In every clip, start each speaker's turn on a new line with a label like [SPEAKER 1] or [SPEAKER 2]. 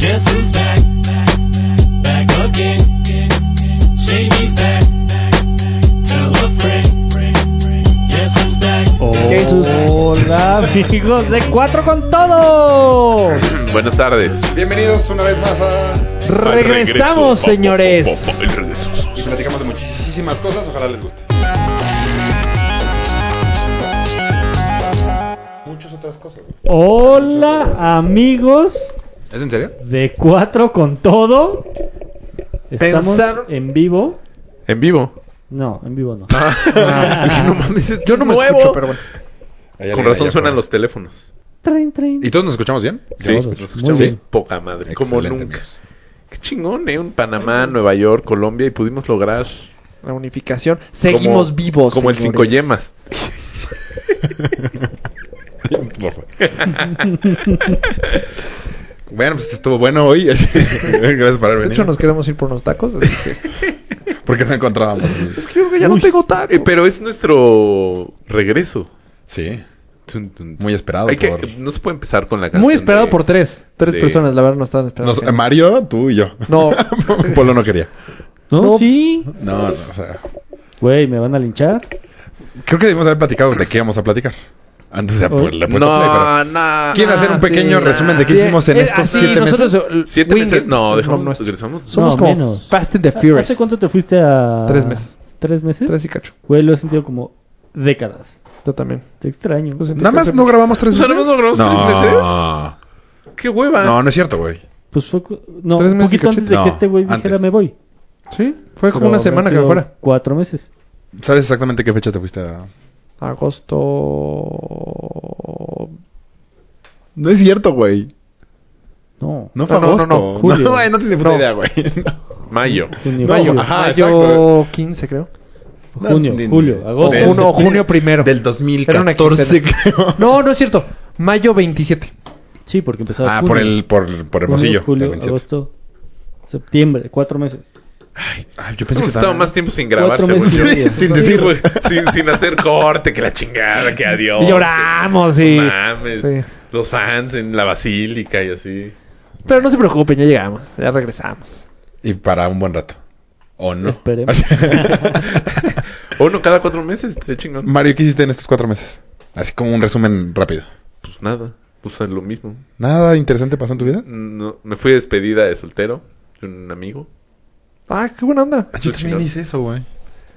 [SPEAKER 1] Guess who's back? Back again. Shady's back. Tell a friend. Guess who's back?
[SPEAKER 2] Hola amigos de Cuatro con Todo.
[SPEAKER 3] Buenas tardes.
[SPEAKER 4] Bienvenidos una vez más a...
[SPEAKER 2] Regresamos,
[SPEAKER 3] Regreso.
[SPEAKER 2] señores.
[SPEAKER 3] El regreso.
[SPEAKER 4] Y platicamos de muchísimas cosas, ojalá les guste. Muchas otras cosas.
[SPEAKER 2] Hola amigos
[SPEAKER 4] ¿Es en serio?
[SPEAKER 2] de Cuatro con Todo. Estamos
[SPEAKER 5] Pensaron-
[SPEAKER 2] en vivo.
[SPEAKER 3] En vivo.
[SPEAKER 2] No, en vivo
[SPEAKER 5] Ah.
[SPEAKER 2] no.
[SPEAKER 5] no mames, es- yo no me
[SPEAKER 3] Nuevo.
[SPEAKER 5] escucho, pero bueno.
[SPEAKER 3] Con razón suenan los teléfonos.
[SPEAKER 2] Tren, tren.
[SPEAKER 4] ¿Y todos nos escuchamos bien?
[SPEAKER 3] Sí,
[SPEAKER 2] Todos.
[SPEAKER 3] nos
[SPEAKER 2] Muy
[SPEAKER 3] escuchamos
[SPEAKER 2] bien.
[SPEAKER 3] poca madre. como nunca.
[SPEAKER 4] Excelente, amigos.
[SPEAKER 3] Qué chingón, ¿eh? Un Panamá, Nueva York, Colombia y pudimos lograr.
[SPEAKER 5] La unificación. Seguimos
[SPEAKER 3] como-
[SPEAKER 5] vivos.
[SPEAKER 3] Como el
[SPEAKER 5] señores.
[SPEAKER 3] cinco yemas.
[SPEAKER 4] bueno, pues estuvo bueno hoy. Gracias por haber
[SPEAKER 5] De
[SPEAKER 4] venido.
[SPEAKER 5] hecho, nos queremos ir por unos tacos. Así que...
[SPEAKER 4] Porque no encontrábamos.
[SPEAKER 5] Creo que ya no tengo tacos.
[SPEAKER 3] Eh, pero es nuestro regreso.
[SPEAKER 4] Sí,
[SPEAKER 3] Tun, tun, tun.
[SPEAKER 4] muy esperado
[SPEAKER 3] Hay que-
[SPEAKER 4] por...
[SPEAKER 3] no se puede empezar con la canción.
[SPEAKER 5] Muy esperado
[SPEAKER 3] de-
[SPEAKER 5] por tres. Tres
[SPEAKER 3] de-
[SPEAKER 5] personas, la verdad, no estaban esperando.
[SPEAKER 4] Nos- eh,
[SPEAKER 5] que-
[SPEAKER 4] Mario, tú y yo.
[SPEAKER 5] No.
[SPEAKER 4] Polo no quería.
[SPEAKER 2] No,
[SPEAKER 5] No.
[SPEAKER 2] sí.
[SPEAKER 4] No, no, o sea...
[SPEAKER 2] Güey, me van a linchar.
[SPEAKER 4] Creo que debimos haber platicado de qué íamos a platicar. Antes de
[SPEAKER 2] Hoy.
[SPEAKER 4] la puesta play, pero...
[SPEAKER 3] No, no.
[SPEAKER 4] ¿Quieren hacer un pequeño resumen de qué
[SPEAKER 5] Ah, Sí,
[SPEAKER 4] hicimos en
[SPEAKER 5] eh,
[SPEAKER 4] estos
[SPEAKER 5] así,
[SPEAKER 4] siete meses?
[SPEAKER 5] nosotros, eh,
[SPEAKER 3] ¿Siete
[SPEAKER 5] Winged,
[SPEAKER 3] meses? No, dejamos.
[SPEAKER 5] nuestro.
[SPEAKER 3] regresamos.
[SPEAKER 5] Somos
[SPEAKER 2] No,
[SPEAKER 5] como
[SPEAKER 2] menos.
[SPEAKER 5] Fast and the Furious.
[SPEAKER 2] ¿Hace cuánto te fuiste a...?
[SPEAKER 5] Tres meses.
[SPEAKER 2] ¿Tres meses?
[SPEAKER 5] Tres y cacho.
[SPEAKER 2] Güey, lo he sentido como décadas.
[SPEAKER 5] Yo también.
[SPEAKER 2] Te extraño.
[SPEAKER 5] Lo sentí
[SPEAKER 4] Nada
[SPEAKER 5] que
[SPEAKER 4] más
[SPEAKER 5] hace-
[SPEAKER 4] no grabamos tres
[SPEAKER 3] ¿Nada
[SPEAKER 4] meses.
[SPEAKER 3] más no grabamos tres
[SPEAKER 4] no.
[SPEAKER 3] Qué hueva.
[SPEAKER 4] No, no es cierto, güey.
[SPEAKER 2] Pues fue... cu- No,
[SPEAKER 5] Tres
[SPEAKER 2] un
[SPEAKER 5] meses y
[SPEAKER 2] poquito antes
[SPEAKER 4] cachito.
[SPEAKER 2] de que
[SPEAKER 4] No,
[SPEAKER 2] este güey dijera
[SPEAKER 4] antes.
[SPEAKER 2] me voy.
[SPEAKER 5] Sí, fue como
[SPEAKER 2] Pero
[SPEAKER 5] una
[SPEAKER 2] habrán
[SPEAKER 5] semana que
[SPEAKER 2] sido
[SPEAKER 5] me fuera.
[SPEAKER 2] Cuatro meses.
[SPEAKER 4] ¿Sabes exactamente qué fecha te fuiste a.?
[SPEAKER 5] Agosto.
[SPEAKER 4] No es cierto, güey.
[SPEAKER 2] No.
[SPEAKER 4] No fue
[SPEAKER 5] No, no,
[SPEAKER 4] agosto.
[SPEAKER 5] no, no, julio.
[SPEAKER 4] güey, no tienes puta
[SPEAKER 5] No.
[SPEAKER 4] idea, güey.
[SPEAKER 3] Mayo.
[SPEAKER 2] Junio,
[SPEAKER 4] No,
[SPEAKER 2] julio.
[SPEAKER 4] ajá, exacto.
[SPEAKER 5] Mayo 15, creo.
[SPEAKER 4] No,
[SPEAKER 2] junio,
[SPEAKER 4] ni-
[SPEAKER 2] julio, agosto.
[SPEAKER 4] del-
[SPEAKER 5] Junio- junio primero.
[SPEAKER 4] Del
[SPEAKER 5] Era una
[SPEAKER 4] 2014, creo.
[SPEAKER 5] No, no es cierto. Mayo 27.
[SPEAKER 2] Sí, porque empezaba
[SPEAKER 4] Ah,
[SPEAKER 2] junio.
[SPEAKER 4] por el, por, por Hermosillo.
[SPEAKER 2] Junio, julio,
[SPEAKER 4] del 27.
[SPEAKER 2] agosto, septiembre. Cuatro meses.
[SPEAKER 4] Ay, Ah, yo
[SPEAKER 3] Hemos
[SPEAKER 4] pensé que
[SPEAKER 3] estado
[SPEAKER 4] estaba.
[SPEAKER 3] más tiempo sin grabar,
[SPEAKER 2] Cuatro meses y
[SPEAKER 3] seguro.
[SPEAKER 2] medio.
[SPEAKER 4] Sin
[SPEAKER 3] Sí,
[SPEAKER 4] decir,
[SPEAKER 3] güey. sin, sin hacer corte, que la chingada, que
[SPEAKER 4] Oh,
[SPEAKER 3] adiós.
[SPEAKER 5] Y lloramos y...
[SPEAKER 3] que no mames.
[SPEAKER 5] Sí.
[SPEAKER 3] Los fans en la basílica y así.
[SPEAKER 5] Pero no se preocupen, ya llegamos. Ya regresamos.
[SPEAKER 4] Y para un buen rato. ¿O no?
[SPEAKER 2] Esperemos.
[SPEAKER 3] Uno cada cuatro meses, qué chingón.
[SPEAKER 4] Mario, ¿qué hiciste en estos cuatro meses? Así como un resumen rápido.
[SPEAKER 3] Pues nada, pues es lo mismo.
[SPEAKER 4] ¿Nada interesante pasó en tu vida?
[SPEAKER 3] No, me fui despedida de soltero de un amigo.
[SPEAKER 5] Ah, qué buena onda.
[SPEAKER 3] Yo también
[SPEAKER 4] hice eso, güey.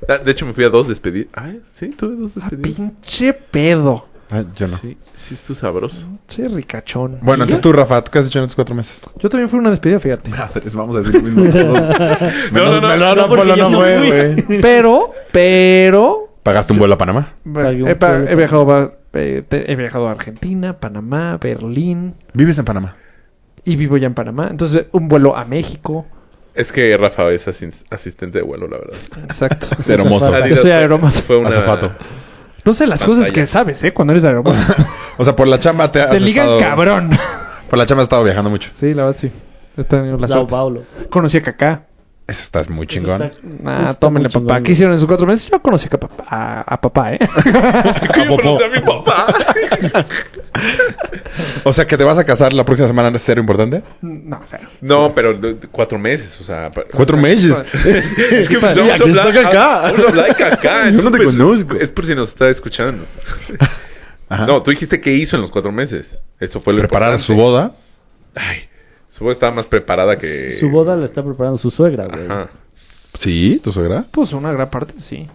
[SPEAKER 3] Ah, De hecho, me fui a dos despedidas. Ah, sí, tuve dos
[SPEAKER 5] Ah,
[SPEAKER 3] despedidas.
[SPEAKER 5] pinche pedo.
[SPEAKER 4] Ah, yo no.
[SPEAKER 3] Sí, sí, estuvo sabroso.
[SPEAKER 5] Che, ricachón.
[SPEAKER 4] Bueno, entonces tú, Rafa, ¿tú qué has hecho en estos cuatro meses?
[SPEAKER 5] Yo también fui a una despedida, fíjate.
[SPEAKER 4] Madres, vamos a decir lo mismo todos.
[SPEAKER 3] No, no, no, no,
[SPEAKER 2] porque
[SPEAKER 4] Polo,
[SPEAKER 2] yo
[SPEAKER 4] no
[SPEAKER 2] no
[SPEAKER 4] fue,
[SPEAKER 2] fui.
[SPEAKER 4] güey.
[SPEAKER 5] Pero, pero...
[SPEAKER 4] ¿Pagaste un vuelo a Panamá?
[SPEAKER 2] Pagué un
[SPEAKER 5] He, pa-
[SPEAKER 2] pueblo.
[SPEAKER 5] he viajado, a- eh, te- he viajado a Argentina, Panamá, Berlín.
[SPEAKER 4] ¿Vives en Panamá?
[SPEAKER 5] Y vivo ya en Panamá. Entonces, un vuelo a México.
[SPEAKER 3] Es que Rafa es asis- asistente de vuelo, la verdad.
[SPEAKER 5] Exacto.
[SPEAKER 4] Es hermoso.
[SPEAKER 3] Adidas
[SPEAKER 5] Yo soy
[SPEAKER 3] fue-
[SPEAKER 5] aeromozo.
[SPEAKER 3] Fue una...
[SPEAKER 4] Azafato.
[SPEAKER 5] No sé las cosas
[SPEAKER 3] Pantalla.
[SPEAKER 5] que sabes, ¿eh? Cuando eres aeromozo.
[SPEAKER 4] O sea, por la chamba te has
[SPEAKER 5] Te ligan
[SPEAKER 4] estado-
[SPEAKER 5] cabrón.
[SPEAKER 4] Por la chamba has estado viajando mucho.
[SPEAKER 5] Sí, la verdad sí. He tenido la
[SPEAKER 2] Sao
[SPEAKER 5] suerte.
[SPEAKER 2] Paulo.
[SPEAKER 5] Conocí a Cacá.
[SPEAKER 4] Eso está muy chingón.
[SPEAKER 2] Eso está- eso
[SPEAKER 5] Ah,
[SPEAKER 2] está
[SPEAKER 5] tómenle,
[SPEAKER 2] muy chingón,
[SPEAKER 5] papá. ¿Qué
[SPEAKER 2] güey.
[SPEAKER 5] hicieron en esos cuatro meses? Yo conocí a papá, a, a papá ¿eh?
[SPEAKER 3] ¿Qué conocí a mi papá?
[SPEAKER 4] O sea, que te vas a casar la próxima semana es cero importante.
[SPEAKER 5] no, o sea.
[SPEAKER 3] No, pero de- de cuatro meses, o sea... pa-
[SPEAKER 4] Cuatro meses.
[SPEAKER 3] Es que
[SPEAKER 4] Mira,
[SPEAKER 3] pensamos
[SPEAKER 4] aquí está
[SPEAKER 3] hablar-
[SPEAKER 4] Kaká.
[SPEAKER 3] ah, vamos a hablar de Kaká.
[SPEAKER 4] Yo no te
[SPEAKER 3] Pues,
[SPEAKER 4] conozco.
[SPEAKER 3] Es por si nos está escuchando.
[SPEAKER 4] Ajá.
[SPEAKER 3] No, tú dijiste que hizo en los cuatro meses. Eso fue lo
[SPEAKER 4] Preparar
[SPEAKER 3] importante.
[SPEAKER 4] su boda.
[SPEAKER 3] Ay, su boda estaba más preparada que...
[SPEAKER 2] Su boda la está preparando su suegra, güey.
[SPEAKER 3] Ajá.
[SPEAKER 4] Sí, tu suegra.
[SPEAKER 5] Pues una gran parte, sí.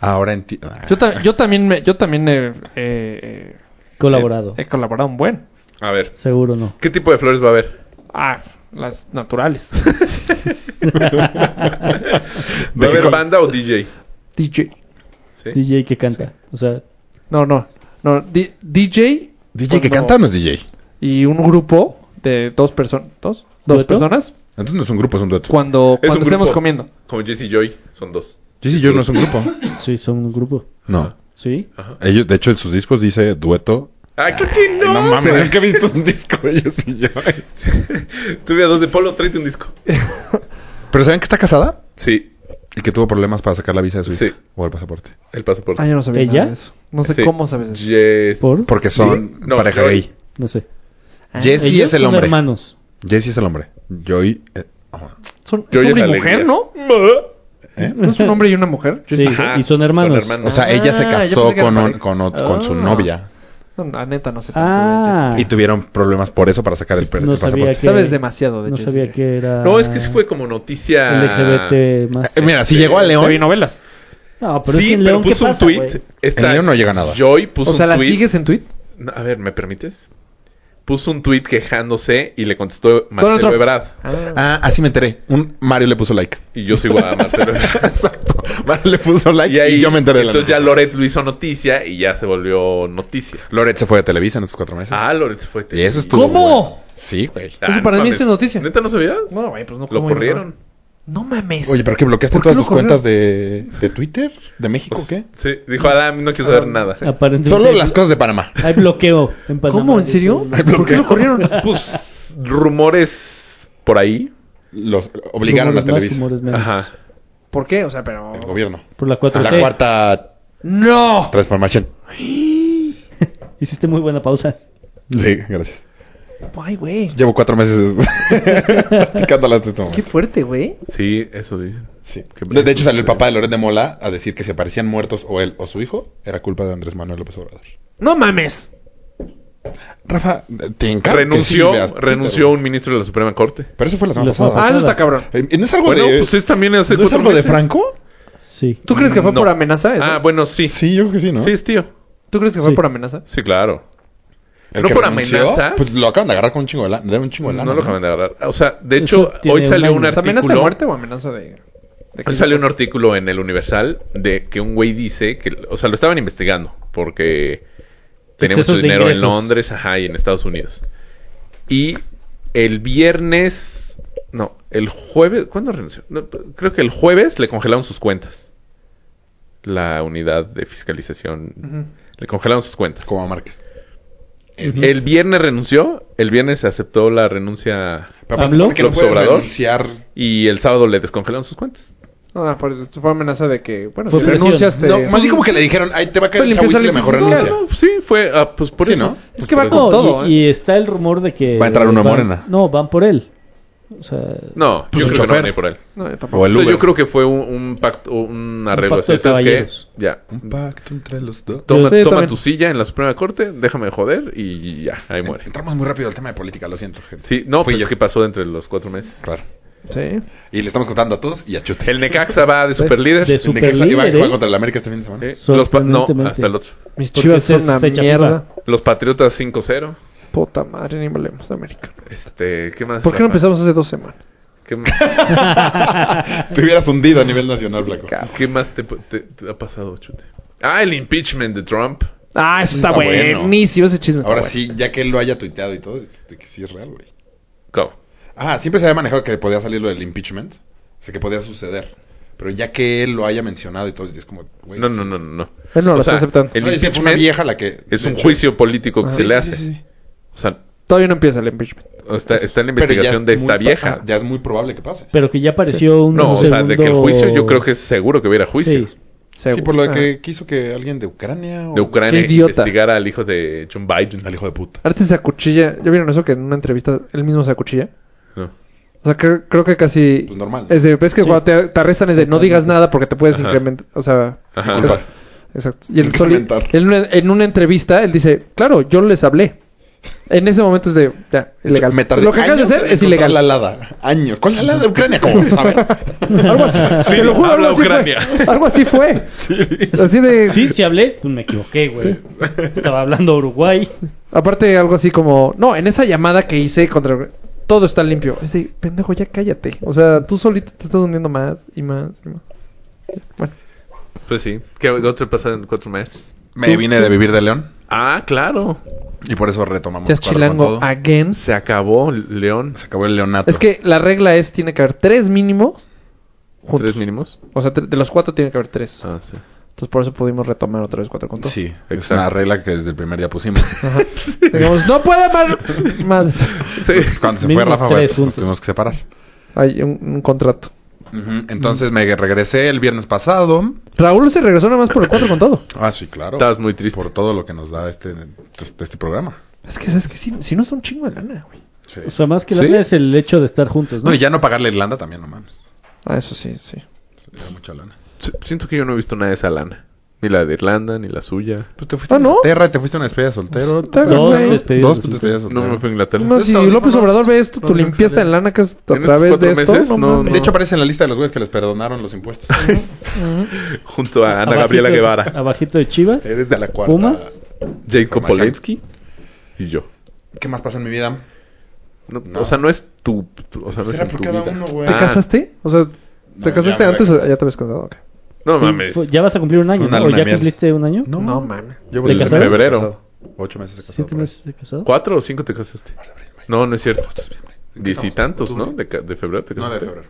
[SPEAKER 4] Ahora Ah. entiendo.
[SPEAKER 5] Yo, ta- yo también, me, yo también eh, eh, eh,
[SPEAKER 2] Colaborado.
[SPEAKER 5] he colaborado un buen.
[SPEAKER 3] A ver,
[SPEAKER 2] Seguro no.
[SPEAKER 3] ¿qué tipo de flores va a haber?
[SPEAKER 5] Ah, las naturales.
[SPEAKER 3] ¿Va a haber banda o DJ?
[SPEAKER 5] DJ.
[SPEAKER 3] ¿Sí?
[SPEAKER 2] DJ que canta. O sea,
[SPEAKER 5] No, no. No, di- DJ
[SPEAKER 4] DJ que
[SPEAKER 5] Cuando-
[SPEAKER 4] canta no es DJ.
[SPEAKER 5] y un grupo de dos personas. ¿Dos? Dos
[SPEAKER 2] ¿Dueto?
[SPEAKER 5] personas.
[SPEAKER 4] Entonces no es un grupo, es un dueto.
[SPEAKER 5] Cuando,
[SPEAKER 3] Es
[SPEAKER 5] cuando
[SPEAKER 3] un
[SPEAKER 5] estemos
[SPEAKER 3] grupo.
[SPEAKER 5] comiendo.
[SPEAKER 3] Como Jesse y Joy, son dos.
[SPEAKER 4] Jesse Joy no es un grupo.
[SPEAKER 2] sí, son un grupo.
[SPEAKER 4] No.
[SPEAKER 2] ¿Sí?
[SPEAKER 4] Ellos, de hecho, en sus discos dice dueto.
[SPEAKER 3] ¡Ay, creo que no!
[SPEAKER 4] Ah, No mames, nunca he visto un disco de Jesse Joy.
[SPEAKER 3] Tuve a dos de Polo, tráete un disco.
[SPEAKER 4] Pero ¿saben que está casada?
[SPEAKER 3] Sí,
[SPEAKER 4] Y que tuvo problemas para sacar la visa de su hija.
[SPEAKER 3] Sí.
[SPEAKER 4] O el pasaporte.
[SPEAKER 3] el pasaporte.
[SPEAKER 5] Ah, yo no sabía
[SPEAKER 2] ¿Ella?
[SPEAKER 5] nada de eso. No sé
[SPEAKER 3] Sí.
[SPEAKER 5] cómo sabes eso.
[SPEAKER 3] Yes.
[SPEAKER 2] ¿Por?
[SPEAKER 4] Porque son
[SPEAKER 3] No,
[SPEAKER 4] pareja
[SPEAKER 3] Joy.
[SPEAKER 4] gay.
[SPEAKER 2] No sé.
[SPEAKER 4] Jesse
[SPEAKER 2] Ellos
[SPEAKER 4] es el
[SPEAKER 2] son
[SPEAKER 4] hombre.
[SPEAKER 2] hermanos.
[SPEAKER 4] Jesse es el hombre. Joy. eh, ah,
[SPEAKER 5] Son,
[SPEAKER 3] Yo
[SPEAKER 5] es
[SPEAKER 3] y
[SPEAKER 5] hombre y
[SPEAKER 3] la
[SPEAKER 5] mujer,
[SPEAKER 3] alegría.
[SPEAKER 5] ¿no?
[SPEAKER 4] ¿eh?
[SPEAKER 5] ¿No es un hombre y una mujer? Yo
[SPEAKER 2] Sí,
[SPEAKER 5] sí.
[SPEAKER 3] Ajá,
[SPEAKER 2] y son hermanos.
[SPEAKER 3] son hermanos.
[SPEAKER 4] O sea,
[SPEAKER 5] Ah,
[SPEAKER 4] ella se
[SPEAKER 5] yo
[SPEAKER 4] casó
[SPEAKER 5] pensé que
[SPEAKER 4] con,
[SPEAKER 5] era
[SPEAKER 4] un-
[SPEAKER 5] pareja.
[SPEAKER 4] con, o- con su
[SPEAKER 5] Ah.
[SPEAKER 4] novia
[SPEAKER 5] No, la neta, no sé tanto
[SPEAKER 2] Ah,
[SPEAKER 5] de
[SPEAKER 4] y tuvieron problemas por eso para sacar el, per-
[SPEAKER 2] No
[SPEAKER 4] el
[SPEAKER 2] sabía
[SPEAKER 4] pasaporte.
[SPEAKER 5] eso. Sabes demasiado de
[SPEAKER 2] no
[SPEAKER 5] Jessie
[SPEAKER 2] sabía
[SPEAKER 5] J.
[SPEAKER 2] que era.
[SPEAKER 3] No, es que sí fue como noticia.
[SPEAKER 2] LGBT más.
[SPEAKER 4] Eh, mira, si llegó a León,
[SPEAKER 5] Te vi novelas.
[SPEAKER 2] No, pero es
[SPEAKER 3] sí,
[SPEAKER 2] que en
[SPEAKER 3] pero
[SPEAKER 2] León, ¿qué
[SPEAKER 3] puso un
[SPEAKER 2] pasa,
[SPEAKER 3] tweet.
[SPEAKER 2] güey?
[SPEAKER 4] En León no llega nada.
[SPEAKER 3] Joy puso
[SPEAKER 5] O sea,
[SPEAKER 3] un
[SPEAKER 5] ¿la
[SPEAKER 3] tweet.
[SPEAKER 5] sigues en tweet?
[SPEAKER 3] No, a ver, ¿me permites? Puso un tweet quejándose y le contestó
[SPEAKER 5] Donald
[SPEAKER 3] Marcelo
[SPEAKER 5] Trump.
[SPEAKER 3] Ebrard.
[SPEAKER 4] Ah, así me enteré. Un Mario le puso like.
[SPEAKER 3] Y yo sigo a Marcelo Ebrard.
[SPEAKER 4] Exacto. Mario le puso like
[SPEAKER 3] Y ahí
[SPEAKER 4] yo me enteré. de la
[SPEAKER 3] Entonces ya
[SPEAKER 4] noticia.
[SPEAKER 3] Loret lo hizo noticia y ya se volvió noticia.
[SPEAKER 4] Loret se fue de Televisa en estos cuatro meses.
[SPEAKER 3] Ah, Loret se fue.
[SPEAKER 4] y eso estuvo.
[SPEAKER 5] ¿Cómo?
[SPEAKER 4] bueno. Sí, güey.
[SPEAKER 3] Ah,
[SPEAKER 5] Eso para mí es noticia.
[SPEAKER 3] ¿Neta no sabías?
[SPEAKER 5] No, güey, pues no.
[SPEAKER 3] lo
[SPEAKER 5] ¿cómo iba a saber?
[SPEAKER 3] corrieron.
[SPEAKER 5] No mames.
[SPEAKER 4] Oye, ¿pero qué bloqueaste
[SPEAKER 5] ¿Por qué
[SPEAKER 4] todas
[SPEAKER 5] lo
[SPEAKER 4] tus cuentas de, de Twitter? ¿De México
[SPEAKER 3] Pues,
[SPEAKER 4] qué?
[SPEAKER 3] Sí, dijo Adam, no quiero saber nada.
[SPEAKER 2] Aparentemente
[SPEAKER 4] Solo
[SPEAKER 2] hay-
[SPEAKER 4] las cosas de Panamá.
[SPEAKER 2] Hay bloqueo en Panamá.
[SPEAKER 5] ¿Cómo? ¿En serio? ¿Por qué lo corrieron?
[SPEAKER 3] Pues rumores por ahí.
[SPEAKER 4] Los obligaron a
[SPEAKER 2] Rumores más,
[SPEAKER 4] Televisa.
[SPEAKER 2] rumores menos.
[SPEAKER 3] Ajá.
[SPEAKER 5] ¿Por qué? O sea, pero...
[SPEAKER 4] El gobierno.
[SPEAKER 2] Por la 4T.
[SPEAKER 4] La cuarta
[SPEAKER 5] ¡No!
[SPEAKER 4] transformación.
[SPEAKER 2] Hiciste muy buena pausa.
[SPEAKER 4] Sí, gracias.
[SPEAKER 5] Ay, güey.
[SPEAKER 4] Llevo cuatro meses platicándolas de este
[SPEAKER 5] Qué
[SPEAKER 4] momento.
[SPEAKER 5] fuerte, güey.
[SPEAKER 3] Sí, eso dicen.
[SPEAKER 4] Sí.
[SPEAKER 3] Qué
[SPEAKER 4] De, de hecho, salió el papá de Loret de Mola a decir que si aparecían muertos o él o su hijo, era culpa de Andrés Manuel López Obrador.
[SPEAKER 5] ¡No mames!
[SPEAKER 4] Rafa, te encargo. que
[SPEAKER 3] renunció,
[SPEAKER 4] sí veas Twitter,
[SPEAKER 3] renunció
[SPEAKER 4] güey.
[SPEAKER 3] un ministro de la Suprema Corte.
[SPEAKER 4] Pero eso fue la semana
[SPEAKER 2] La semana
[SPEAKER 3] Pues
[SPEAKER 4] pasada.
[SPEAKER 5] Ah, eso está cabrón.
[SPEAKER 4] Eh, ¿No es algo
[SPEAKER 3] Bueno,
[SPEAKER 4] de,
[SPEAKER 3] pues es también hace
[SPEAKER 4] ¿no es
[SPEAKER 3] cuatro
[SPEAKER 4] algo de
[SPEAKER 3] meses.
[SPEAKER 4] Franco?
[SPEAKER 2] Sí.
[SPEAKER 5] ¿Tú crees que fue
[SPEAKER 3] No.
[SPEAKER 5] por amenaza eso?
[SPEAKER 3] Ah, bueno, sí. sí.
[SPEAKER 4] Sí, yo creo que sí, ¿no?
[SPEAKER 3] es tío.
[SPEAKER 5] ¿Tú crees que fue
[SPEAKER 2] Sí.
[SPEAKER 5] por amenaza?
[SPEAKER 3] Sí, claro.
[SPEAKER 4] El
[SPEAKER 3] ¿No
[SPEAKER 4] que
[SPEAKER 3] por
[SPEAKER 4] renunció,
[SPEAKER 3] amenazas?
[SPEAKER 4] Pues lo acaban de agarrar con un chingo de lana. un chingo de lana,
[SPEAKER 3] No lo acaban de agarrar. O sea, de
[SPEAKER 2] Eso
[SPEAKER 3] hecho,
[SPEAKER 2] tiene
[SPEAKER 3] hoy
[SPEAKER 2] un
[SPEAKER 3] salió
[SPEAKER 2] año.
[SPEAKER 3] un
[SPEAKER 2] ¿Es
[SPEAKER 5] ¿Es amenaza de
[SPEAKER 3] artículo.
[SPEAKER 5] muerte o amenaza de...? de
[SPEAKER 3] Hoy salió un artículo en el Universal de que un güey dice que, o sea, lo estaban investigando porque tenía
[SPEAKER 2] Excesos
[SPEAKER 3] mucho
[SPEAKER 2] de
[SPEAKER 3] dinero en
[SPEAKER 2] ingresos.
[SPEAKER 3] Londres, ajá, y en Estados Unidos. Y el viernes, no, el jueves, ¿cuándo renunció? No, creo que el jueves le congelaron sus cuentas. La unidad de fiscalización
[SPEAKER 5] Ujú.
[SPEAKER 3] le congelaron sus cuentas.
[SPEAKER 4] Como a Márquez.
[SPEAKER 3] El viernes renunció, el viernes se aceptó la renuncia
[SPEAKER 4] Pero aparte,
[SPEAKER 2] ¿Habló?
[SPEAKER 4] ¿por qué no
[SPEAKER 3] López
[SPEAKER 4] puede
[SPEAKER 3] Obrador.
[SPEAKER 4] renunciar?
[SPEAKER 3] y el sábado le descongelaron sus cuentas.
[SPEAKER 5] Ah, por- fue amenaza de que, bueno,
[SPEAKER 2] Fue
[SPEAKER 5] si
[SPEAKER 2] presión.
[SPEAKER 5] renunciaste...
[SPEAKER 4] No, más bien como que le dijeron, ay, te va a caer el
[SPEAKER 5] Pero empieza
[SPEAKER 4] chahuitle,
[SPEAKER 5] el-
[SPEAKER 4] mejor
[SPEAKER 5] No,
[SPEAKER 4] renuncia.
[SPEAKER 3] Claro, sí, fue, ah, pues por
[SPEAKER 4] Sí,
[SPEAKER 3] eso.
[SPEAKER 4] ¿no?
[SPEAKER 5] Es que va
[SPEAKER 2] No,
[SPEAKER 5] con todo,
[SPEAKER 2] y,
[SPEAKER 5] ¿eh?
[SPEAKER 2] y está el rumor de que.
[SPEAKER 4] Va a entrar uno
[SPEAKER 2] van-
[SPEAKER 4] Morena.
[SPEAKER 2] No, van por él. O sea.
[SPEAKER 3] No,
[SPEAKER 4] Pues
[SPEAKER 3] yo creo que no
[SPEAKER 4] el chofer.
[SPEAKER 3] van a ir por él.
[SPEAKER 5] No, yo tampoco.
[SPEAKER 4] O el
[SPEAKER 3] O sea,
[SPEAKER 4] Uber.
[SPEAKER 3] yo creo que fue un, un pacto, un arreglo. así,
[SPEAKER 2] pacto de
[SPEAKER 3] ¿sabes qué?
[SPEAKER 2] caballeros.
[SPEAKER 3] Ya.
[SPEAKER 4] Un pacto entre los dos.
[SPEAKER 3] Toma,
[SPEAKER 5] Sí, yo
[SPEAKER 3] toma
[SPEAKER 5] también.
[SPEAKER 3] tu silla en la Suprema Corte, déjame de joder y ya, ahí muere.
[SPEAKER 4] Entramos muy rápido al tema de política, lo siento, gente.
[SPEAKER 3] Sí, no,
[SPEAKER 4] Fui
[SPEAKER 3] pues
[SPEAKER 4] yo.
[SPEAKER 3] es que pasó entre los cuatro meses.
[SPEAKER 4] Claro.
[SPEAKER 5] Sí.
[SPEAKER 4] Y le estamos contando a todos y a Chute.
[SPEAKER 3] El Necaxa va de superlíder.
[SPEAKER 2] De
[SPEAKER 3] líder.
[SPEAKER 2] su-
[SPEAKER 4] El Necaxa iba,
[SPEAKER 2] Superlíder,
[SPEAKER 4] iba
[SPEAKER 2] ¿eh?
[SPEAKER 4] contra el América este fin de semana.
[SPEAKER 3] Los pa- no,
[SPEAKER 2] Sorprendentemente.
[SPEAKER 3] hasta el otro.
[SPEAKER 5] Mis
[SPEAKER 2] Porque
[SPEAKER 5] chivas
[SPEAKER 2] esa
[SPEAKER 5] son
[SPEAKER 2] es
[SPEAKER 5] una
[SPEAKER 2] fecha
[SPEAKER 5] mierda.
[SPEAKER 2] FIFA.
[SPEAKER 3] Los Patriotas 5-0.
[SPEAKER 5] Puta madre, ni hablemos de América.
[SPEAKER 3] Este, ¿qué más?
[SPEAKER 5] ¿Por qué no
[SPEAKER 3] Rafa?
[SPEAKER 5] empezamos hace dos semanas?
[SPEAKER 3] ¿Qué más,
[SPEAKER 4] Te hubieras hundido a nivel nacional, Flaco.
[SPEAKER 3] qué más te, te- te ha pasado, Chute? Ah, el impeachment de Trump.
[SPEAKER 5] Ah, eso está,
[SPEAKER 4] Está bueno.
[SPEAKER 5] buenísimo ese chisme. está
[SPEAKER 4] Ahora
[SPEAKER 5] bueno.
[SPEAKER 4] sí, ya que él lo haya tuiteado y todo, es de que sí es real, güey.
[SPEAKER 3] ¿Cómo?
[SPEAKER 4] Ah, siempre se había manejado que podía salir lo del impeachment. O sea, que podía suceder. Pero ya que él lo haya mencionado y todo, es como, güey.
[SPEAKER 3] No,
[SPEAKER 4] sí.
[SPEAKER 3] no, no, no. no.
[SPEAKER 5] Él Ah, no
[SPEAKER 3] O
[SPEAKER 5] lo
[SPEAKER 3] sea,
[SPEAKER 5] está aceptando. Ah,
[SPEAKER 3] El
[SPEAKER 4] No, dice, fue una
[SPEAKER 3] impeachment
[SPEAKER 4] vieja la que.
[SPEAKER 3] es
[SPEAKER 4] de
[SPEAKER 3] un
[SPEAKER 4] hecho-
[SPEAKER 3] juicio político que
[SPEAKER 5] Ajá.
[SPEAKER 3] se
[SPEAKER 4] Sí,
[SPEAKER 3] le
[SPEAKER 4] sí,
[SPEAKER 3] hace.
[SPEAKER 4] sí, sí.
[SPEAKER 3] O sea,
[SPEAKER 5] Todavía no empieza el impeachment.
[SPEAKER 3] está, está en la
[SPEAKER 4] Pero ya
[SPEAKER 3] investigación
[SPEAKER 4] es
[SPEAKER 3] de
[SPEAKER 4] muy
[SPEAKER 3] esta
[SPEAKER 4] pa-
[SPEAKER 3] vieja.
[SPEAKER 4] Ya es muy probable que pase.
[SPEAKER 2] Pero que ya apareció un.
[SPEAKER 3] No, o sea, de que el
[SPEAKER 2] segundo-
[SPEAKER 3] juicio, yo creo que es seguro que hubiera juicio.
[SPEAKER 2] Sí.
[SPEAKER 4] Sí, por lo
[SPEAKER 5] Ah.
[SPEAKER 4] que quiso que alguien de Ucrania o
[SPEAKER 3] ah. De Ucrania
[SPEAKER 5] Qué idiota.
[SPEAKER 3] investigara al hijo de John Biden.
[SPEAKER 4] al hijo de puta.
[SPEAKER 5] Arte se acuchilla. ¿Ya vieron eso que en una entrevista él mismo se acuchilla?
[SPEAKER 3] No.
[SPEAKER 5] O sea, creo, creo que casi.
[SPEAKER 4] Pues normal.
[SPEAKER 5] Es de, es que
[SPEAKER 2] Sí.
[SPEAKER 5] cuando te, te arrestan es de no digas nada porque te puedes
[SPEAKER 3] Ajá.
[SPEAKER 5] incrementar. O sea.
[SPEAKER 3] Ajá.
[SPEAKER 5] es- Exacto. Y él soli-
[SPEAKER 4] Incrementar.
[SPEAKER 5] en, una, en una entrevista él dice: Claro, yo les hablé. En ese momento es de. Ya, ilegal.
[SPEAKER 4] Me tardé
[SPEAKER 5] Lo que acabas de
[SPEAKER 4] años
[SPEAKER 5] hacer
[SPEAKER 4] en
[SPEAKER 5] es
[SPEAKER 4] encontrar
[SPEAKER 5] ilegal.
[SPEAKER 4] La lada. Años. ¿Cuál es la lada de Ucrania? Como saben.
[SPEAKER 5] Algo así.
[SPEAKER 3] Sí,
[SPEAKER 5] te lo juro,
[SPEAKER 3] habla
[SPEAKER 5] algo así
[SPEAKER 3] Ucrania.
[SPEAKER 5] fue. Algo así fue. Así de.
[SPEAKER 2] Sí, sí hablé. Pues me equivoqué, güey. Estaba hablando Uruguay.
[SPEAKER 5] Aparte, algo así como, no, en esa llamada que hice contra. Todo está limpio. Es de, pendejo, ya cállate. O sea, tú solito te estás hundiendo más y más y más. Bueno,
[SPEAKER 3] Pues sí. ¿Qué otro pasa en cuatro meses?
[SPEAKER 4] Me vine de vivir de León
[SPEAKER 3] Ah, claro.
[SPEAKER 4] y por eso retomamos.
[SPEAKER 5] ya es
[SPEAKER 4] Cuadro con
[SPEAKER 5] chilango
[SPEAKER 4] todo.
[SPEAKER 5] again.
[SPEAKER 3] Se acabó León.
[SPEAKER 4] Se acabó el leonato.
[SPEAKER 5] Es que la regla es: tiene que haber tres mínimos juntos.
[SPEAKER 3] ¿Tres mínimos?
[SPEAKER 5] o sea, tre- de los cuatro tiene que haber tres.
[SPEAKER 3] Ah, sí.
[SPEAKER 5] Entonces, por eso pudimos retomar otra vez cuatro con todo.
[SPEAKER 4] Sí, es
[SPEAKER 3] Exacto.
[SPEAKER 4] una regla que desde el primer día pusimos.
[SPEAKER 5] Digamos, no puede más. más.
[SPEAKER 4] Entonces, Cuando se fue
[SPEAKER 2] Mínimo
[SPEAKER 4] Rafa,
[SPEAKER 2] tres
[SPEAKER 4] pues, nos
[SPEAKER 2] puntos.
[SPEAKER 4] tuvimos que separar.
[SPEAKER 5] Hay un, un contrato.
[SPEAKER 4] Ujú, Entonces me regresé el viernes pasado.
[SPEAKER 5] Raúl se regresó nada más por el cuatro con todo.
[SPEAKER 4] Ah, sí, claro.
[SPEAKER 3] Estabas muy triste.
[SPEAKER 4] Por todo lo que nos da este, este, este programa.
[SPEAKER 5] Es que, ¿sabes que Si, si no es un chingo de lana, güey.
[SPEAKER 4] Sí.
[SPEAKER 2] O sea, más que la
[SPEAKER 3] ¿Sí?
[SPEAKER 2] lana es el hecho de estar juntos, ¿no?
[SPEAKER 4] No, y ya no pagarle a Irlanda también, no mames.
[SPEAKER 5] Ah, eso sí, sí.
[SPEAKER 4] Le da mucha lana.
[SPEAKER 3] S- Siento que yo no he visto nada de esa lana. Ni la de Irlanda, ni la suya.
[SPEAKER 4] Pues te fuiste
[SPEAKER 5] Ah,
[SPEAKER 4] a
[SPEAKER 5] ¿no?
[SPEAKER 4] Inglaterra y te fuiste a una despedida de soltero.
[SPEAKER 5] Pues, te hagas,
[SPEAKER 2] Dos
[SPEAKER 5] güey.
[SPEAKER 2] despedidas.
[SPEAKER 4] Dos
[SPEAKER 2] de
[SPEAKER 4] tus
[SPEAKER 2] soltero.
[SPEAKER 4] despedidas de
[SPEAKER 3] No
[SPEAKER 4] soltero.
[SPEAKER 3] me fui a Inglaterra.
[SPEAKER 5] No, si
[SPEAKER 4] Entonces,
[SPEAKER 5] López
[SPEAKER 4] no,
[SPEAKER 5] Obrador ve esto,
[SPEAKER 4] no,
[SPEAKER 5] tu
[SPEAKER 4] no,
[SPEAKER 5] limpieza
[SPEAKER 4] no,
[SPEAKER 5] de lana que es a
[SPEAKER 3] ¿Tienes
[SPEAKER 5] través
[SPEAKER 3] cuatro
[SPEAKER 5] de esto.
[SPEAKER 3] meses? No,
[SPEAKER 5] mames.
[SPEAKER 4] De hecho, aparece en la lista de los güeyes que les perdonaron los impuestos. Eh,
[SPEAKER 3] Junto a Ana
[SPEAKER 2] Abajito-
[SPEAKER 3] Gabriela Guevara,
[SPEAKER 2] Abajito de Chivas.
[SPEAKER 4] Eres de la cuarta.
[SPEAKER 2] ¿Pumas?
[SPEAKER 3] Jacob
[SPEAKER 4] Información.
[SPEAKER 3] Polensky y yo.
[SPEAKER 4] ¿Qué más pasa en mi vida?
[SPEAKER 3] No,
[SPEAKER 4] No.
[SPEAKER 3] O sea, no es tu... tu- O sea, no es
[SPEAKER 4] Será
[SPEAKER 3] en
[SPEAKER 4] por
[SPEAKER 3] tu
[SPEAKER 4] cada
[SPEAKER 3] vida.
[SPEAKER 4] uno, güey.
[SPEAKER 5] ¿Te
[SPEAKER 3] Ah,
[SPEAKER 5] casaste? O sea, ¿te
[SPEAKER 4] No,
[SPEAKER 5] casaste
[SPEAKER 4] ya me
[SPEAKER 5] antes
[SPEAKER 4] voy
[SPEAKER 5] o
[SPEAKER 4] a casar.
[SPEAKER 5] ya te habías casado? Ok.
[SPEAKER 3] No
[SPEAKER 2] Sí,
[SPEAKER 3] mames.
[SPEAKER 2] fue- ya vas a cumplir un año,
[SPEAKER 4] Una
[SPEAKER 2] ¿no? ¿O
[SPEAKER 4] luna
[SPEAKER 2] ya
[SPEAKER 4] de miel.
[SPEAKER 2] cumpliste un año?
[SPEAKER 4] No,
[SPEAKER 5] mames.
[SPEAKER 4] Llevo
[SPEAKER 2] ¿Te casaste?
[SPEAKER 4] siete meses de
[SPEAKER 3] Febrero.
[SPEAKER 4] casado. Ocho meses de casado.
[SPEAKER 2] ¿Siete meses de casado?
[SPEAKER 3] ¿Cuatro o cinco te casaste? No, no es cierto. Diez y tantos, ¿no? De, ca- de febrero te
[SPEAKER 4] No, de
[SPEAKER 3] casaste.
[SPEAKER 4] febrero.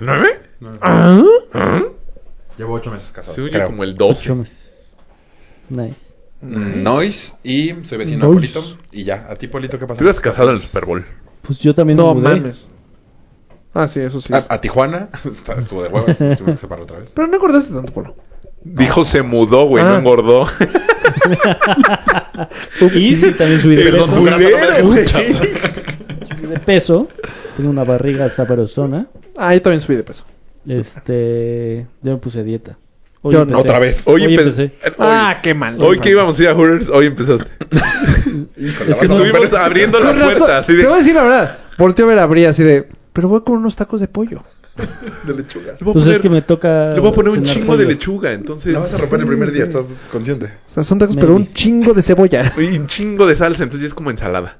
[SPEAKER 3] ¿Nueve?
[SPEAKER 4] No, no.
[SPEAKER 5] ¿Ah?
[SPEAKER 3] ¿Ah?
[SPEAKER 4] Llevo ocho meses casado.
[SPEAKER 3] Según yo,
[SPEAKER 4] creo.
[SPEAKER 3] como el
[SPEAKER 2] Ocho
[SPEAKER 3] 12.
[SPEAKER 2] meses. Nice.
[SPEAKER 4] Mm, Noise y soy vecino de
[SPEAKER 5] Noise.
[SPEAKER 4] Polito. Y ya, a ti, Polito, ¿qué pasa?
[SPEAKER 3] Te hubieras casado en el Super Bowl.
[SPEAKER 2] Pues yo también
[SPEAKER 5] No
[SPEAKER 2] me mudé.
[SPEAKER 5] mames. Ah, sí, eso sí.
[SPEAKER 4] A, a Tijuana Está- estuvo de huevos, tuvimos que separar otra vez.
[SPEAKER 5] Pero no acordaste tanto, Polo.
[SPEAKER 3] Dijo se mudó, güey, no
[SPEAKER 5] Ah.
[SPEAKER 3] engordó.
[SPEAKER 2] Y sí, también subí de
[SPEAKER 4] Perdón,
[SPEAKER 2] peso.
[SPEAKER 4] tu grasa no me deja
[SPEAKER 3] Culero, güey.
[SPEAKER 4] escuchar.
[SPEAKER 2] Subí de peso. Tengo una barriga sabrosona.
[SPEAKER 5] Ah, yo también subí de peso.
[SPEAKER 2] Este. Yo me puse a dieta. Hoy
[SPEAKER 5] Yo no.
[SPEAKER 4] Otra vez.
[SPEAKER 3] Hoy,
[SPEAKER 2] Hoy
[SPEAKER 3] empecé.
[SPEAKER 2] empecé.
[SPEAKER 3] Hoy,
[SPEAKER 5] Ah, qué mal.
[SPEAKER 3] hoy que íbamos a ir a Hooters, hoy empezaste.
[SPEAKER 4] Es
[SPEAKER 3] que estuvimos abriendo la
[SPEAKER 5] Con razón.
[SPEAKER 3] puerta, así
[SPEAKER 5] Te voy a
[SPEAKER 3] de.
[SPEAKER 5] decir la verdad. Volteo a ver a Bri así de... Pero voy con unos tacos de pollo.
[SPEAKER 4] de lechuga.
[SPEAKER 3] Le voy a
[SPEAKER 2] Pues
[SPEAKER 3] poner,
[SPEAKER 2] es que me toca.
[SPEAKER 3] le voy a poner un
[SPEAKER 2] cenar
[SPEAKER 3] chingo
[SPEAKER 2] pollo.
[SPEAKER 3] de lechuga, entonces.
[SPEAKER 4] La vas a romper el primer día, ¿estás consciente?
[SPEAKER 5] O sea, son tacos,
[SPEAKER 2] Maybe.
[SPEAKER 5] pero un chingo de cebolla.
[SPEAKER 3] Y un chingo de salsa, entonces ya es como ensalada.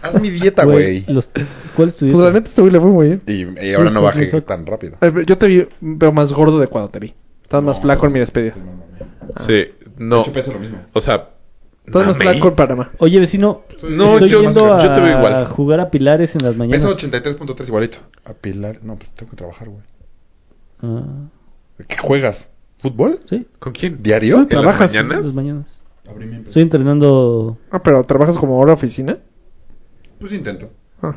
[SPEAKER 4] Haz mi dieta,
[SPEAKER 2] Güey,
[SPEAKER 4] güey.
[SPEAKER 2] los- ¿Cuál es tu
[SPEAKER 5] Pues
[SPEAKER 2] dieta?
[SPEAKER 5] la neta, este güey le fue muy bien.
[SPEAKER 4] Y, y ahora no bajé tan rápido.
[SPEAKER 5] Eh, Yo te vi, veo más gordo de cuando te vi. Estabas más
[SPEAKER 4] No.
[SPEAKER 5] flaco en mi despedida.
[SPEAKER 3] Sí, no.
[SPEAKER 4] peso lo mismo.
[SPEAKER 3] O sea.
[SPEAKER 5] Estabas más
[SPEAKER 3] mamey.
[SPEAKER 5] flaco en Panamá.
[SPEAKER 2] Oye, vecino.
[SPEAKER 3] No,
[SPEAKER 2] estoy
[SPEAKER 3] yo-
[SPEAKER 2] yendo a
[SPEAKER 3] yo te veo igual.
[SPEAKER 2] jugar a pilares en las mañanas.
[SPEAKER 4] Pesa 83.3 igualito. A Pilar. No, pues tengo que trabajar, güey.
[SPEAKER 2] Ah,
[SPEAKER 4] ¿Qué juegas? ¿Fútbol?
[SPEAKER 2] sí,
[SPEAKER 3] ¿Con quién?
[SPEAKER 4] ¿Diario?
[SPEAKER 3] ¿En las
[SPEAKER 5] ¿Trabajas?
[SPEAKER 2] en las
[SPEAKER 3] mañanas?
[SPEAKER 2] mañanas. Estoy entrenando.
[SPEAKER 5] Ah, pero ¿trabajas como hora oficina?
[SPEAKER 4] Pues intento.
[SPEAKER 5] Ah.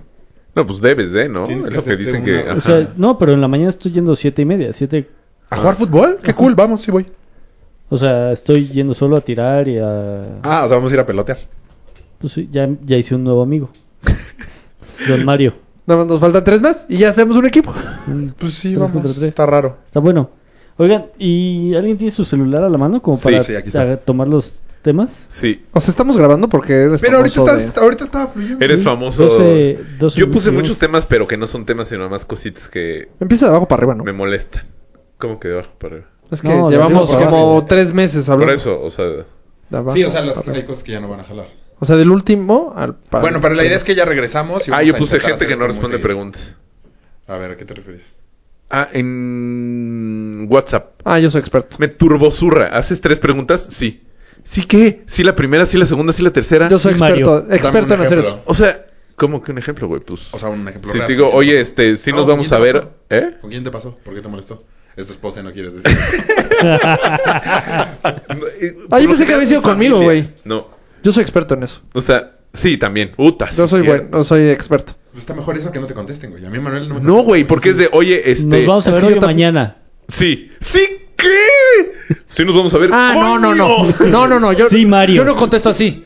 [SPEAKER 3] No, pues debes de, ¿no?
[SPEAKER 4] Tienes
[SPEAKER 3] Es
[SPEAKER 4] que
[SPEAKER 3] lo que
[SPEAKER 4] hacerte
[SPEAKER 3] dicen
[SPEAKER 4] una-
[SPEAKER 3] que.
[SPEAKER 2] O
[SPEAKER 3] ajá.
[SPEAKER 2] sea, no, pero en la mañana estoy yendo siete y media, siete.
[SPEAKER 4] ¿A jugar fútbol? Qué cool, vamos, sí voy.
[SPEAKER 2] O sea, estoy yendo solo a tirar y a.
[SPEAKER 4] Ah, o sea, vamos a ir a pelotear.
[SPEAKER 2] Pues sí, ya, ya hice un nuevo amigo. Don Mario.
[SPEAKER 5] Nada más nos faltan tres más y ya hacemos un equipo.
[SPEAKER 4] Pues sí,
[SPEAKER 2] Tres contra
[SPEAKER 4] vamos.
[SPEAKER 2] tres.
[SPEAKER 4] Está raro.
[SPEAKER 2] Está bueno. Oigan, ¿y alguien tiene su celular a la mano como
[SPEAKER 3] Sí,
[SPEAKER 2] para
[SPEAKER 4] sí, aquí está.
[SPEAKER 2] a- tomar los temas?
[SPEAKER 3] Sí,
[SPEAKER 5] O sea, estamos grabando porque eres
[SPEAKER 4] Pero ahorita,
[SPEAKER 5] famoso de-
[SPEAKER 4] estás, ahorita estaba fluyendo.
[SPEAKER 3] eres
[SPEAKER 2] Sí,
[SPEAKER 3] famoso.
[SPEAKER 2] 12 12
[SPEAKER 3] Yo puse
[SPEAKER 2] minutos.
[SPEAKER 3] muchos temas, pero que no son temas, sino más cositas que
[SPEAKER 5] Empieza de abajo para arriba, ¿no?
[SPEAKER 3] me molestan. ¿Cómo que de abajo para arriba?
[SPEAKER 5] Es que
[SPEAKER 2] No, de
[SPEAKER 5] llevamos
[SPEAKER 2] arriba para
[SPEAKER 5] como
[SPEAKER 4] abajo.
[SPEAKER 5] tres meses hablando.
[SPEAKER 3] Por eso, o sea.
[SPEAKER 5] De abajo
[SPEAKER 4] Sí, o sea, las-
[SPEAKER 5] para
[SPEAKER 4] hay
[SPEAKER 5] arriba.
[SPEAKER 4] cosas que ya no van a jalar.
[SPEAKER 5] O sea, del último al para
[SPEAKER 4] Bueno, pero la idea es que ya regresamos. y
[SPEAKER 3] Ah,
[SPEAKER 4] vamos
[SPEAKER 3] yo
[SPEAKER 4] a
[SPEAKER 3] puse
[SPEAKER 4] intentar
[SPEAKER 3] gente
[SPEAKER 4] hacer
[SPEAKER 3] que no
[SPEAKER 4] esto muy
[SPEAKER 3] responde
[SPEAKER 4] seguido.
[SPEAKER 3] preguntas.
[SPEAKER 4] A ver, ¿a qué te refieres?
[SPEAKER 3] Ah, en WhatsApp.
[SPEAKER 5] Ah, yo soy experto.
[SPEAKER 3] Me turbozurra. ¿Haces tres preguntas? Sí. ¿Sí qué? ¿Sí la primera, sí la segunda, sí la tercera?
[SPEAKER 5] Yo soy
[SPEAKER 2] Sí, Mario.
[SPEAKER 5] experto, experto
[SPEAKER 4] Dame
[SPEAKER 5] en
[SPEAKER 4] un
[SPEAKER 5] hacer
[SPEAKER 4] ejemplo.
[SPEAKER 5] eso.
[SPEAKER 3] O sea, ¿cómo que un ejemplo, güey? Pues.
[SPEAKER 4] O sea, un ejemplo
[SPEAKER 3] si
[SPEAKER 4] real.
[SPEAKER 3] te digo, oye, este, si nos
[SPEAKER 4] No,
[SPEAKER 3] vamos
[SPEAKER 4] ¿quién
[SPEAKER 3] a
[SPEAKER 4] te
[SPEAKER 3] ver.
[SPEAKER 4] pasó?
[SPEAKER 3] ¿Eh?
[SPEAKER 4] ¿Con quién te pasó? ¿Por qué te molestó? Es tu esposa y no quieres decir.
[SPEAKER 5] Ah, yo pensé que había sido conmigo, güey.
[SPEAKER 3] No.
[SPEAKER 5] Yo soy experto en eso.
[SPEAKER 3] O sea, sí, también. Puta, sí,
[SPEAKER 5] Yo soy
[SPEAKER 3] cierto.
[SPEAKER 5] bueno, yo soy experto.
[SPEAKER 4] pues está mejor eso que no te contesten, güey. A mí Manuel no me
[SPEAKER 3] No, güey, porque es de, oye, este.
[SPEAKER 2] Nos vamos a
[SPEAKER 5] es
[SPEAKER 2] ver
[SPEAKER 5] que
[SPEAKER 2] hoy
[SPEAKER 5] yo
[SPEAKER 2] o
[SPEAKER 5] también-
[SPEAKER 2] mañana.
[SPEAKER 3] Sí. ¿Sí qué? Sí, nos vamos a ver.
[SPEAKER 5] Ah, no, no, no.
[SPEAKER 3] ¡Coño!
[SPEAKER 5] No, no, no. Yo,
[SPEAKER 2] Sí, Mario.
[SPEAKER 5] Yo no contesto así.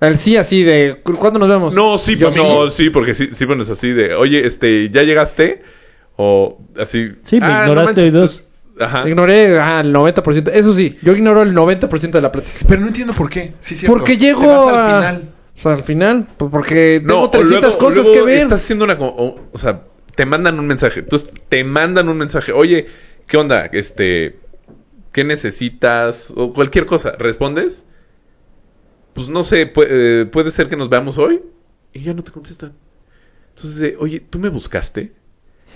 [SPEAKER 5] El sí así de "¿Cu- ¿cuándo nos vemos?
[SPEAKER 3] No, sí,
[SPEAKER 5] Yo
[SPEAKER 3] pues, no, sí, porque sí, sí pones así de, oye, este, ¿ya llegaste? O así.
[SPEAKER 2] Sí, me ignoraste
[SPEAKER 3] manches,
[SPEAKER 2] dos.
[SPEAKER 3] pues, Ajá.
[SPEAKER 5] Ignoré ah, el 90%. Eso sí, yo ignoro el 90% de la plática.
[SPEAKER 4] Pero no entiendo por qué. Sí, cierto.
[SPEAKER 5] Porque llego
[SPEAKER 4] Te vas
[SPEAKER 5] a-
[SPEAKER 4] al final.
[SPEAKER 5] O sea, al final, pues, porque tengo
[SPEAKER 3] o
[SPEAKER 5] 300
[SPEAKER 3] luego- o
[SPEAKER 5] cosas
[SPEAKER 3] luego
[SPEAKER 5] que ver.
[SPEAKER 3] Estás haciendo una. co- O, o sea, te mandan un mensaje. Entonces, te mandan un mensaje. Oye, ¿qué onda? Este. ¿Qué necesitas? O cualquier cosa. ¿Respondes? Pues no sé, pu- eh, puede ser que nos veamos hoy. Y ya no te contestan. Entonces, de, oye, ¿tú me buscaste?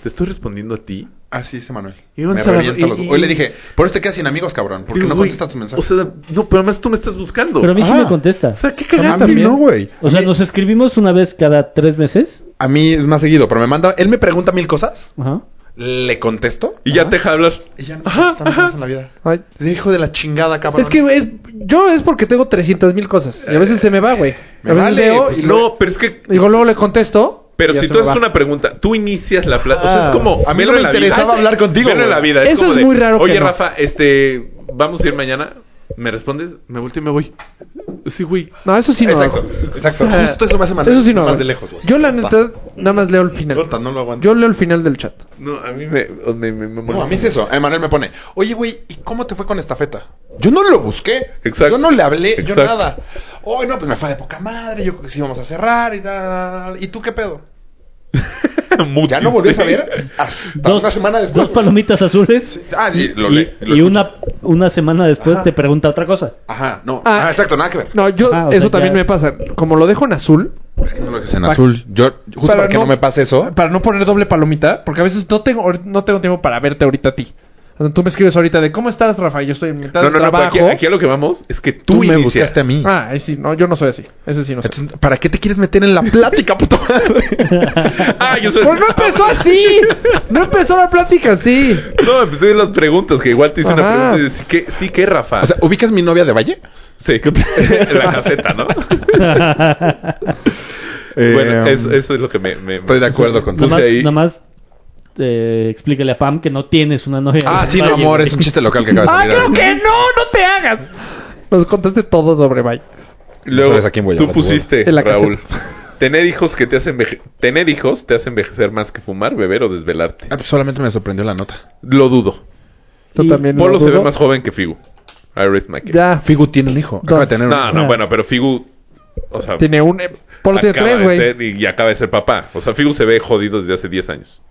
[SPEAKER 3] ¿Te estoy respondiendo a ti?
[SPEAKER 4] Así es Ah, Manuel.
[SPEAKER 3] Y
[SPEAKER 4] Me
[SPEAKER 3] vamos a la-
[SPEAKER 4] revienta
[SPEAKER 3] y-
[SPEAKER 4] los...
[SPEAKER 3] y-
[SPEAKER 4] Hoy le dije, por eso te quedas sin amigos, cabrón. Porque
[SPEAKER 3] Digo,
[SPEAKER 4] no
[SPEAKER 3] güey,
[SPEAKER 4] contestas tus
[SPEAKER 3] O
[SPEAKER 4] mensajes.
[SPEAKER 3] sea, no, pero además tú me estás buscando.
[SPEAKER 2] Pero a mí sí
[SPEAKER 4] Ah.
[SPEAKER 2] me contesta.
[SPEAKER 3] O sea, qué
[SPEAKER 4] a mí
[SPEAKER 3] cagante.
[SPEAKER 4] no, güey.
[SPEAKER 2] O sea, nos escribimos una vez cada tres meses.
[SPEAKER 4] A mí es más seguido, pero me manda... Él me pregunta mil cosas.
[SPEAKER 2] Ajá.
[SPEAKER 4] Le contesto.
[SPEAKER 3] Y ya te deja hablar.
[SPEAKER 4] Y ya no me contestan más en la vida.
[SPEAKER 5] Ay,
[SPEAKER 4] Hijo de la chingada, cabrón.
[SPEAKER 5] es que es, yo es porque tengo 300 mil cosas. Y a veces se me va, güey.
[SPEAKER 4] me
[SPEAKER 5] a veces
[SPEAKER 4] vale,
[SPEAKER 5] leo
[SPEAKER 4] pues,
[SPEAKER 5] y
[SPEAKER 3] Eh, no, pero es que.
[SPEAKER 5] digo, luego le contesto.
[SPEAKER 3] Pero
[SPEAKER 5] y ya
[SPEAKER 3] si
[SPEAKER 5] se
[SPEAKER 3] tú
[SPEAKER 5] me
[SPEAKER 3] haces
[SPEAKER 5] va.
[SPEAKER 3] una pregunta, tú inicias la plática. o sea,
[SPEAKER 4] Ah.
[SPEAKER 3] es como.
[SPEAKER 4] A mí
[SPEAKER 3] velo
[SPEAKER 4] no me
[SPEAKER 3] en la vida.
[SPEAKER 4] interesaba hablar contigo,
[SPEAKER 3] Velo en
[SPEAKER 4] güey.
[SPEAKER 3] la vida.
[SPEAKER 5] Eso
[SPEAKER 3] como
[SPEAKER 5] es
[SPEAKER 3] de,
[SPEAKER 5] muy raro que
[SPEAKER 3] Oye,
[SPEAKER 5] no".
[SPEAKER 3] Rafa, este. Vamos a ir mañana. me respondes, me volteo y me voy. Sí, güey.
[SPEAKER 5] No, eso sí no.
[SPEAKER 4] exacto,
[SPEAKER 5] hago.
[SPEAKER 4] exacto.
[SPEAKER 5] O sea,
[SPEAKER 4] Justo eso me hace mal.
[SPEAKER 5] Eso sí no.
[SPEAKER 4] Más
[SPEAKER 5] hago.
[SPEAKER 4] de lejos, güey.
[SPEAKER 5] Yo la
[SPEAKER 4] Puta.
[SPEAKER 5] neta nada más leo el final.
[SPEAKER 4] Puta, no lo aguanto.
[SPEAKER 5] Yo leo el final del chat.
[SPEAKER 3] No, a mí me, me, me- me
[SPEAKER 4] No,
[SPEAKER 3] molesta
[SPEAKER 4] a mí es eso. Emanuel me pone, oye, güey, ¿y cómo te fue con estafeta? Yo no lo busqué.
[SPEAKER 3] Exacto.
[SPEAKER 4] Yo no le hablé, yo
[SPEAKER 3] Exacto.
[SPEAKER 4] nada. Oye, no, pues me fue de poca madre, yo creo que sí íbamos a cerrar y tal. ¿Y tú qué pedo?
[SPEAKER 3] Mutis,
[SPEAKER 4] Ya no volví a
[SPEAKER 3] sí.
[SPEAKER 4] saber hasta
[SPEAKER 2] Dos,
[SPEAKER 4] Ah, una semana después.
[SPEAKER 2] dos palomitas azules.
[SPEAKER 4] Ah, y lo
[SPEAKER 2] y-
[SPEAKER 4] leí. lo
[SPEAKER 2] y
[SPEAKER 4] escuché.
[SPEAKER 2] una, una semana después
[SPEAKER 4] Ajá.
[SPEAKER 2] te pregunta otra cosa.
[SPEAKER 4] Ajá, no.
[SPEAKER 5] Ah.
[SPEAKER 4] Ah, exacto, nada que ver.
[SPEAKER 5] No, yo
[SPEAKER 2] Ah, o sea,
[SPEAKER 5] eso también
[SPEAKER 2] ya-
[SPEAKER 5] me pasa. Como lo dejo en azul,
[SPEAKER 4] Es que no lo dejes en
[SPEAKER 5] Pa-
[SPEAKER 4] azul. Yo, justo para, que no me pase eso.
[SPEAKER 5] Para no poner doble palomita, porque a veces no tengo, no tengo tiempo para verte ahorita a ti. O sea, tú me escribes ahorita de cómo estás, Rafa, yo estoy en mitad
[SPEAKER 3] No,
[SPEAKER 5] del
[SPEAKER 3] no, no, pero
[SPEAKER 5] trabajo.
[SPEAKER 3] aquí, aquí a lo que vamos es que tú,
[SPEAKER 4] Tú me
[SPEAKER 3] inicias.
[SPEAKER 4] buscaste a mí.
[SPEAKER 3] Mm.
[SPEAKER 5] Ah, ahí sí, no, yo no soy así. Ese sí no soy.
[SPEAKER 4] Entonces, ¿Para qué te quieres meter en la plática, puto?
[SPEAKER 3] Ah, yo soy.
[SPEAKER 5] Pues no empezó así. No empezó la plática así.
[SPEAKER 3] No, empecé las preguntas, que igual te hice una
[SPEAKER 5] Ajá.
[SPEAKER 3] pregunta y dices, sí, ¿qué, sí, qué, Rafa?
[SPEAKER 4] o sea, ¿ubicas mi novia de Valle?
[SPEAKER 3] sí, la caseta, ¿no? bueno,
[SPEAKER 4] Eh,
[SPEAKER 3] eso, eso es lo que me... me-
[SPEAKER 4] Estoy de acuerdo con
[SPEAKER 3] Puse
[SPEAKER 2] Nada más,
[SPEAKER 3] ahí-
[SPEAKER 2] nada más eh, explícale a Pam que no tienes una novia.
[SPEAKER 4] Ah, sí, no, amor, es un chiste local que acabas de
[SPEAKER 5] Ah,
[SPEAKER 4] salir.
[SPEAKER 5] claro que no, no te hagas. Nos contaste todo sobre Valle.
[SPEAKER 3] Luego,
[SPEAKER 4] sabes a quién voy a
[SPEAKER 3] tú
[SPEAKER 4] hablar, tú,
[SPEAKER 3] pusiste,
[SPEAKER 5] En la
[SPEAKER 3] Raúl, tener hijos que te hacen enveje- tener hijos te hace envejecer más que fumar, beber o desvelarte.
[SPEAKER 4] Ah, pues solamente me sorprendió la nota.
[SPEAKER 3] Lo dudo.
[SPEAKER 5] Tú
[SPEAKER 2] Y
[SPEAKER 5] también. lo
[SPEAKER 3] Polo se ve
[SPEAKER 5] dudo.
[SPEAKER 3] más joven que Figu. I rest my case.
[SPEAKER 5] Ya,
[SPEAKER 4] Figu tiene un hijo. Acaba de tener un
[SPEAKER 3] No, no,
[SPEAKER 2] Ah.
[SPEAKER 3] bueno, pero Figu, o sea,
[SPEAKER 5] tiene un. eh, Polo tiene
[SPEAKER 3] acaba
[SPEAKER 5] tres,
[SPEAKER 3] de
[SPEAKER 5] güey.
[SPEAKER 3] ser y, y acaba de ser papá. O sea, Figu se ve jodido desde hace 10 años.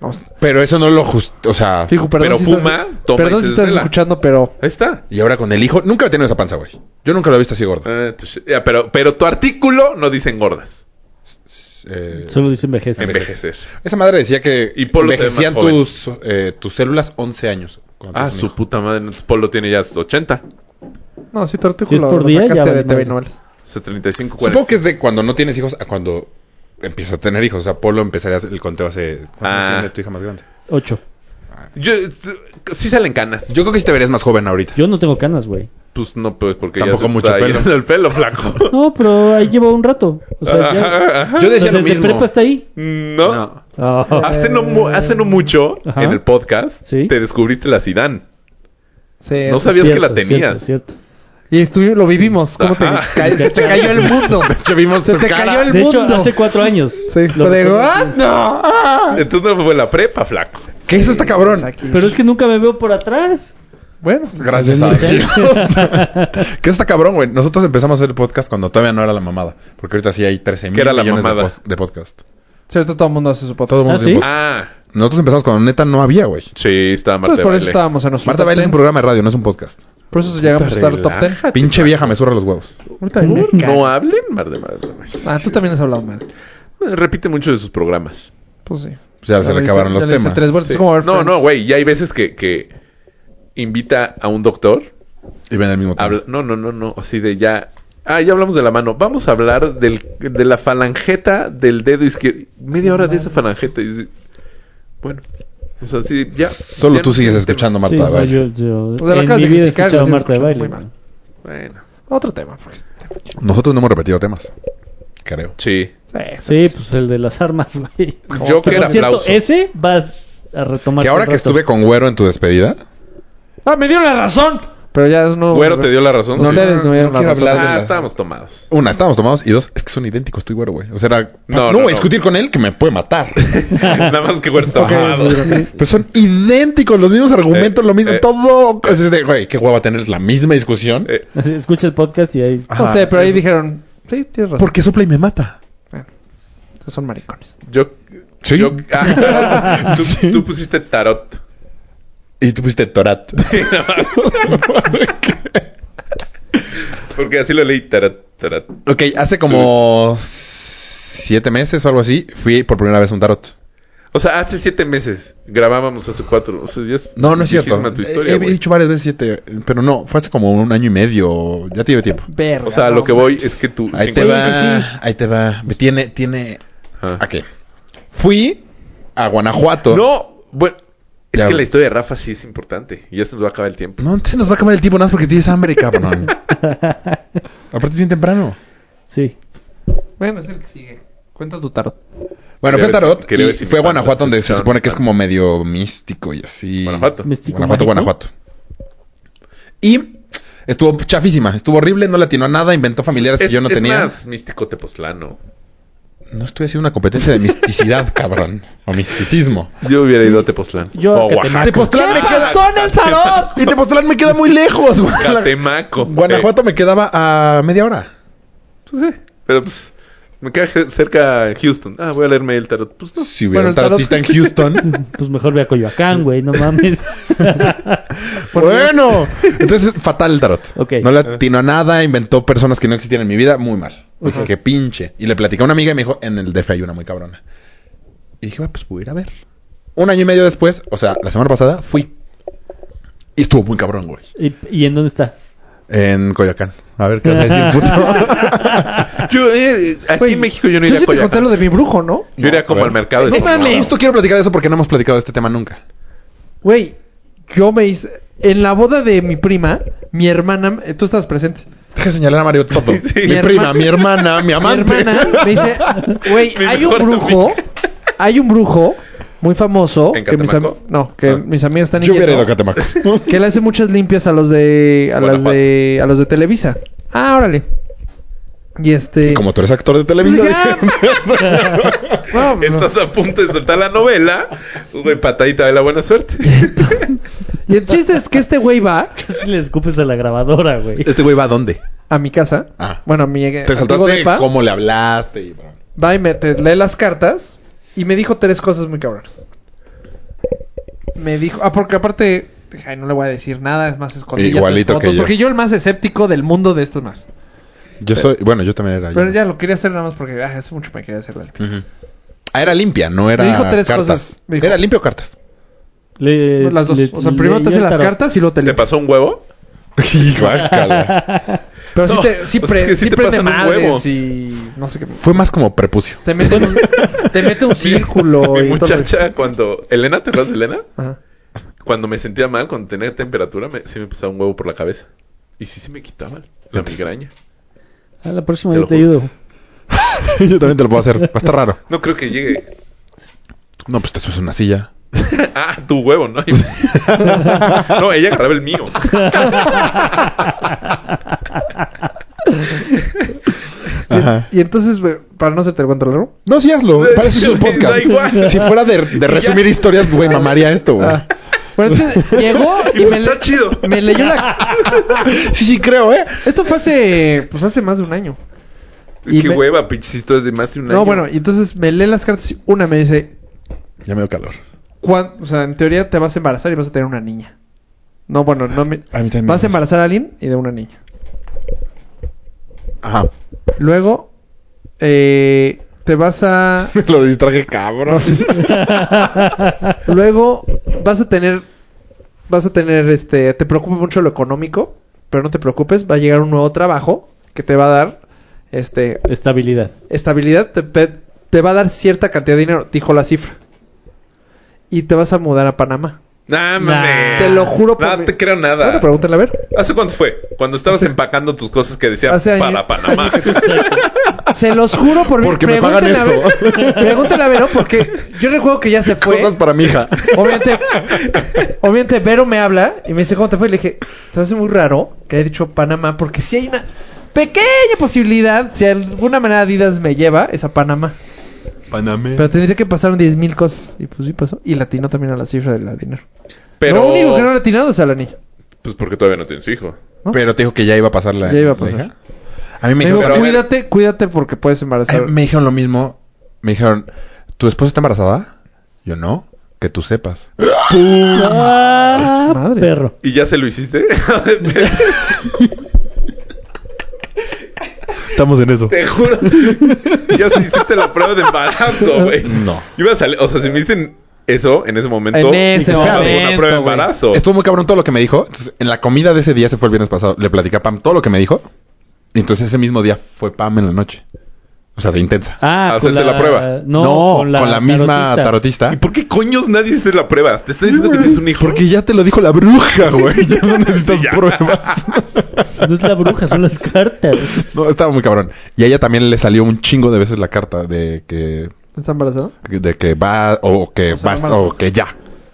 [SPEAKER 5] Vamos.
[SPEAKER 4] Pero eso no lo just... O sea...
[SPEAKER 5] Fijo, perdón
[SPEAKER 3] Pero
[SPEAKER 5] si
[SPEAKER 3] fuma,
[SPEAKER 5] estás,
[SPEAKER 3] toma y
[SPEAKER 5] perdón
[SPEAKER 3] se
[SPEAKER 5] si estás
[SPEAKER 3] desvela.
[SPEAKER 5] escuchando, pero
[SPEAKER 3] Ahí está.
[SPEAKER 4] Y ahora con el hijo... Nunca he tenido esa panza, güey. Yo nunca lo he visto así gordo.
[SPEAKER 3] Ah, tu sh- ya, pero, pero tu artículo no dice engordas.
[SPEAKER 4] Eh,
[SPEAKER 2] Solo dice envejece.
[SPEAKER 3] Envejecer.
[SPEAKER 4] esa madre decía que
[SPEAKER 3] Y Polo se ve más
[SPEAKER 4] envejecían
[SPEAKER 3] joven.
[SPEAKER 4] tus, eh, tus células 11 años. cuando
[SPEAKER 3] Ah,
[SPEAKER 4] tienes un
[SPEAKER 3] su
[SPEAKER 4] hijo.
[SPEAKER 3] puta madre. entonces Polo tiene ya 80.
[SPEAKER 5] no, si tu artículo
[SPEAKER 2] Si es por
[SPEAKER 5] lo
[SPEAKER 2] día,
[SPEAKER 5] sacaste
[SPEAKER 2] ya
[SPEAKER 5] de
[SPEAKER 2] vale
[SPEAKER 5] TV
[SPEAKER 2] madre.
[SPEAKER 5] novelas.
[SPEAKER 3] O sea, 35, 40.
[SPEAKER 4] Supongo que es de cuando no tienes hijos a cuando empiezas a tener hijos. O sea, Polo empezaría el conteo hace...
[SPEAKER 3] Ah.
[SPEAKER 4] ¿Cuándo de tu hija más grande?
[SPEAKER 2] Ocho.
[SPEAKER 3] Yo, eh, sí salen canas.
[SPEAKER 4] Yo creo que sí te verías más joven ahorita.
[SPEAKER 2] Yo no tengo canas, güey.
[SPEAKER 3] Pues no, pues porque
[SPEAKER 4] Tampoco
[SPEAKER 3] ya se
[SPEAKER 4] mucho
[SPEAKER 3] está
[SPEAKER 4] pelo.
[SPEAKER 3] yendo el pelo flaco.
[SPEAKER 2] No, pero ahí llevo un rato. O sea, ya,
[SPEAKER 3] Ajá, ajá.
[SPEAKER 4] Yo decía
[SPEAKER 2] desde
[SPEAKER 4] lo mismo.
[SPEAKER 2] prepa está ahí.
[SPEAKER 3] No.
[SPEAKER 4] No.
[SPEAKER 2] Ah.
[SPEAKER 3] Hace, no mu- hace no mucho
[SPEAKER 2] Ajá.
[SPEAKER 3] en el podcast
[SPEAKER 2] Sí.
[SPEAKER 3] te descubriste la Sidán.
[SPEAKER 5] Sí,
[SPEAKER 3] No
[SPEAKER 5] sí.
[SPEAKER 3] sabías que la
[SPEAKER 2] Cierto,
[SPEAKER 3] tenías.
[SPEAKER 2] Cierto, cierto.
[SPEAKER 5] Y estuvi- lo vivimos. ¿Cómo te
[SPEAKER 3] Ajá.
[SPEAKER 5] ca- se te cayó el mundo?
[SPEAKER 4] Ya vimos
[SPEAKER 5] Se
[SPEAKER 4] tu
[SPEAKER 5] te
[SPEAKER 4] cara.
[SPEAKER 5] cayó el
[SPEAKER 2] De
[SPEAKER 5] mundo.
[SPEAKER 2] hecho, hace cuatro años.
[SPEAKER 5] Sí,
[SPEAKER 2] Lo
[SPEAKER 5] lo de
[SPEAKER 2] recuerdo.
[SPEAKER 5] "Ah, no. ah".
[SPEAKER 3] Entonces no fue la prepa, flaco.
[SPEAKER 4] Que eso está cabrón.
[SPEAKER 5] Aquí.
[SPEAKER 2] Pero es que nunca me veo por atrás.
[SPEAKER 5] Bueno,
[SPEAKER 4] Gracias a Dios. que eso está cabrón, güey. Nosotros empezamos a hacer podcast cuando todavía no era la mamada. Porque ahorita sí hay 13 mil
[SPEAKER 3] ¿Qué era la
[SPEAKER 4] millones de,
[SPEAKER 3] mamada?
[SPEAKER 4] pos- de podcast.
[SPEAKER 5] cierto, todo el mundo hace su podcast.
[SPEAKER 4] Todo el mundo
[SPEAKER 2] ¿Ah,
[SPEAKER 4] tiene
[SPEAKER 2] sí?
[SPEAKER 4] podcast.
[SPEAKER 3] Ah,
[SPEAKER 4] Nosotros empezamos cuando neta no había, güey.
[SPEAKER 3] sí, estaba Marta
[SPEAKER 5] Pues
[SPEAKER 3] de
[SPEAKER 5] por
[SPEAKER 3] Baile.
[SPEAKER 5] eso estábamos en nuestro
[SPEAKER 4] Marta
[SPEAKER 5] top
[SPEAKER 4] Baile es un
[SPEAKER 5] 10.
[SPEAKER 4] programa de radio, no es un podcast.
[SPEAKER 5] Por eso llegamos a estar top
[SPEAKER 3] Relájate.
[SPEAKER 5] 10.
[SPEAKER 4] Pinche vieja me surra los huevos.
[SPEAKER 5] Ahorita me
[SPEAKER 3] Por- No
[SPEAKER 5] cago.
[SPEAKER 3] hablen, Mar de Baile, güey.
[SPEAKER 5] Ah, tú también has hablado mal.
[SPEAKER 3] Repite mucho de sus programas.
[SPEAKER 5] Pues sí.
[SPEAKER 4] Pues ya se le
[SPEAKER 5] hice-
[SPEAKER 4] acabaron los
[SPEAKER 5] ya le hice
[SPEAKER 4] temas.
[SPEAKER 5] tres
[SPEAKER 2] Pues,
[SPEAKER 5] vueltas.
[SPEAKER 3] Sí.
[SPEAKER 5] Es como ver
[SPEAKER 3] No,
[SPEAKER 5] Friends.
[SPEAKER 3] no, güey. Ya hay veces que, que invita a un doctor.
[SPEAKER 4] Y ven el mismo tema.
[SPEAKER 3] habla- no, no, no, no. Así de ya. Ah, ya hablamos de la mano. Vamos a hablar del, de la falangeta del dedo izquierdo. Media hora de esa falangeta. Y dice, bueno. O sea, sí, ya.
[SPEAKER 4] Solo
[SPEAKER 3] ya
[SPEAKER 4] tú
[SPEAKER 3] no
[SPEAKER 4] sigues
[SPEAKER 3] tienes
[SPEAKER 4] escuchando
[SPEAKER 3] temas.
[SPEAKER 2] Sí,
[SPEAKER 4] Marta de
[SPEAKER 2] o sea,
[SPEAKER 4] Baile.
[SPEAKER 2] yo, yo-
[SPEAKER 5] sea, la
[SPEAKER 2] en
[SPEAKER 5] acabas
[SPEAKER 2] mi
[SPEAKER 5] de
[SPEAKER 2] vida he
[SPEAKER 5] criticar,
[SPEAKER 2] escuchado a
[SPEAKER 5] la
[SPEAKER 2] Marta de
[SPEAKER 5] escuchas
[SPEAKER 2] baile.
[SPEAKER 5] muy mal.
[SPEAKER 3] Bueno.
[SPEAKER 5] Otro tema. pues. porque-
[SPEAKER 4] Nosotros no hemos repetido temas. Creo.
[SPEAKER 3] Sí.
[SPEAKER 5] Sí, sí.
[SPEAKER 2] Sí, pues el de las armas, güey.
[SPEAKER 3] Yo
[SPEAKER 2] Que
[SPEAKER 3] que
[SPEAKER 2] por
[SPEAKER 3] era
[SPEAKER 2] cierto,
[SPEAKER 3] aplauso.
[SPEAKER 2] ese vas a retomar.
[SPEAKER 4] Que ahora que estuve con Güero en tu despedida...
[SPEAKER 5] Ah, me dio la razón. Pero ya es no.
[SPEAKER 3] Güero te dio la razón.
[SPEAKER 5] No
[SPEAKER 3] Sí.
[SPEAKER 5] le des, no,
[SPEAKER 4] no
[SPEAKER 5] dieron la
[SPEAKER 4] quiero
[SPEAKER 5] razón.
[SPEAKER 4] hablar de
[SPEAKER 3] Ah,
[SPEAKER 4] la-
[SPEAKER 3] estábamos tomados.
[SPEAKER 4] Una, estábamos tomados. Y dos, es que son idénticos tú y Güero, güey. O sea, era-
[SPEAKER 3] No,
[SPEAKER 4] no,
[SPEAKER 3] no,
[SPEAKER 4] voy a
[SPEAKER 3] no.
[SPEAKER 4] discutir con él que me puede matar.
[SPEAKER 3] Nada más que Güero estaba tomado.
[SPEAKER 4] Pues son idénticos, los mismos argumentos,
[SPEAKER 3] Eh,
[SPEAKER 4] lo mismo,
[SPEAKER 3] eh,
[SPEAKER 4] todo. Es de, güey, qué hueva tener la misma discusión.
[SPEAKER 3] Eh,
[SPEAKER 2] Escucha el podcast y ahí.
[SPEAKER 5] No sé, pero ahí dijeron. Sí, tienes razón.
[SPEAKER 4] Porque sopla y me mata.
[SPEAKER 5] Estos Son maricones.
[SPEAKER 3] Yo.
[SPEAKER 4] Sí.
[SPEAKER 3] Yo, Ah, tú, tú pusiste tarot.
[SPEAKER 4] Y tú pusiste Torat.
[SPEAKER 3] Porque así lo leí. Tarot, tarot.
[SPEAKER 4] ok, hace como
[SPEAKER 3] Eh.
[SPEAKER 4] siete meses o algo así, fui por primera vez a un tarot.
[SPEAKER 3] O sea, hace siete meses. Grabábamos hace cuatro. O sea, ya es
[SPEAKER 4] No, no es cierto.
[SPEAKER 3] viejísima tu
[SPEAKER 4] Eh,
[SPEAKER 3] historia,
[SPEAKER 4] he,
[SPEAKER 3] güey.
[SPEAKER 4] dicho varias veces siete, pero no, fue hace como un año y medio. Ya tiene tiempo.
[SPEAKER 5] Verga.
[SPEAKER 3] O sea,
[SPEAKER 5] no,
[SPEAKER 3] lo que voy es que tú.
[SPEAKER 4] Ahí
[SPEAKER 3] sí,
[SPEAKER 4] te
[SPEAKER 3] güey.
[SPEAKER 4] va, Ah. ahí te va. Me Tiene, tiene.
[SPEAKER 3] Ajá.
[SPEAKER 4] ¿A qué? Fui a Guanajuato.
[SPEAKER 3] No, bueno. Es
[SPEAKER 4] Ya,
[SPEAKER 3] que
[SPEAKER 4] güey.
[SPEAKER 3] la historia de Rafa sí es importante. Y ya se nos va a acabar el tiempo.
[SPEAKER 4] No, se nos va a acabar el tiempo nada más porque tienes hambre, cabrón. Aparte es bien temprano.
[SPEAKER 2] Sí.
[SPEAKER 5] Bueno, es el que sigue. Cuenta tu tarot.
[SPEAKER 3] Quería
[SPEAKER 4] Bueno, fue a
[SPEAKER 3] ver si-
[SPEAKER 4] Tarot
[SPEAKER 3] quería
[SPEAKER 4] y
[SPEAKER 3] ver si
[SPEAKER 4] fue a
[SPEAKER 3] mi panza
[SPEAKER 4] Guanajuato donde se
[SPEAKER 3] escuchaba
[SPEAKER 4] supone que es
[SPEAKER 3] mi panza.
[SPEAKER 4] como medio místico y así.
[SPEAKER 3] Guanajuato.
[SPEAKER 2] Místico
[SPEAKER 4] Guanajuato,
[SPEAKER 2] mágico.
[SPEAKER 4] Guanajuato. Y Estuvo chafísima, estuvo horrible, no le atinó a nada, inventó familiares
[SPEAKER 3] Es,
[SPEAKER 4] que yo no
[SPEAKER 3] es
[SPEAKER 4] tenía.
[SPEAKER 3] más místico tepoztlano.
[SPEAKER 4] No estoy haciendo una competencia de misticidad, cabrón. O misticismo.
[SPEAKER 3] Yo hubiera ido a Tepoztlán.
[SPEAKER 2] Yo a
[SPEAKER 3] o a
[SPEAKER 2] Catemaco.
[SPEAKER 3] Oaxaca.
[SPEAKER 4] Tepoztlán me queda.
[SPEAKER 5] ¡Son el tarot!
[SPEAKER 4] Ah, Y Tepoztlán me queda muy lejos, güey.
[SPEAKER 3] Catemaco.
[SPEAKER 4] Guanajuato me quedaba a media hora.
[SPEAKER 3] Eh, pues, eh, pero pues me queda je- cerca Houston. Ah, voy a leerme el tarot. Pues no.
[SPEAKER 4] Si hubiera
[SPEAKER 5] Bueno,
[SPEAKER 4] un
[SPEAKER 5] el tarot-
[SPEAKER 4] tarotista en Houston.
[SPEAKER 2] Pues mejor ve a Coyoacán, güey, no mames.
[SPEAKER 4] bueno, entonces fatal el tarot.
[SPEAKER 2] Ok.
[SPEAKER 4] No le atinó a nada, inventó personas que no existían en mi vida, muy mal. Dije, qué pinche. Y le platicé a una amiga y me dijo, en el DF hay una muy cabrona. Y dije, va, pues voy a ir a ver. Un año y medio después, o sea, la semana pasada, fui. Y estuvo muy cabrón, güey.
[SPEAKER 2] ¿Y, y en dónde está?
[SPEAKER 4] En Coyoacán. A ver qué vas a decir, puto.
[SPEAKER 3] Yo, eh, aquí
[SPEAKER 5] Güey,
[SPEAKER 3] en México yo no
[SPEAKER 5] Yo
[SPEAKER 3] iría
[SPEAKER 5] sí
[SPEAKER 3] a
[SPEAKER 5] te conté
[SPEAKER 3] Coyoacán.
[SPEAKER 5] lo de mi brujo, ¿no?
[SPEAKER 3] Yo iría como
[SPEAKER 4] No,
[SPEAKER 3] al mercado de
[SPEAKER 5] No
[SPEAKER 3] Sonora.
[SPEAKER 5] mames.
[SPEAKER 4] Justo quiero platicar de eso porque no hemos platicado de este tema nunca.
[SPEAKER 5] Güey, yo me hice... En la boda de mi prima, mi hermana... eh, Tú estabas presente.
[SPEAKER 4] Deja de señalar a Mario todo.
[SPEAKER 3] sí.
[SPEAKER 4] mi,
[SPEAKER 5] Mi
[SPEAKER 4] prima,
[SPEAKER 5] hermana-
[SPEAKER 4] mi hermana, mi amante.
[SPEAKER 5] Mi hermana me dice... Güey,
[SPEAKER 3] Mi
[SPEAKER 5] hay un
[SPEAKER 3] mejor
[SPEAKER 5] brujo... Hay un brujo muy famoso...
[SPEAKER 3] ¿En
[SPEAKER 5] que mis am-
[SPEAKER 3] Catemaco?
[SPEAKER 5] No, que
[SPEAKER 4] Ah.
[SPEAKER 5] mis amigos están
[SPEAKER 4] Yo hubiera
[SPEAKER 5] yendo.
[SPEAKER 4] ido a Catemaco.
[SPEAKER 5] Que le hace muchas limpias a los de... A las
[SPEAKER 3] Guanajuato.
[SPEAKER 5] de... A los de Televisa. Ah, órale. Y este...
[SPEAKER 4] Como tú eres actor de televisión.
[SPEAKER 5] Ya. No, no.
[SPEAKER 3] Estás a punto de soltar la novela. Güey, patadita de la buena suerte.
[SPEAKER 5] Y el chiste es que este güey va
[SPEAKER 2] Casi le escupes a la grabadora, güey.
[SPEAKER 4] este güey va a dónde?
[SPEAKER 5] a mi casa.
[SPEAKER 4] Ah.
[SPEAKER 5] Bueno, a mi eh,
[SPEAKER 4] Te
[SPEAKER 5] antiguo
[SPEAKER 4] saltaste
[SPEAKER 5] depa.
[SPEAKER 4] cómo le hablaste. Y...
[SPEAKER 5] Va y me te lee las cartas. Y me dijo tres cosas muy cabronas. Me dijo... Ah, porque aparte... dije, Ay, no le voy a decir nada. Es más escondido.
[SPEAKER 4] Igualito que yo.
[SPEAKER 5] Porque yo el más escéptico del mundo de estos más.
[SPEAKER 4] Yo soy, bueno, yo también era.
[SPEAKER 5] Pero ya lo quería hacer nada más porque... ah, hace mucho me quería hacer la limpia.
[SPEAKER 4] Ujú. Ah, era limpia, no era.
[SPEAKER 5] Me dijo tres
[SPEAKER 4] cartas.
[SPEAKER 5] cosas. Me dijo-
[SPEAKER 4] ¿Era limpia o cartas?
[SPEAKER 2] Le-
[SPEAKER 5] Las dos.
[SPEAKER 2] le-
[SPEAKER 5] o sea,
[SPEAKER 2] le-
[SPEAKER 5] primero
[SPEAKER 2] yo
[SPEAKER 5] te hace
[SPEAKER 2] el
[SPEAKER 5] las
[SPEAKER 2] tarot.
[SPEAKER 5] cartas y luego te
[SPEAKER 3] ¿Te
[SPEAKER 5] limpias.
[SPEAKER 3] pasó un huevo?
[SPEAKER 4] Guácala.
[SPEAKER 5] Pero sí,
[SPEAKER 3] No,
[SPEAKER 5] te, sí,
[SPEAKER 3] o sea,
[SPEAKER 5] pre-
[SPEAKER 3] es que
[SPEAKER 5] sí
[SPEAKER 3] sí te
[SPEAKER 5] prende
[SPEAKER 3] pasan un huevo.
[SPEAKER 5] madres y no sé qué.
[SPEAKER 4] Fue más como prepucio.
[SPEAKER 5] Te mete, un, te mete un círculo
[SPEAKER 3] Mi
[SPEAKER 5] y todo lo que-
[SPEAKER 3] muchacha, cuando. Elena, ¿te acuerdas de Elena?
[SPEAKER 5] Ajá.
[SPEAKER 3] Cuando me sentía mal, cuando tenía temperatura, me- sí me pasaba un huevo por la cabeza. Y sí se me quitaba la
[SPEAKER 5] Pues,
[SPEAKER 3] migraña.
[SPEAKER 2] A la próxima
[SPEAKER 3] Te
[SPEAKER 2] yo
[SPEAKER 3] lo
[SPEAKER 2] te
[SPEAKER 3] juro.
[SPEAKER 2] ayudo.
[SPEAKER 4] yo también te lo puedo hacer. Va a estar raro.
[SPEAKER 3] No creo que llegue.
[SPEAKER 4] No, pues te subes a una silla.
[SPEAKER 3] Ah, tu huevo, ¿no? no, ella agarraba el mío.
[SPEAKER 4] Ajá.
[SPEAKER 5] Y entonces, güey, para no hacerte el cuento largo,
[SPEAKER 4] No, sí hazlo. Para eso es un
[SPEAKER 3] Da
[SPEAKER 4] podcast.
[SPEAKER 3] igual.
[SPEAKER 4] Si fuera de, de resumir historias, güey, mamaría esto, güey.
[SPEAKER 5] Ah. Bueno, entonces llegó y me,
[SPEAKER 3] Está
[SPEAKER 5] le-
[SPEAKER 3] chido.
[SPEAKER 5] me leyó la.
[SPEAKER 4] Sí, sí, creo, ¿eh?
[SPEAKER 5] Esto fue hace. Pues hace más de un año. Y
[SPEAKER 3] Qué
[SPEAKER 5] me-
[SPEAKER 3] hueva, pinches historias de más de un año.
[SPEAKER 5] No, bueno, y entonces me lee las cartas y una me dice.
[SPEAKER 4] Ya me dio calor.
[SPEAKER 5] "Cuán- O sea, en teoría te vas a embarazar y vas a tener una niña. No, bueno, no me.
[SPEAKER 3] Ah,
[SPEAKER 4] A mí también me
[SPEAKER 5] Vas a
[SPEAKER 4] pasó.
[SPEAKER 5] embarazar a alguien y de una niña.
[SPEAKER 4] Ajá.
[SPEAKER 5] Luego, eh, te vas a.
[SPEAKER 4] Lo distraje, cabrón.
[SPEAKER 5] Luego vas a tener, vas a tener, este, te preocupa mucho lo económico, pero no te preocupes, va a llegar un nuevo trabajo que te va a dar, este,
[SPEAKER 2] Estabilidad.
[SPEAKER 5] estabilidad, te, pe- te va a dar cierta cantidad de dinero, dijo la cifra. Y te vas a mudar a Panamá.
[SPEAKER 3] Nah,
[SPEAKER 2] Nah.
[SPEAKER 3] mames.
[SPEAKER 5] Te lo juro por
[SPEAKER 3] No
[SPEAKER 5] mi-
[SPEAKER 3] te creo nada.
[SPEAKER 5] Bueno, pregúntale a ver.
[SPEAKER 3] ¿Hace cuánto fue? Cuando estabas
[SPEAKER 5] Hace-
[SPEAKER 3] empacando tus cosas que decía
[SPEAKER 5] Hace año-
[SPEAKER 3] para Panamá.
[SPEAKER 5] Se los juro por mi-
[SPEAKER 4] Porque me pagan
[SPEAKER 5] pregúntale a
[SPEAKER 4] esto.
[SPEAKER 5] Vero, pregúntale a Vero porque yo recuerdo que ya se fue.
[SPEAKER 4] Cosas para mi hija.
[SPEAKER 5] Obviamente, obviamente Vero me habla y me dice cómo te fue. Y le dije, se me hace muy raro que haya dicho Panamá porque si hay una pequeña posibilidad, si de alguna manera Adidas me lleva, es a Panamá.
[SPEAKER 4] Panamé.
[SPEAKER 5] Pero tendría que pasar un 10.000 cosas. Y pues sí pasó. Y latino también a la cifra del dinero.
[SPEAKER 3] Pero.
[SPEAKER 5] Lo único que no ha latinado es al anillo.
[SPEAKER 3] Pues porque todavía no tienes hijo.
[SPEAKER 4] Pero te dijo que ya iba a pasar la.
[SPEAKER 5] Ya iba a
[SPEAKER 4] la
[SPEAKER 5] pasar.
[SPEAKER 4] hija. A mí me
[SPEAKER 5] Me dijo,
[SPEAKER 4] dijeron, pero,
[SPEAKER 5] pues, cuídate, cuídate porque puedes
[SPEAKER 4] eh,
[SPEAKER 5] embarazar.
[SPEAKER 4] me dijeron lo mismo. Me dijeron, ¿tu esposa está embarazada? Yo no, que tú sepas.
[SPEAKER 2] Ah,
[SPEAKER 5] Madre.
[SPEAKER 2] perro.
[SPEAKER 3] ¿Y ya se lo hiciste?
[SPEAKER 4] Estamos en eso.
[SPEAKER 3] Te juro. Ya se hiciste la prueba de embarazo, güey.
[SPEAKER 4] No.
[SPEAKER 3] Iba a salir. O sea, si me dicen eso en ese momento.
[SPEAKER 5] En ese
[SPEAKER 3] no,
[SPEAKER 5] momento,
[SPEAKER 3] Una prueba de
[SPEAKER 5] güey.
[SPEAKER 3] embarazo.
[SPEAKER 4] Estuvo muy cabrón todo lo que me dijo. Entonces, en la comida de ese día, se fue el viernes pasado, le platicé a Pam todo lo que me dijo. Y entonces ese mismo día fue Pam en la noche. O sea, de intensa.
[SPEAKER 2] Ah, con
[SPEAKER 3] Hacerse la prueba.
[SPEAKER 2] No, con la,
[SPEAKER 4] misma tarotista.
[SPEAKER 3] ¿Y por qué coños nadie hace la prueba? ¿Te está diciendo que tienes un hijo?
[SPEAKER 4] Porque ya te lo dijo la bruja, güey. Ya no necesitas
[SPEAKER 3] Sí, ya.
[SPEAKER 4] pruebas.
[SPEAKER 2] No es la bruja, son las cartas.
[SPEAKER 4] No, estaba muy cabrón. Y a ella también le salió un chingo de veces la carta de que
[SPEAKER 5] ¿Está embarazada?
[SPEAKER 4] de que va o que
[SPEAKER 5] sea,
[SPEAKER 4] basta
[SPEAKER 5] no más.
[SPEAKER 4] o que ya.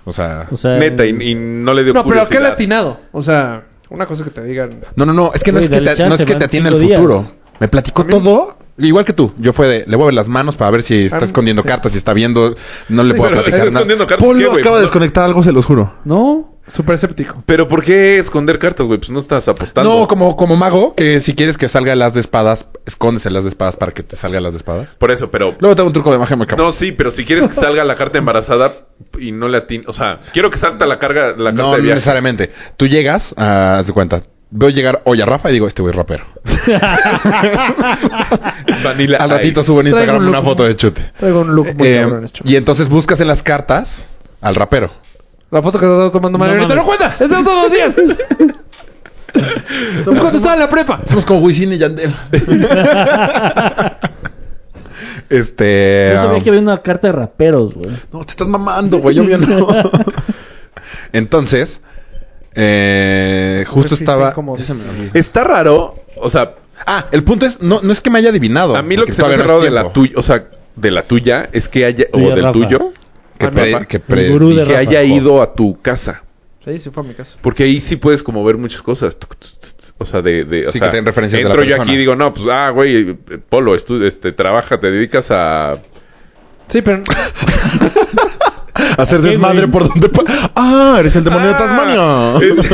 [SPEAKER 4] O sea,
[SPEAKER 2] O sea,
[SPEAKER 3] Neta, y, y no le dio
[SPEAKER 5] No, pero ¿a qué
[SPEAKER 3] curiosidad.
[SPEAKER 5] latinado? O sea, Una cosa es que te digan.
[SPEAKER 4] No, no, no, es que no
[SPEAKER 2] Güey,
[SPEAKER 4] es que,
[SPEAKER 2] dale
[SPEAKER 4] te,
[SPEAKER 2] chance,
[SPEAKER 4] no es que
[SPEAKER 2] van
[SPEAKER 4] te atiene el
[SPEAKER 2] cinco días.
[SPEAKER 4] futuro. Me platicó todo, igual que tú. Yo fue de, le voy a ver las manos para ver si está
[SPEAKER 5] Ah,
[SPEAKER 4] escondiendo
[SPEAKER 5] sí.
[SPEAKER 4] cartas, si está viendo, no le puedo
[SPEAKER 3] pero
[SPEAKER 4] platicar
[SPEAKER 3] está
[SPEAKER 4] nada.
[SPEAKER 3] escondiendo cartas,
[SPEAKER 4] Polo
[SPEAKER 3] ¿qué, güey?
[SPEAKER 4] acaba de
[SPEAKER 3] No.
[SPEAKER 4] desconectar algo, se los juro.
[SPEAKER 2] No,
[SPEAKER 5] Súper escéptico.
[SPEAKER 3] Pero ¿por qué esconder cartas, güey? Pues no estás apostando.
[SPEAKER 4] No, como, como mago, que si quieres que salga el as de espadas, escondes el as de espadas para que te salga el as de espadas.
[SPEAKER 3] Por eso, pero...
[SPEAKER 4] Luego tengo un truco de magia muy cabrón.
[SPEAKER 3] No, sí, pero si quieres que salga la carta embarazada y no le atin... O sea, quiero que salta la carga, la carta
[SPEAKER 4] No,
[SPEAKER 3] de
[SPEAKER 4] no
[SPEAKER 3] viaje.
[SPEAKER 4] necesariamente. Tú llegas, ah, haz de cuenta. Veo llegar hoy a Rafa y digo, este güey es rapero.
[SPEAKER 3] Vanilla
[SPEAKER 4] Al ratito
[SPEAKER 3] Ice.
[SPEAKER 4] subo en
[SPEAKER 5] Traigo
[SPEAKER 4] Instagram
[SPEAKER 5] un look.
[SPEAKER 4] una foto de chute.
[SPEAKER 5] Traigo un look muy
[SPEAKER 4] Eh,
[SPEAKER 5] cabrón este chavo.
[SPEAKER 4] y entonces buscas en las cartas al rapero.
[SPEAKER 5] La foto que te estaba tomando Margarita.
[SPEAKER 2] mames.
[SPEAKER 5] ¡No, cuenta! ¡Es de todos los días! es cuando estaba en la prepa.
[SPEAKER 4] Somos como Wisin y Yandel. este.
[SPEAKER 2] yo
[SPEAKER 4] um,
[SPEAKER 2] sabía que había una carta de raperos, güey.
[SPEAKER 4] No, te estás mamando, güey. Yo bien no. Entonces, eh, justo
[SPEAKER 5] Existe
[SPEAKER 4] estaba.
[SPEAKER 5] Pues como-
[SPEAKER 4] Ya se me olvidó.
[SPEAKER 3] Está raro, o sea,
[SPEAKER 4] Ah, el punto es, no, no es que me haya adivinado.
[SPEAKER 3] a mí lo
[SPEAKER 4] porque
[SPEAKER 3] que se me ha
[SPEAKER 4] todavía no
[SPEAKER 3] cerrado
[SPEAKER 4] es
[SPEAKER 3] de la
[SPEAKER 4] tiempo.
[SPEAKER 3] tuya, o sea, de la tuya es que haya, o
[SPEAKER 2] Tuya,
[SPEAKER 3] del
[SPEAKER 2] Rafa.
[SPEAKER 3] tuyo,
[SPEAKER 4] Que,
[SPEAKER 5] Ah,
[SPEAKER 4] pre-
[SPEAKER 5] Rafa.
[SPEAKER 4] que
[SPEAKER 2] El gurú de
[SPEAKER 4] predije
[SPEAKER 3] que
[SPEAKER 2] Rafa.
[SPEAKER 3] haya ido a tu casa.
[SPEAKER 5] Sí, sí fue a mi casa.
[SPEAKER 3] Porque ahí sí puedes como ver muchas cosas. Tuc, tuc, tuc, tuc. O sea, de... de o
[SPEAKER 4] Sí,
[SPEAKER 3] sea,
[SPEAKER 4] que te den referencias de la
[SPEAKER 3] Entro yo
[SPEAKER 4] persona.
[SPEAKER 3] aquí y digo, no, pues, ah, güey, eh, Polo, estu- este, trabaja, te dedicas a...
[SPEAKER 5] Sí, pero.
[SPEAKER 4] Hacer desmadre
[SPEAKER 2] güey?
[SPEAKER 4] por donde. pa- Ah, eres el demonio de
[SPEAKER 3] Ah,
[SPEAKER 4] Tasmania.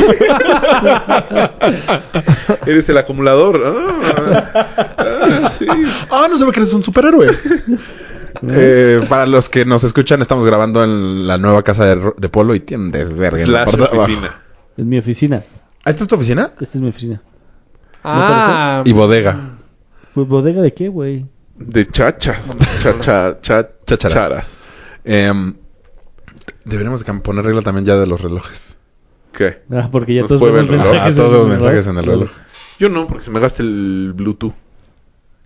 [SPEAKER 3] es- Eres el acumulador. Ah, ah, sí.
[SPEAKER 4] Ah, no se ve que eres un superhéroe. Eh, para los que nos escuchan, estamos grabando en la nueva casa de, Ro- de Polo y tienen desvergue. en la
[SPEAKER 3] Slash
[SPEAKER 4] parte de abajo.
[SPEAKER 3] oficina.
[SPEAKER 2] Es mi oficina.
[SPEAKER 4] ¿Ah, ¿Esta es tu oficina?
[SPEAKER 2] Esta es mi oficina.
[SPEAKER 5] Ah,
[SPEAKER 4] Y bodega.
[SPEAKER 2] Pues bodega de qué, güey.
[SPEAKER 3] De chachas. Chacha, cha-
[SPEAKER 4] Chacharas.
[SPEAKER 3] chacharas.
[SPEAKER 4] Em, deberíamos de cam- poner regla también ya de los relojes.
[SPEAKER 3] ¿Qué?
[SPEAKER 2] Ah, porque ya
[SPEAKER 3] Nos
[SPEAKER 2] todos
[SPEAKER 3] puede ver
[SPEAKER 2] vemos
[SPEAKER 3] el reloj.
[SPEAKER 2] mensajes,
[SPEAKER 4] Ah, todos
[SPEAKER 2] en
[SPEAKER 4] los
[SPEAKER 2] el
[SPEAKER 4] mensajes en el reloj.
[SPEAKER 3] Yo no, porque se me gasta el Bluetooth.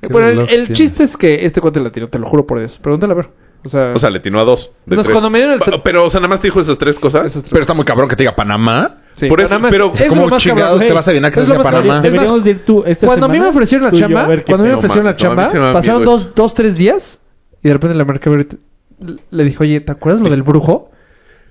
[SPEAKER 5] bueno, el,
[SPEAKER 4] reloj
[SPEAKER 5] el
[SPEAKER 4] tiene?
[SPEAKER 5] chiste es que este cuate la tiró, te lo juro por Dios. Pregúntale a ver. O sea,
[SPEAKER 3] O sea, le tiró a dos. de
[SPEAKER 5] No,
[SPEAKER 3] tres.
[SPEAKER 5] es Pues cuando me dieron el
[SPEAKER 3] Pa-
[SPEAKER 5] tre-
[SPEAKER 3] Pero, o sea, nada más te dijo esas tres cosas.
[SPEAKER 5] esos tres.
[SPEAKER 4] Pero está muy cabrón que te diga Panamá.
[SPEAKER 5] Sí,
[SPEAKER 3] por eso,
[SPEAKER 5] nada más-
[SPEAKER 3] pero- o sea,
[SPEAKER 5] es lo
[SPEAKER 4] ¿cómo
[SPEAKER 5] más
[SPEAKER 4] chingados
[SPEAKER 5] cabrón,
[SPEAKER 4] te
[SPEAKER 5] güey.
[SPEAKER 4] vas a adivinar que
[SPEAKER 5] Es
[SPEAKER 4] es
[SPEAKER 5] lo
[SPEAKER 4] de
[SPEAKER 5] más
[SPEAKER 4] Panamá?
[SPEAKER 5] cabrón. Es más,
[SPEAKER 2] Deberíamos de ir tú esta
[SPEAKER 5] cuando a mí
[SPEAKER 2] semana,
[SPEAKER 5] me ofrecieron la
[SPEAKER 2] tú y yo,
[SPEAKER 5] chamba,
[SPEAKER 2] a ver qué
[SPEAKER 5] cuando a mí me
[SPEAKER 2] pedo.
[SPEAKER 5] ofrecieron la
[SPEAKER 3] mames, no, a mí
[SPEAKER 5] chamba,
[SPEAKER 3] sí me da
[SPEAKER 5] pasaron
[SPEAKER 3] miedo
[SPEAKER 5] dos,
[SPEAKER 3] eso.
[SPEAKER 5] dos, tres días y de repente la marca verde le dijo, oye, ¿te acuerdas lo del brujo?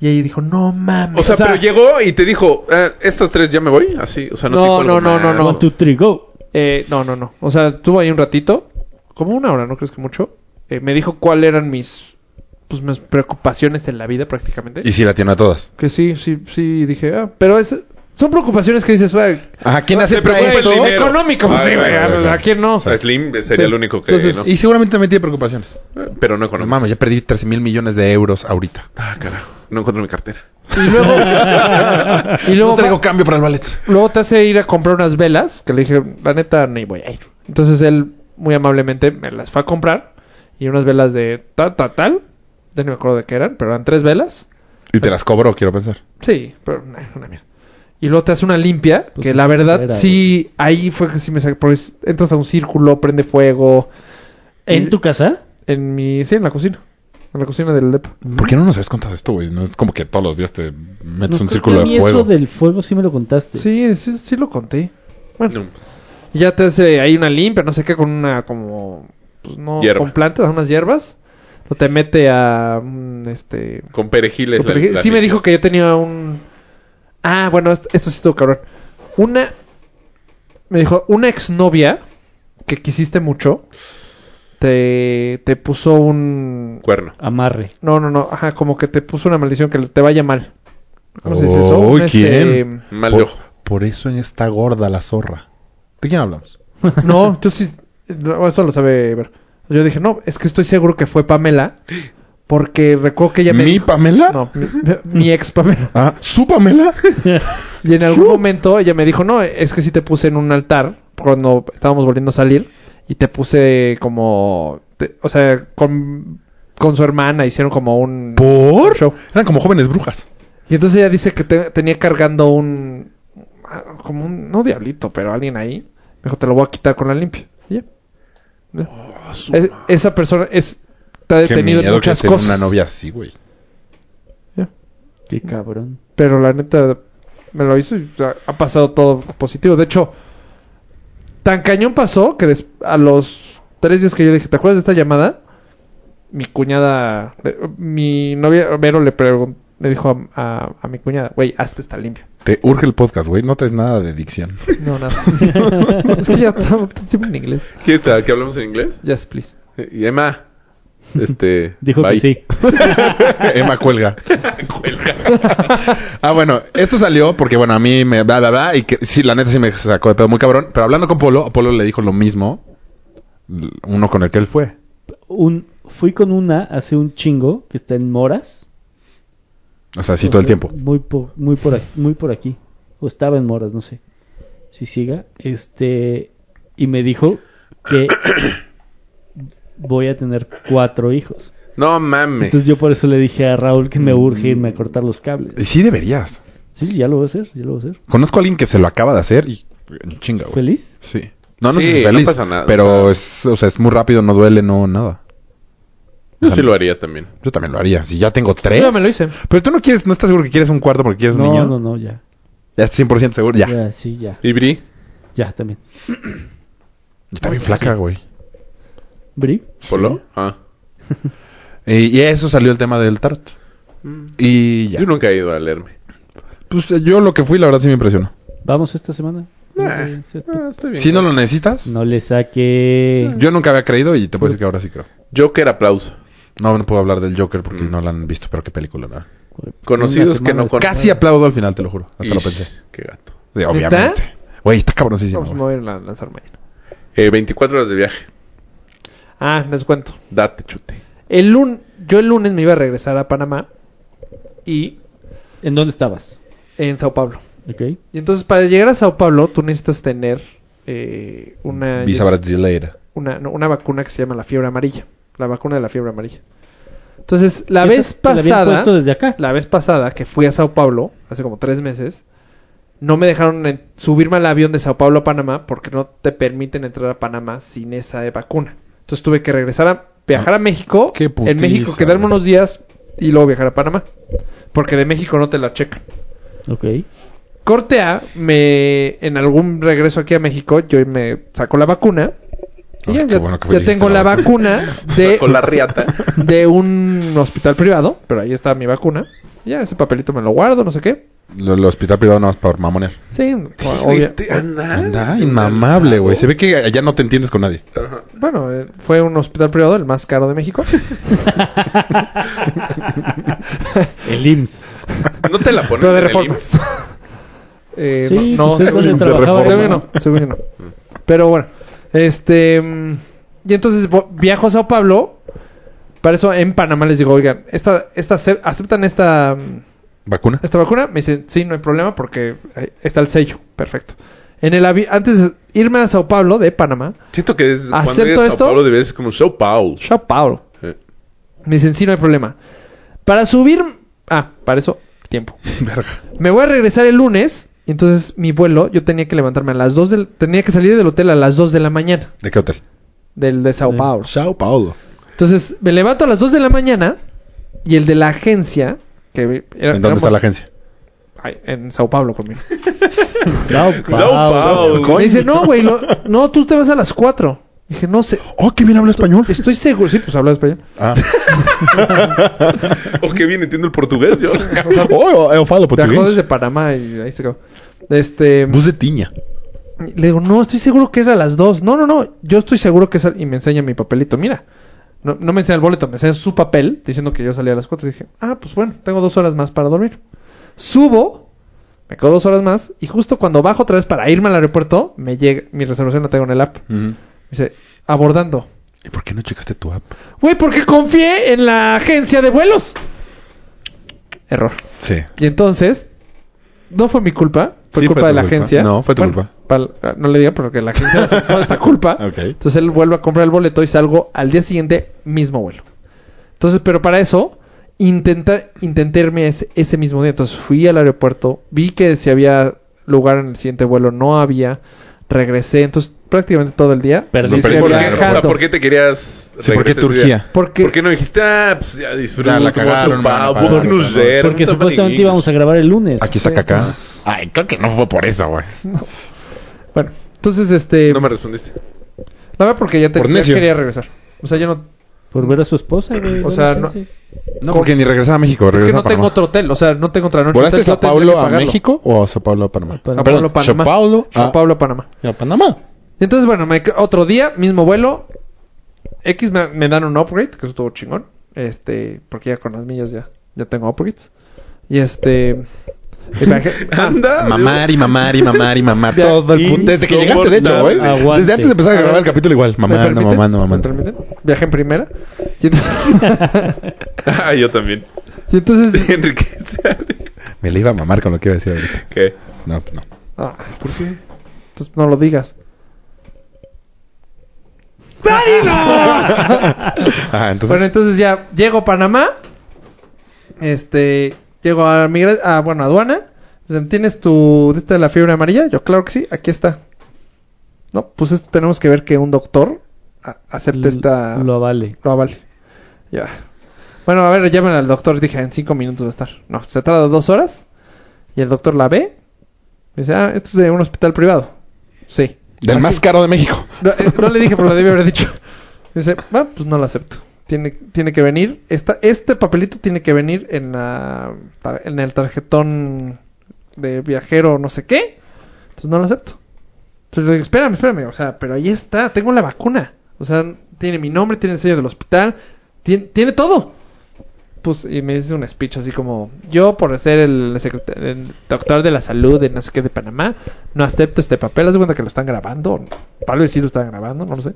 [SPEAKER 5] Y ella dijo, no mames.
[SPEAKER 3] O sea, pero llegó y te dijo, "Ah, estas tres ya me voy, así. O sea, no,
[SPEAKER 5] No,
[SPEAKER 3] te dijo algo
[SPEAKER 5] no, no,
[SPEAKER 3] más.
[SPEAKER 5] no,
[SPEAKER 2] One, two, three, go.
[SPEAKER 5] Eh, no, no, no. O sea, estuvo ahí un ratito, como una hora, ¿no crees que mucho? Eh, me dijo cuáles eran mis, pues, mis preocupaciones en la vida prácticamente.
[SPEAKER 4] Y sí, la tiene a todas.
[SPEAKER 5] Que sí, sí, sí, dije, ah, pero es, son preocupaciones que dices, güey,
[SPEAKER 3] Ah,
[SPEAKER 4] Ajá, ¿quién hace
[SPEAKER 3] se preocupa
[SPEAKER 4] esto?
[SPEAKER 3] el dinero.
[SPEAKER 5] económico, pues,
[SPEAKER 3] Ay,
[SPEAKER 5] sí, güey,
[SPEAKER 3] ay, ay,
[SPEAKER 5] ¿a
[SPEAKER 3] ay.
[SPEAKER 5] quién no?
[SPEAKER 3] O sea, Slim sería
[SPEAKER 5] Sí.
[SPEAKER 3] el único que...
[SPEAKER 5] Entonces,
[SPEAKER 3] ¿no?
[SPEAKER 4] Y seguramente también tiene preocupaciones.
[SPEAKER 3] Pero no
[SPEAKER 4] No
[SPEAKER 3] económico.
[SPEAKER 4] mames, ya perdí 13 mil millones de euros ahorita.
[SPEAKER 3] Ah, carajo. No encuentro mi cartera.
[SPEAKER 5] Y luego, y luego,
[SPEAKER 4] No traigo
[SPEAKER 5] va-
[SPEAKER 4] cambio para el ballet.
[SPEAKER 5] luego te hace ir a comprar unas velas, que le dije, la neta, ni voy a ir. Entonces él, muy amablemente, me las fue a comprar. Y unas velas de tal, tal, tal. Ya no me acuerdo de qué eran, pero eran tres velas.
[SPEAKER 4] Y te las cobro, quiero pensar.
[SPEAKER 5] Sí, pero nah, una mierda. Y luego te hace una limpia,
[SPEAKER 2] Pues
[SPEAKER 5] que
[SPEAKER 2] sí,
[SPEAKER 5] la verdad
[SPEAKER 2] era,
[SPEAKER 5] sí, ahí fue que sí me sacó. porque es- Entras a un círculo, prende fuego.
[SPEAKER 2] ¿En tu casa?
[SPEAKER 5] En mi. Sí, en la cocina. En la cocina del depa.
[SPEAKER 4] ¿Por qué no nos habías contado esto, güey? No es como que todos los días te metes
[SPEAKER 2] No,
[SPEAKER 4] un
[SPEAKER 2] creo
[SPEAKER 4] círculo
[SPEAKER 2] que a mí
[SPEAKER 4] de fuego.
[SPEAKER 2] eso del fuego sí me lo contaste.
[SPEAKER 5] Sí, sí, sí lo conté. Bueno,
[SPEAKER 3] No.
[SPEAKER 5] y ya te hace ahí una limpia, no sé qué, con una como. Pues no,
[SPEAKER 3] Hierba.
[SPEAKER 5] con plantas, unas hierbas. O te mete a. mm, Este.
[SPEAKER 3] Con perejiles.
[SPEAKER 5] Porque
[SPEAKER 3] la- la
[SPEAKER 5] sí me
[SPEAKER 3] limpias.
[SPEAKER 5] dijo que yo tenía un... Ah, bueno, esto, esto sí estuvo cabrón. Una... Me dijo, una exnovia que quisiste mucho te, te puso un...
[SPEAKER 3] Cuerno.
[SPEAKER 2] Amarre.
[SPEAKER 5] No, no, no, ajá, como que te puso una maldición que te vaya mal. ¿Cómo se dice eso?
[SPEAKER 4] Uy,
[SPEAKER 5] Un, este,
[SPEAKER 4] ¿quién?
[SPEAKER 3] Mal de
[SPEAKER 4] por,
[SPEAKER 3] ojo.
[SPEAKER 4] por eso en esta gorda la zorra. ¿De quién hablamos?
[SPEAKER 5] No, yo sí... no, esto lo sabe ver. Yo dije, no, es que estoy seguro que fue Pamela. Porque recuerdo que ella me...
[SPEAKER 4] ¿Mi
[SPEAKER 5] dijo-
[SPEAKER 4] Pamela?
[SPEAKER 5] No, mi- mi- mi ex Pamela.
[SPEAKER 4] Ah, ¿su Pamela?
[SPEAKER 5] Y en algún momento ella me dijo, no, es que sí te puse en un altar cuando estábamos volviendo a salir y te puse como, te- o sea, con, con su hermana hicieron como un...
[SPEAKER 4] ¿Por?
[SPEAKER 5] Show.
[SPEAKER 4] Eran como jóvenes brujas.
[SPEAKER 5] Y entonces ella dice que te- tenía cargando un, como un, no diablito, pero alguien ahí. Me dijo, te lo voy a quitar con la limpia. Y ya. Ya. Es- esa persona es, está detenido en muchas
[SPEAKER 4] tener
[SPEAKER 5] cosas.
[SPEAKER 4] una novia así, güey.
[SPEAKER 5] Ya.
[SPEAKER 2] Qué cabrón.
[SPEAKER 5] Pero la neta, me lo hizo y ha, ha pasado todo positivo. De hecho, tan cañón pasó que des- a los tres días que yo le dije, ¿te acuerdas de esta llamada? Mi cuñada, eh, mi novia Vero le preguntó. Le dijo a, a- a mi cuñada, güey, hasta está limpio.
[SPEAKER 4] Te urge el podcast, güey. No traes nada de dicción.
[SPEAKER 5] No, nada. es que ya estamos siempre en inglés.
[SPEAKER 3] ¿Quieres saber que hablamos en inglés?
[SPEAKER 5] Yes, please.
[SPEAKER 3] Y Emma, este...
[SPEAKER 2] Dijo
[SPEAKER 3] bye.
[SPEAKER 2] que sí.
[SPEAKER 4] Emma cuelga. ah, bueno, esto salió porque, bueno, a mí me da, da, da. Y que sí, la neta sí me sacó de pedo muy cabrón. Pero hablando con Polo, Polo le dijo lo mismo. l- Uno con el que él fue.
[SPEAKER 2] Un, fui con una hace un chingo que está en Moras.
[SPEAKER 4] O sea, sí, todo el tiempo.
[SPEAKER 2] Muy por, muy por aquí, muy por aquí. O estaba en Moras, no sé. Si siga. Este y me dijo que voy a tener cuatro hijos.
[SPEAKER 3] No mames.
[SPEAKER 2] Entonces yo por eso le dije a Raúl que me urge irme a cortar los
[SPEAKER 4] Y
[SPEAKER 2] cables.
[SPEAKER 4] Sí, deberías.
[SPEAKER 2] Sí, ya lo voy a hacer, ya lo voy a hacer.
[SPEAKER 4] Conozco a alguien que se lo acaba de hacer y. en Chinga, güey.
[SPEAKER 2] ¿Feliz?
[SPEAKER 4] Sí. No, no
[SPEAKER 3] Sí,
[SPEAKER 4] sé si es
[SPEAKER 3] no
[SPEAKER 4] feliz.
[SPEAKER 3] pasa nada,
[SPEAKER 4] Pero
[SPEAKER 3] o
[SPEAKER 4] es, o sea, es muy rápido, no duele, no, nada.
[SPEAKER 3] Yo sí lo haría también.
[SPEAKER 4] Yo también lo haría. Si ya tengo tres.
[SPEAKER 5] Yo ya me lo hice.
[SPEAKER 4] Pero tú no quieres, no estás seguro que quieres un cuarto porque quieres un
[SPEAKER 2] No,
[SPEAKER 4] niño.
[SPEAKER 2] no, no, ya.
[SPEAKER 4] Ya estás 100% seguro, ya.
[SPEAKER 2] Ya, sí, ya.
[SPEAKER 3] ¿Y Bri?
[SPEAKER 2] Ya también.
[SPEAKER 4] Está bien flaca, güey.
[SPEAKER 2] ¿Bri?
[SPEAKER 3] ¿Polo? Ah.
[SPEAKER 4] Y, y eso salió el tema del tarot. Y ya.
[SPEAKER 3] Mm. Yo nunca he ido a leerme.
[SPEAKER 4] Pues eh, yo lo que fui, la verdad sí me impresionó.
[SPEAKER 2] ¿Vamos esta semana?
[SPEAKER 3] Ah, está bien.
[SPEAKER 4] Si no lo necesitas,
[SPEAKER 2] No le saque...
[SPEAKER 4] yo nunca había creído y te puedo decir que ahora sí creo.
[SPEAKER 3] Joker aplauso.
[SPEAKER 4] No, no puedo hablar del Joker porque no la han visto, pero qué película, ¿no?
[SPEAKER 3] Mm. Conocidos que no conozco.
[SPEAKER 2] conozco.
[SPEAKER 4] Casi aplaudo al final, te lo juro. Hasta lo
[SPEAKER 3] Ish,
[SPEAKER 4] pensé.
[SPEAKER 3] Qué gato.
[SPEAKER 4] Sí, obviamente. Güey, está cabroncísimo.
[SPEAKER 5] Vamos, me
[SPEAKER 4] güey.
[SPEAKER 5] voy a la- lanzar mañana.
[SPEAKER 3] Eh, 24 horas de viaje.
[SPEAKER 5] Ah, les cuento.
[SPEAKER 3] Date chute.
[SPEAKER 5] El lun yo el lunes me iba a regresar a Panamá y
[SPEAKER 2] ¿En dónde estabas?
[SPEAKER 5] en Sao Paulo.
[SPEAKER 2] ¿Ok?
[SPEAKER 5] Y entonces para llegar a Sao Paulo tú necesitas tener eh, una,
[SPEAKER 4] Visa brasileira.
[SPEAKER 5] una, no, una vacuna que se llama la fiebre amarilla. La vacuna de la fiebre amarilla. Entonces, la
[SPEAKER 2] Esa
[SPEAKER 5] vez
[SPEAKER 2] te la habían
[SPEAKER 5] pasada...
[SPEAKER 2] puesto desde acá.
[SPEAKER 5] La vez pasada que fui a Sao Paulo, hace como tres meses, no me dejaron en- subirme al avión de Sao Paulo a Panamá porque no te permiten entrar a Panamá sin esa eh, vacuna. Entonces tuve que regresar a viajar a México,
[SPEAKER 4] Qué putiza,
[SPEAKER 5] en México quedarme
[SPEAKER 4] güey.
[SPEAKER 5] unos días y luego viajar a Panamá. Porque de México no te la checan.
[SPEAKER 2] Ok.
[SPEAKER 5] Corte A, me, en algún regreso aquí a México, yo me saco la vacuna.
[SPEAKER 4] Ay,
[SPEAKER 5] Y ya,
[SPEAKER 4] Ah, qué
[SPEAKER 5] ya-
[SPEAKER 4] bueno que
[SPEAKER 5] ya
[SPEAKER 4] dijiste
[SPEAKER 5] tengo la
[SPEAKER 4] la
[SPEAKER 5] vacuna, de,
[SPEAKER 3] Con la riata.
[SPEAKER 5] de un hospital privado, pero ahí está mi vacuna. Ya ese papelito me lo guardo, no sé qué.
[SPEAKER 4] Lo- El hospital privado nada más por mamonear.
[SPEAKER 3] Ah,
[SPEAKER 5] Sí, obvia-
[SPEAKER 3] ¿Viste? Anda.
[SPEAKER 4] Anda, inmamable, güey. Se ve que allá no te entiendes con nadie.
[SPEAKER 5] bueno, eh, fue un hospital privado, el más caro de México.
[SPEAKER 2] El IMSS.
[SPEAKER 3] No te la pones.
[SPEAKER 5] pero de
[SPEAKER 3] en el
[SPEAKER 5] reformas. Eh,
[SPEAKER 2] Sí,
[SPEAKER 5] no,
[SPEAKER 2] pues es
[SPEAKER 5] según
[SPEAKER 2] donde
[SPEAKER 5] yo-
[SPEAKER 2] trabajaba
[SPEAKER 5] según yo
[SPEAKER 2] yo.
[SPEAKER 5] no, según yo no. Pero bueno, este. mm, Y entonces vo- viajo a Sao Paulo. Para eso en Panamá les digo, oigan, esta, esta, ace- ¿aceptan esta, mm,
[SPEAKER 4] ¿Vacuna?
[SPEAKER 5] esta vacuna? Me dicen, sí, no hay problema porque eh, está el sello. Perfecto. En el avi- antes de irme a Sao Paulo de Panamá,
[SPEAKER 3] IMSS. Siento que es, cuando
[SPEAKER 5] ¿Acepto
[SPEAKER 3] llegues a
[SPEAKER 5] esto?
[SPEAKER 3] Sao Paulo deberías ser como Sao Paulo.
[SPEAKER 5] Sao Paulo.
[SPEAKER 3] Eh.
[SPEAKER 5] Me dicen, sí, no hay problema. Para subir. Ah, para eso, tiempo.
[SPEAKER 4] Verga.
[SPEAKER 5] Me voy a regresar el lunes. y Entonces, mi vuelo, yo tenía que levantarme a las 2 del... Tenía que salir del hotel a las 2 de la mañana.
[SPEAKER 4] ¿De qué hotel?
[SPEAKER 5] Del de Sao
[SPEAKER 2] Sí.
[SPEAKER 5] Paulo.
[SPEAKER 4] Sao Paulo.
[SPEAKER 5] Entonces, me levanto a las 2 de la mañana. Y el de la agencia... Que era-
[SPEAKER 4] ¿En dónde
[SPEAKER 5] éramos-
[SPEAKER 4] está la agencia?
[SPEAKER 5] Ay, en Sao Paulo conmigo.
[SPEAKER 2] Sao
[SPEAKER 3] Sao Paulo.
[SPEAKER 5] Me dice, no, güey. lo- No, tú te vas a las 4. Dije, no sé.
[SPEAKER 4] Oh, qué bien habla español.
[SPEAKER 5] Estoy seguro. Sí, pues habla español.
[SPEAKER 4] Ah.
[SPEAKER 3] Oh, qué bien entiendo el portugués yo.
[SPEAKER 4] oh, eu falo
[SPEAKER 5] Viajó
[SPEAKER 4] portugués.
[SPEAKER 5] desde Panamá y ahí se acabó. Este...
[SPEAKER 4] Bus de tiña.
[SPEAKER 5] Le digo, no, estoy seguro que era a las dos. No, no, no, yo estoy seguro que es... al-". Y me enseña mi papelito, mira. No, no me enseña el boleto, me enseña su papel diciendo que yo salía a las cuatro. Y dije, ah, pues bueno, tengo dos horas más para dormir. Subo, me quedo dos horas más. Y justo cuando bajo otra vez para irme al aeropuerto, me llega... Mi reservación la tengo en el app. Me dice, abordando.
[SPEAKER 4] ¿Y por qué no checaste tu app?
[SPEAKER 5] Güey, porque confié en la agencia de vuelos. Error.
[SPEAKER 4] Sí.
[SPEAKER 5] Y entonces, no fue mi culpa, fue
[SPEAKER 4] Sí,
[SPEAKER 5] culpa
[SPEAKER 4] fue tu
[SPEAKER 5] de la
[SPEAKER 4] culpa.
[SPEAKER 5] agencia.
[SPEAKER 4] No, fue tu
[SPEAKER 5] pal- ah, no le diga porque la agencia aceptó esta culpa.
[SPEAKER 4] Ok.
[SPEAKER 5] Entonces él vuelve a comprar el boleto y salgo al día siguiente, mismo vuelo. Entonces, pero para eso, intenta, intenté irme ese, ese mismo día. Entonces fui al aeropuerto, vi que si había lugar en el siguiente vuelo, no había. Regresé, entonces prácticamente todo el día.
[SPEAKER 2] Perdiste
[SPEAKER 4] Lo
[SPEAKER 3] ¿Por
[SPEAKER 4] perdí.
[SPEAKER 3] qué,
[SPEAKER 4] Claro.
[SPEAKER 3] o sea, ¿por qué te querías
[SPEAKER 4] Sí, ¿por qué
[SPEAKER 3] regresar ese
[SPEAKER 4] Turquía?
[SPEAKER 3] día?
[SPEAKER 5] Porque,
[SPEAKER 3] ¿Por qué no dijiste, ah, pues ya disfruto,
[SPEAKER 4] Ya
[SPEAKER 3] me
[SPEAKER 4] la
[SPEAKER 3] voy a Sao
[SPEAKER 4] cagaron, mano,
[SPEAKER 3] Paulo,
[SPEAKER 4] para-
[SPEAKER 3] Buenos
[SPEAKER 4] para-
[SPEAKER 3] Aires,
[SPEAKER 2] Porque
[SPEAKER 3] no tomen
[SPEAKER 2] supuestamente
[SPEAKER 3] inglés.
[SPEAKER 2] íbamos a grabar el lunes.
[SPEAKER 4] Aquí está
[SPEAKER 5] Sí,
[SPEAKER 4] Cacá.
[SPEAKER 5] entonces-
[SPEAKER 4] Ay, creo que no fue por eso, güey.
[SPEAKER 5] bueno, entonces este...
[SPEAKER 3] No me respondiste.
[SPEAKER 5] La verdad porque ya, te,
[SPEAKER 4] Por
[SPEAKER 5] ya
[SPEAKER 4] necio.
[SPEAKER 5] quería regresar. O sea, yo no...
[SPEAKER 2] Por ver a su esposa, güey.
[SPEAKER 5] O
[SPEAKER 2] dale
[SPEAKER 5] sea, no-
[SPEAKER 2] chance.
[SPEAKER 4] No, porque ni regresaba a México.
[SPEAKER 5] Es que
[SPEAKER 4] regresaba
[SPEAKER 5] no
[SPEAKER 4] a Panamá.
[SPEAKER 5] tengo otro hotel, o sea, no tengo otra noche.
[SPEAKER 4] ¿Volaste a
[SPEAKER 5] Entonces,
[SPEAKER 4] Sao
[SPEAKER 5] yo tendría
[SPEAKER 4] Paulo
[SPEAKER 5] que
[SPEAKER 4] a
[SPEAKER 5] pagarlo.
[SPEAKER 4] México o a Sao Paulo a Panamá?
[SPEAKER 2] Pan-
[SPEAKER 5] Sao
[SPEAKER 4] Perdón,
[SPEAKER 5] Paulo, Panamá.
[SPEAKER 4] Sao Paulo Ah. a-
[SPEAKER 5] Sao Paulo, Panamá.
[SPEAKER 4] a Panamá.
[SPEAKER 5] Entonces, bueno, me- otro día, mismo vuelo. X me, me dan un upgrade, que eso estuvo chingón. Este, porque ya con las millas ya, ya tengo upgrades. Y este. y Ah, viajé-
[SPEAKER 3] Anda.
[SPEAKER 4] Mamar y mamar y mamar y mamar. Todo el puto. Desde que llegaste, de hecho, güey.
[SPEAKER 2] Aguante.
[SPEAKER 4] Desde antes de empezar a grabar el capítulo, igual.
[SPEAKER 5] ¿Me
[SPEAKER 4] Mamando,
[SPEAKER 5] permiten?
[SPEAKER 4] mamando,
[SPEAKER 5] ¿Me
[SPEAKER 4] mamando.
[SPEAKER 5] permiten? Viajé en primera. Y entonces.
[SPEAKER 3] Ah, yo también.
[SPEAKER 5] y entonces-
[SPEAKER 3] Enrique Sade.
[SPEAKER 4] Me le iba a mamar con lo que iba a decir ahorita.
[SPEAKER 3] ¿Qué?
[SPEAKER 4] No, pues no.
[SPEAKER 5] ah,
[SPEAKER 3] ¿Por qué?
[SPEAKER 5] entonces no lo digas.
[SPEAKER 4] Ah, entonces.
[SPEAKER 5] Bueno, entonces ya llego a Panamá. Este, llego a migra a bueno, aduana. Dicen, ¿Tienes tu esta de la fiebre amarilla? Yo, claro que sí, aquí está. No, pues esto tenemos que ver que un doctor a- acepte esta
[SPEAKER 2] Lo avale.
[SPEAKER 5] lo avale. Ya. Bueno, a ver, llaman al doctor. Dije, en cinco minutos va a estar. No, se tarda dos horas. Y el doctor la ve. Me dice, ah, esto es de un hospital privado. Sí.
[SPEAKER 4] Del
[SPEAKER 5] Así.
[SPEAKER 4] más caro de México.
[SPEAKER 5] No, eh, no le dije, pero lo debí haber dicho. Dice, va, pues no lo acepto. Tiene, tiene que venir. Esta, este papelito tiene que venir en, la, tar- en el tarjetón de viajero no sé qué. Entonces no lo acepto. Entonces le digo, espérame, espérame. O sea, pero ahí está, tengo la vacuna. O sea, tiene mi nombre, tiene el sello del hospital, tiene, tiene todo. Pues, y me dice un speech así como, yo por ser el, secreta- el doctor de la salud de no sé qué de Panamá, no acepto este papel. Haz de cuenta que lo están grabando. Tal vez sí lo están grabando, no lo sé.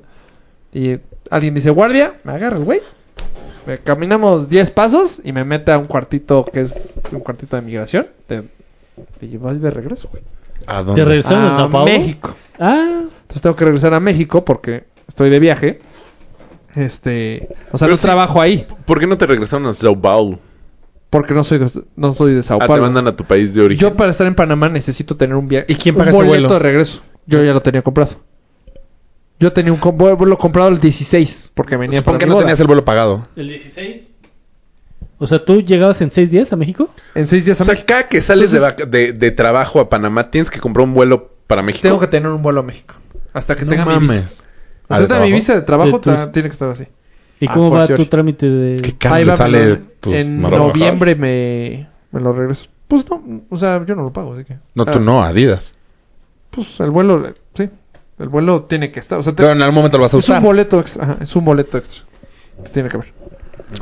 [SPEAKER 5] Y alguien dice, guardia, me agarra el güey. Me caminamos 10 pasos y me mete a un cuartito que es un cuartito de migración. De, y voy de regreso, güey.
[SPEAKER 4] ¿A
[SPEAKER 2] ¿Te regresaron a
[SPEAKER 5] A
[SPEAKER 2] Sao Paulo?
[SPEAKER 5] México.
[SPEAKER 2] Ah,
[SPEAKER 5] Entonces tengo que regresar a México porque estoy de viaje. Este, o sea,
[SPEAKER 3] Pero
[SPEAKER 5] no
[SPEAKER 3] sí.
[SPEAKER 5] trabajo ahí
[SPEAKER 3] ¿Por qué no te regresaron a Sao Paulo?
[SPEAKER 5] porque no soy de, no soy de Sao
[SPEAKER 3] Ah, te
[SPEAKER 5] Paulo.
[SPEAKER 3] mandan a tu país de origen.
[SPEAKER 5] Yo para estar en Panamá necesito tener un viaje.
[SPEAKER 4] ¿Y quién
[SPEAKER 5] un
[SPEAKER 4] paga ese
[SPEAKER 5] boleto
[SPEAKER 4] vuelo?
[SPEAKER 5] de regreso. Yo ya lo tenía comprado. Yo tenía un com- vuelo comprado el 16 porque venía
[SPEAKER 4] Supongo que Pues,
[SPEAKER 5] mi
[SPEAKER 4] no
[SPEAKER 5] boda.
[SPEAKER 4] tenías el vuelo pagado.
[SPEAKER 2] ¿el 16? O sea, ¿tú llegabas en 6 días a México?
[SPEAKER 5] en 6 días a
[SPEAKER 3] O sea,
[SPEAKER 5] México.
[SPEAKER 3] cada que sales de
[SPEAKER 5] Entonces-
[SPEAKER 3] vaca- de, de trabajo a Panamá, tienes que comprar un vuelo para México.
[SPEAKER 5] Tengo que tener un vuelo a México hasta que tenga mi visa.
[SPEAKER 4] ¿Ah, de
[SPEAKER 5] Hasta que tenga mi
[SPEAKER 4] trabajo?
[SPEAKER 5] visa de trabajo
[SPEAKER 2] De tus-
[SPEAKER 5] ta- tiene que estar así.
[SPEAKER 2] ¿Y
[SPEAKER 5] Ah,
[SPEAKER 2] cómo va
[SPEAKER 5] fortiori.
[SPEAKER 2] tu trámite de...?
[SPEAKER 4] ¿Qué caro
[SPEAKER 5] Ahí
[SPEAKER 4] le
[SPEAKER 5] va, me
[SPEAKER 4] sale
[SPEAKER 5] lo-
[SPEAKER 4] tus
[SPEAKER 5] en
[SPEAKER 4] maromas?
[SPEAKER 5] noviembre me, me lo regreso. Pues no, o sea, yo no lo pago, así que.
[SPEAKER 4] No,
[SPEAKER 5] Ah,
[SPEAKER 4] tú no, Adidas.
[SPEAKER 5] Pues el vuelo, eh, sí. El vuelo tiene que estar. O sea, te-
[SPEAKER 4] Pero en algún momento lo vas a
[SPEAKER 5] es un
[SPEAKER 4] usar.
[SPEAKER 5] boleto extra. ajá, es un boleto extra. que Tiene que ver.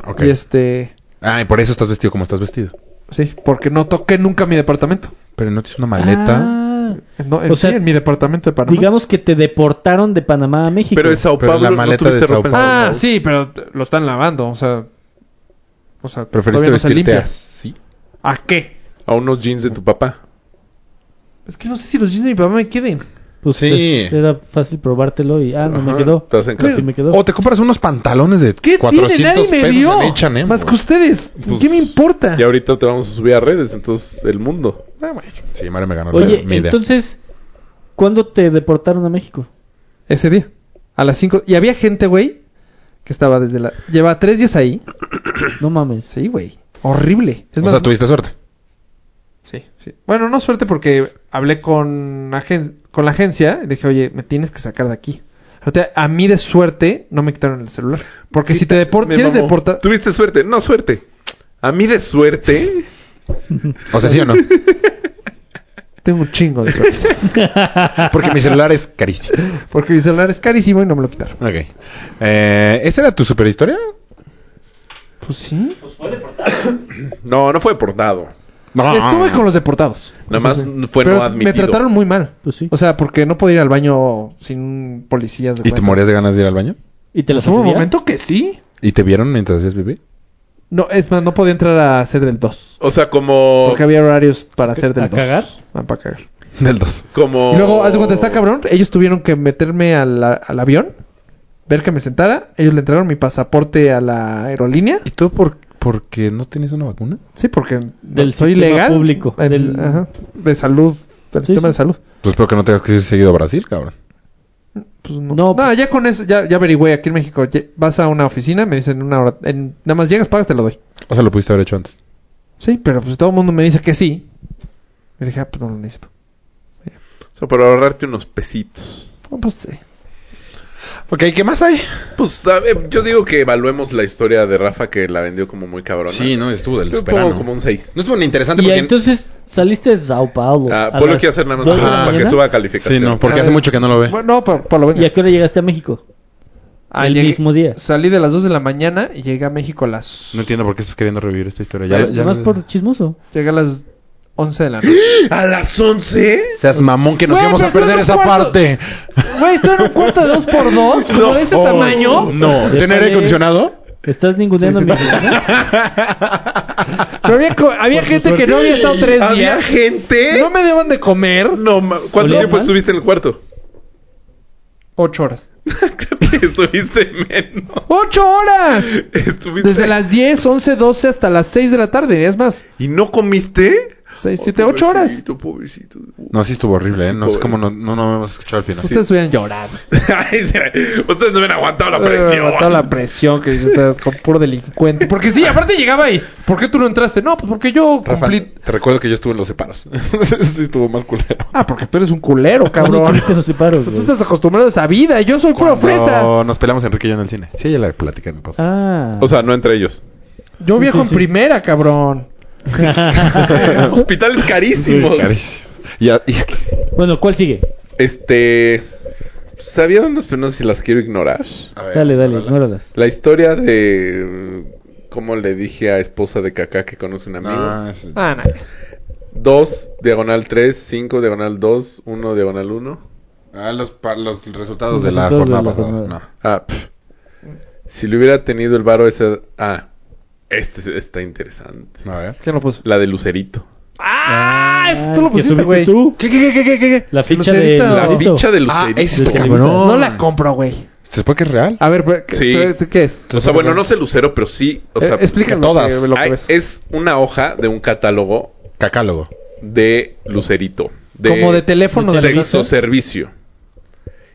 [SPEAKER 4] Ok.
[SPEAKER 5] Y este.
[SPEAKER 4] Ay, por eso estás vestido como estás vestido.
[SPEAKER 5] Sí, porque no toqué nunca mi departamento.
[SPEAKER 4] Pero no tienes una maleta.
[SPEAKER 2] Ah,
[SPEAKER 5] No, en,
[SPEAKER 2] O sea,
[SPEAKER 5] sí, en mi departamento de Panamá.
[SPEAKER 2] digamos que te deportaron de Panamá a México.
[SPEAKER 3] Pero en Sao
[SPEAKER 4] Pero la
[SPEAKER 3] Paulo no
[SPEAKER 4] maleta
[SPEAKER 3] tuviste
[SPEAKER 4] de Sao
[SPEAKER 3] ropa en Sao
[SPEAKER 5] ah,
[SPEAKER 3] Paulo.
[SPEAKER 5] sí, pero te- lo están lavando, o sea. O sea,
[SPEAKER 4] Preferiste
[SPEAKER 5] todavía no se
[SPEAKER 4] vestirte
[SPEAKER 5] limpia.
[SPEAKER 4] así.
[SPEAKER 5] ¿A qué?
[SPEAKER 3] A unos jeans de tu papá.
[SPEAKER 5] Es que no sé si los jeans de mi papá me queden.
[SPEAKER 2] Pues,
[SPEAKER 4] Sí.
[SPEAKER 2] pues, era fácil probártelo y... Ah, no me
[SPEAKER 3] Ajá,
[SPEAKER 2] quedó.
[SPEAKER 3] estás en casa.
[SPEAKER 2] Sí, me quedó.
[SPEAKER 4] O te compras unos pantalones de
[SPEAKER 5] ¿Qué
[SPEAKER 4] 400
[SPEAKER 5] tiene? Nadie me
[SPEAKER 4] pesos
[SPEAKER 5] vio.
[SPEAKER 4] en H&M,
[SPEAKER 5] Más que
[SPEAKER 4] güey.
[SPEAKER 5] ustedes.
[SPEAKER 3] Pues,
[SPEAKER 5] ¿Qué me importa?
[SPEAKER 3] Y ahorita te vamos a subir a redes, entonces el mundo.
[SPEAKER 5] Ah, bueno.
[SPEAKER 4] Sí, Mario me ganó la-
[SPEAKER 2] Oye,
[SPEAKER 4] mi idea.
[SPEAKER 2] entonces, ¿cuándo te deportaron a México?
[SPEAKER 5] Ese día. A las 5. Y había gente, güey, que estaba desde la. Lleva tres días ahí.
[SPEAKER 2] No mames.
[SPEAKER 5] Sí, güey. Horrible. Es
[SPEAKER 4] o
[SPEAKER 5] más,
[SPEAKER 4] sea, tuviste suerte.
[SPEAKER 5] Sí, sí. Bueno, no suerte porque hablé con, agen- con la agencia y le dije, oye, me tienes que sacar de aquí. Ahorita, a mí de suerte no me quitaron el celular. Porque si te deportas,
[SPEAKER 3] Me
[SPEAKER 5] si eres
[SPEAKER 3] mamó.
[SPEAKER 5] deporta-
[SPEAKER 3] Tuviste suerte. No, suerte. A mí de suerte.
[SPEAKER 4] O sea, ¿sí o no?
[SPEAKER 5] tengo un chingo de suerte.
[SPEAKER 4] Porque mi celular es carísimo.
[SPEAKER 5] porque mi celular es carísimo y no me lo quitaron.
[SPEAKER 4] Ok. Eh, ¿Esa era tu superhistoria?
[SPEAKER 5] Pues sí.
[SPEAKER 3] No, no fue deportado.
[SPEAKER 4] No.
[SPEAKER 5] Estuve con los deportados.
[SPEAKER 3] Nada más fue
[SPEAKER 5] Pero
[SPEAKER 3] no admitido.
[SPEAKER 5] me trataron muy mal.
[SPEAKER 2] Pues sí.
[SPEAKER 5] O sea, porque no podía ir al baño sin policías. De
[SPEAKER 4] ¿Y te
[SPEAKER 5] cuenta.
[SPEAKER 4] morías de ganas de ir al baño?
[SPEAKER 2] ¿Y te la
[SPEAKER 5] Hubo un
[SPEAKER 2] servía?
[SPEAKER 5] momento que sí.
[SPEAKER 4] ¿Y te vieron mientras hacías pipí?
[SPEAKER 5] No, es más, no podía entrar a hacer del 2.
[SPEAKER 3] O sea, como...
[SPEAKER 5] Porque había horarios para hacer del
[SPEAKER 2] ¿A
[SPEAKER 5] 2.
[SPEAKER 2] cagar?
[SPEAKER 5] Ah, para cagar.
[SPEAKER 4] Del 2.
[SPEAKER 2] Oh.
[SPEAKER 3] como...
[SPEAKER 5] Y luego, haz de cuenta, está cabrón. Ellos tuvieron que meterme al, al avión, ver que me sentara. Ellos le entregaron mi pasaporte a la aerolínea.
[SPEAKER 4] ¿Y tú por, porque no tenías una vacuna?
[SPEAKER 5] Sí, porque no-
[SPEAKER 2] Del
[SPEAKER 5] soy
[SPEAKER 2] sistema
[SPEAKER 5] legal.
[SPEAKER 2] público,
[SPEAKER 5] En-
[SPEAKER 2] del-
[SPEAKER 5] ajá, de salud. Del
[SPEAKER 2] Sí,
[SPEAKER 5] sistema
[SPEAKER 2] sí.
[SPEAKER 5] de salud.
[SPEAKER 4] Pues espero que no tengas que ir seguido a Brasil, cabrón.
[SPEAKER 5] Pues
[SPEAKER 2] No,
[SPEAKER 5] no. No,
[SPEAKER 2] pues-
[SPEAKER 5] ya con eso, ya, ya averigüé. Aquí en México ye- vas a una oficina, me dicen una hora. en- nada más llegas, pagas, te lo doy.
[SPEAKER 4] O sea, lo pudiste haber hecho antes.
[SPEAKER 5] Sí, pero pues todo el mundo me dice que sí. Me dije, ah, pues no lo necesito.
[SPEAKER 3] O sea, para ahorrarte unos pesitos.
[SPEAKER 5] No, pues sí.
[SPEAKER 4] Ok, ¿qué más hay?
[SPEAKER 3] Pues a ver, yo digo que evaluemos la historia de Rafa que la vendió como muy cabrona.
[SPEAKER 4] Sí, no, eh, estuvo del
[SPEAKER 3] Yo le
[SPEAKER 4] esperano.
[SPEAKER 3] pongo como un 6.
[SPEAKER 4] No estuvo ni interesante
[SPEAKER 2] Y
[SPEAKER 4] porque...
[SPEAKER 2] entonces saliste de Sao Paulo.
[SPEAKER 3] Ah,
[SPEAKER 2] Uh, a
[SPEAKER 3] ponlo
[SPEAKER 2] las
[SPEAKER 3] aquí a hacer nada más
[SPEAKER 2] dos de
[SPEAKER 3] para-
[SPEAKER 2] la
[SPEAKER 3] para que
[SPEAKER 2] mañana.
[SPEAKER 3] suba calificación.
[SPEAKER 4] Sí, no, porque
[SPEAKER 5] A
[SPEAKER 4] hace
[SPEAKER 5] ver.
[SPEAKER 4] mucho que no lo ve.
[SPEAKER 5] Bueno, no, por, por lo menos.
[SPEAKER 2] ¿Y a qué hora llegaste a México?
[SPEAKER 5] Ah,
[SPEAKER 2] el
[SPEAKER 5] llegué-
[SPEAKER 2] mismo día.
[SPEAKER 5] Salí de las 2 de la mañana y llegué a México a las.
[SPEAKER 4] No entiendo por qué estás queriendo revivir esta historia. Ya,
[SPEAKER 2] Pero
[SPEAKER 4] ya-
[SPEAKER 2] nomás por chismoso.
[SPEAKER 5] Llegué a las 11 de la noche.
[SPEAKER 3] ¿A las 11?
[SPEAKER 4] Seas mamón que nos
[SPEAKER 5] Güey,
[SPEAKER 4] íbamos a
[SPEAKER 5] pero estoy
[SPEAKER 4] perder
[SPEAKER 5] en un
[SPEAKER 4] esa
[SPEAKER 5] cuarto.
[SPEAKER 4] parte.
[SPEAKER 5] Güey, estoy en un cuarto de 2 por 2 como de este
[SPEAKER 4] Oh,
[SPEAKER 5] tamaño.
[SPEAKER 4] No. ¿Tiene aire
[SPEAKER 2] Depende.
[SPEAKER 4] acondicionado?
[SPEAKER 2] Estás ninguneando a mi hermana.
[SPEAKER 5] Pero había, co- había gente que no había estado 3
[SPEAKER 3] ¿Había
[SPEAKER 5] días.
[SPEAKER 3] gente?
[SPEAKER 5] No me daban de comer
[SPEAKER 3] No, ma- ¿Cuánto
[SPEAKER 2] Olía
[SPEAKER 3] tiempo
[SPEAKER 2] mal.
[SPEAKER 3] estuviste en el cuarto?
[SPEAKER 5] 8 horas.
[SPEAKER 3] Creo que estuviste menos.
[SPEAKER 5] ¡8 horas!
[SPEAKER 3] Estuviste...
[SPEAKER 5] Desde las 10, 11, 12 hasta las 6 de la tarde. Es más,
[SPEAKER 3] ¿Y no comiste? Oh,
[SPEAKER 5] 6, 7, 8 horas.
[SPEAKER 3] Pobrecito, pobrecito.
[SPEAKER 4] No, sí estuvo horrible, ¿eh? No sé
[SPEAKER 3] pobre.
[SPEAKER 4] cómo no, no, no hemos escuchado al final.
[SPEAKER 5] Ustedes hubieran llorado.
[SPEAKER 3] Ay, se- Ustedes no hubieran aguantado la presión.
[SPEAKER 5] Toda Eh, la presión que yo estaba con puro delincuente. Porque sí, aparte llegaba ahí. ¿Por qué tú no entraste? No, pues porque yo
[SPEAKER 4] Rafa,
[SPEAKER 5] cumplí.
[SPEAKER 4] te recuerdo que yo estuve en los separos. sí estuvo más culero.
[SPEAKER 5] Ah, porque tú eres un culero,
[SPEAKER 2] ¿Dónde
[SPEAKER 5] cabrón.
[SPEAKER 2] estuviste los separos,
[SPEAKER 5] Tú
[SPEAKER 2] güey?
[SPEAKER 5] estás acostumbrado a esa vida. Yo soy puro fresa.
[SPEAKER 4] nos peleamos Enrique y yo en el cine. Sí, ya la platicé en el podcast.
[SPEAKER 2] Ah.
[SPEAKER 3] O sea, no entre ellos.
[SPEAKER 5] Yo viajo
[SPEAKER 2] sí,
[SPEAKER 5] en
[SPEAKER 2] sí.
[SPEAKER 5] primera, cabrón.
[SPEAKER 3] Hospitales carísimos.
[SPEAKER 4] Carísimo. Ya, y es que-
[SPEAKER 2] bueno, ¿cuál sigue? este...
[SPEAKER 3] Este. Sabía unas, pero no sé si las quiero ignorar.
[SPEAKER 2] Dale, dale, ignóralas.
[SPEAKER 3] La historia de. mm, ¿Cómo le dije a esposa de Kaká que conoce un amigo?
[SPEAKER 4] No, es-
[SPEAKER 5] Ah, no.
[SPEAKER 3] 2, diagonal 3, 5, diagonal 2, 1, diagonal 1.
[SPEAKER 4] Ah, los, pa- los resultados
[SPEAKER 2] Los
[SPEAKER 4] de la
[SPEAKER 2] resultados de
[SPEAKER 4] jornada
[SPEAKER 2] la
[SPEAKER 4] pasada.
[SPEAKER 2] jornada.
[SPEAKER 3] Ah, pf. Si le hubiera tenido el varo ese. Ah, este está interesante.
[SPEAKER 4] No. A ver.
[SPEAKER 5] ¿Quién lo puso?
[SPEAKER 3] La de Lucerito.
[SPEAKER 5] ¡Ah! Eso tú
[SPEAKER 2] Ah,
[SPEAKER 5] lo
[SPEAKER 2] que
[SPEAKER 5] pusiste,
[SPEAKER 2] subiste
[SPEAKER 5] güey.
[SPEAKER 2] tú.
[SPEAKER 4] ¿Qué, qué, qué, qué, qué?
[SPEAKER 2] La ficha de
[SPEAKER 5] Lucerito.
[SPEAKER 3] La
[SPEAKER 5] Oh.
[SPEAKER 2] Lucerito.
[SPEAKER 3] ficha de Lucerito.
[SPEAKER 4] Ah, ese está
[SPEAKER 2] Televisa.
[SPEAKER 4] cabrón.
[SPEAKER 5] No la compro, güey.
[SPEAKER 4] ¿Se supone que es real?
[SPEAKER 5] A ver, pero- ¿qué,
[SPEAKER 3] Sí.
[SPEAKER 5] pero- ¿qué es?
[SPEAKER 3] O sea, bueno, no sé Lucero, pero sí. O sea, ah,
[SPEAKER 5] Eh, explica
[SPEAKER 4] que
[SPEAKER 5] lo
[SPEAKER 4] todas.
[SPEAKER 5] que- lo que
[SPEAKER 3] hay-
[SPEAKER 5] ves.
[SPEAKER 3] es una hoja de un catálogo
[SPEAKER 4] Cacálogo.
[SPEAKER 3] de Lucerito.
[SPEAKER 5] Como de teléfono de
[SPEAKER 3] Se
[SPEAKER 5] Lucerito.
[SPEAKER 3] hizo servicio.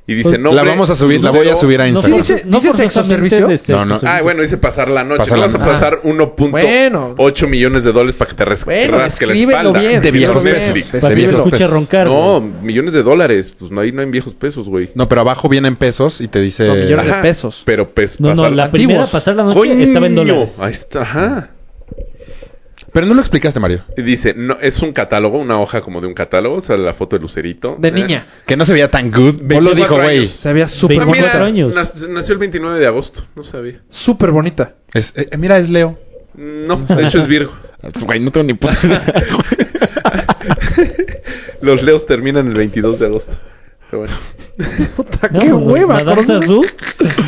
[SPEAKER 3] Y dice,
[SPEAKER 2] Pues,
[SPEAKER 3] no.
[SPEAKER 4] la vamos a subir, la voy a subir a
[SPEAKER 2] No
[SPEAKER 4] Instagram.
[SPEAKER 5] dice-
[SPEAKER 2] forzo- no
[SPEAKER 5] dice sexo
[SPEAKER 2] forzosamente
[SPEAKER 5] servicio.
[SPEAKER 2] de este, sexo
[SPEAKER 4] No, no.
[SPEAKER 3] Ah,
[SPEAKER 2] servicio.
[SPEAKER 3] bueno, dice pasar la noche.
[SPEAKER 4] Pasar
[SPEAKER 3] no
[SPEAKER 4] la
[SPEAKER 3] vas a
[SPEAKER 4] noche.
[SPEAKER 3] pasar 1.8
[SPEAKER 5] Bueno.
[SPEAKER 3] millones de dólares para que te res-
[SPEAKER 5] Bueno,
[SPEAKER 3] rasque la
[SPEAKER 5] escríbelo
[SPEAKER 3] espalda.
[SPEAKER 5] bien.
[SPEAKER 4] De
[SPEAKER 3] Si no
[SPEAKER 4] viejos
[SPEAKER 3] ves
[SPEAKER 4] pesos.
[SPEAKER 3] Netflix.
[SPEAKER 4] De
[SPEAKER 2] Para que te
[SPEAKER 4] viejos
[SPEAKER 2] escuche
[SPEAKER 4] pesos.
[SPEAKER 2] roncar.
[SPEAKER 3] este No,
[SPEAKER 2] güey.
[SPEAKER 3] millones de dólares. Pues no, ahí no hay viejos pesos, güey.
[SPEAKER 4] No, pero abajo vienen pesos y te dice...
[SPEAKER 5] No, millones de
[SPEAKER 3] Ajá,
[SPEAKER 5] pesos.
[SPEAKER 3] Pero pues
[SPEAKER 2] No, no,
[SPEAKER 3] pasar-
[SPEAKER 2] la primera
[SPEAKER 5] antiguos.
[SPEAKER 2] pasar la noche
[SPEAKER 3] ¡Coño!
[SPEAKER 2] estaba en dólares.
[SPEAKER 3] Ahí está, ajá.
[SPEAKER 4] Pero no lo explicaste, Mario.
[SPEAKER 3] Y dice, no, es un catálogo, una hoja como de un catálogo, o sea, la foto de Lucerito.
[SPEAKER 5] De
[SPEAKER 3] Eh.
[SPEAKER 5] niña.
[SPEAKER 4] Que no se veía tan good. Vos
[SPEAKER 3] 24
[SPEAKER 4] lo dijo, güey.
[SPEAKER 3] años.
[SPEAKER 5] Se veía súper
[SPEAKER 3] Ah,
[SPEAKER 2] Pero
[SPEAKER 3] mira,
[SPEAKER 5] bonita.
[SPEAKER 2] cuatro años.
[SPEAKER 3] nas- nació el 29 de agosto, no sabía. Mm,
[SPEAKER 5] Súper bonita.
[SPEAKER 4] Es- eh, mira, es Leo.
[SPEAKER 3] No, de hecho es Virgo.
[SPEAKER 4] Ah, pues, Güey, no tengo ni puta
[SPEAKER 3] Los leos terminan el 22 de agosto. Pero bueno.
[SPEAKER 2] No,
[SPEAKER 5] ¡Qué
[SPEAKER 2] no,
[SPEAKER 5] hueva!
[SPEAKER 2] La danza
[SPEAKER 5] cabrón!
[SPEAKER 2] azul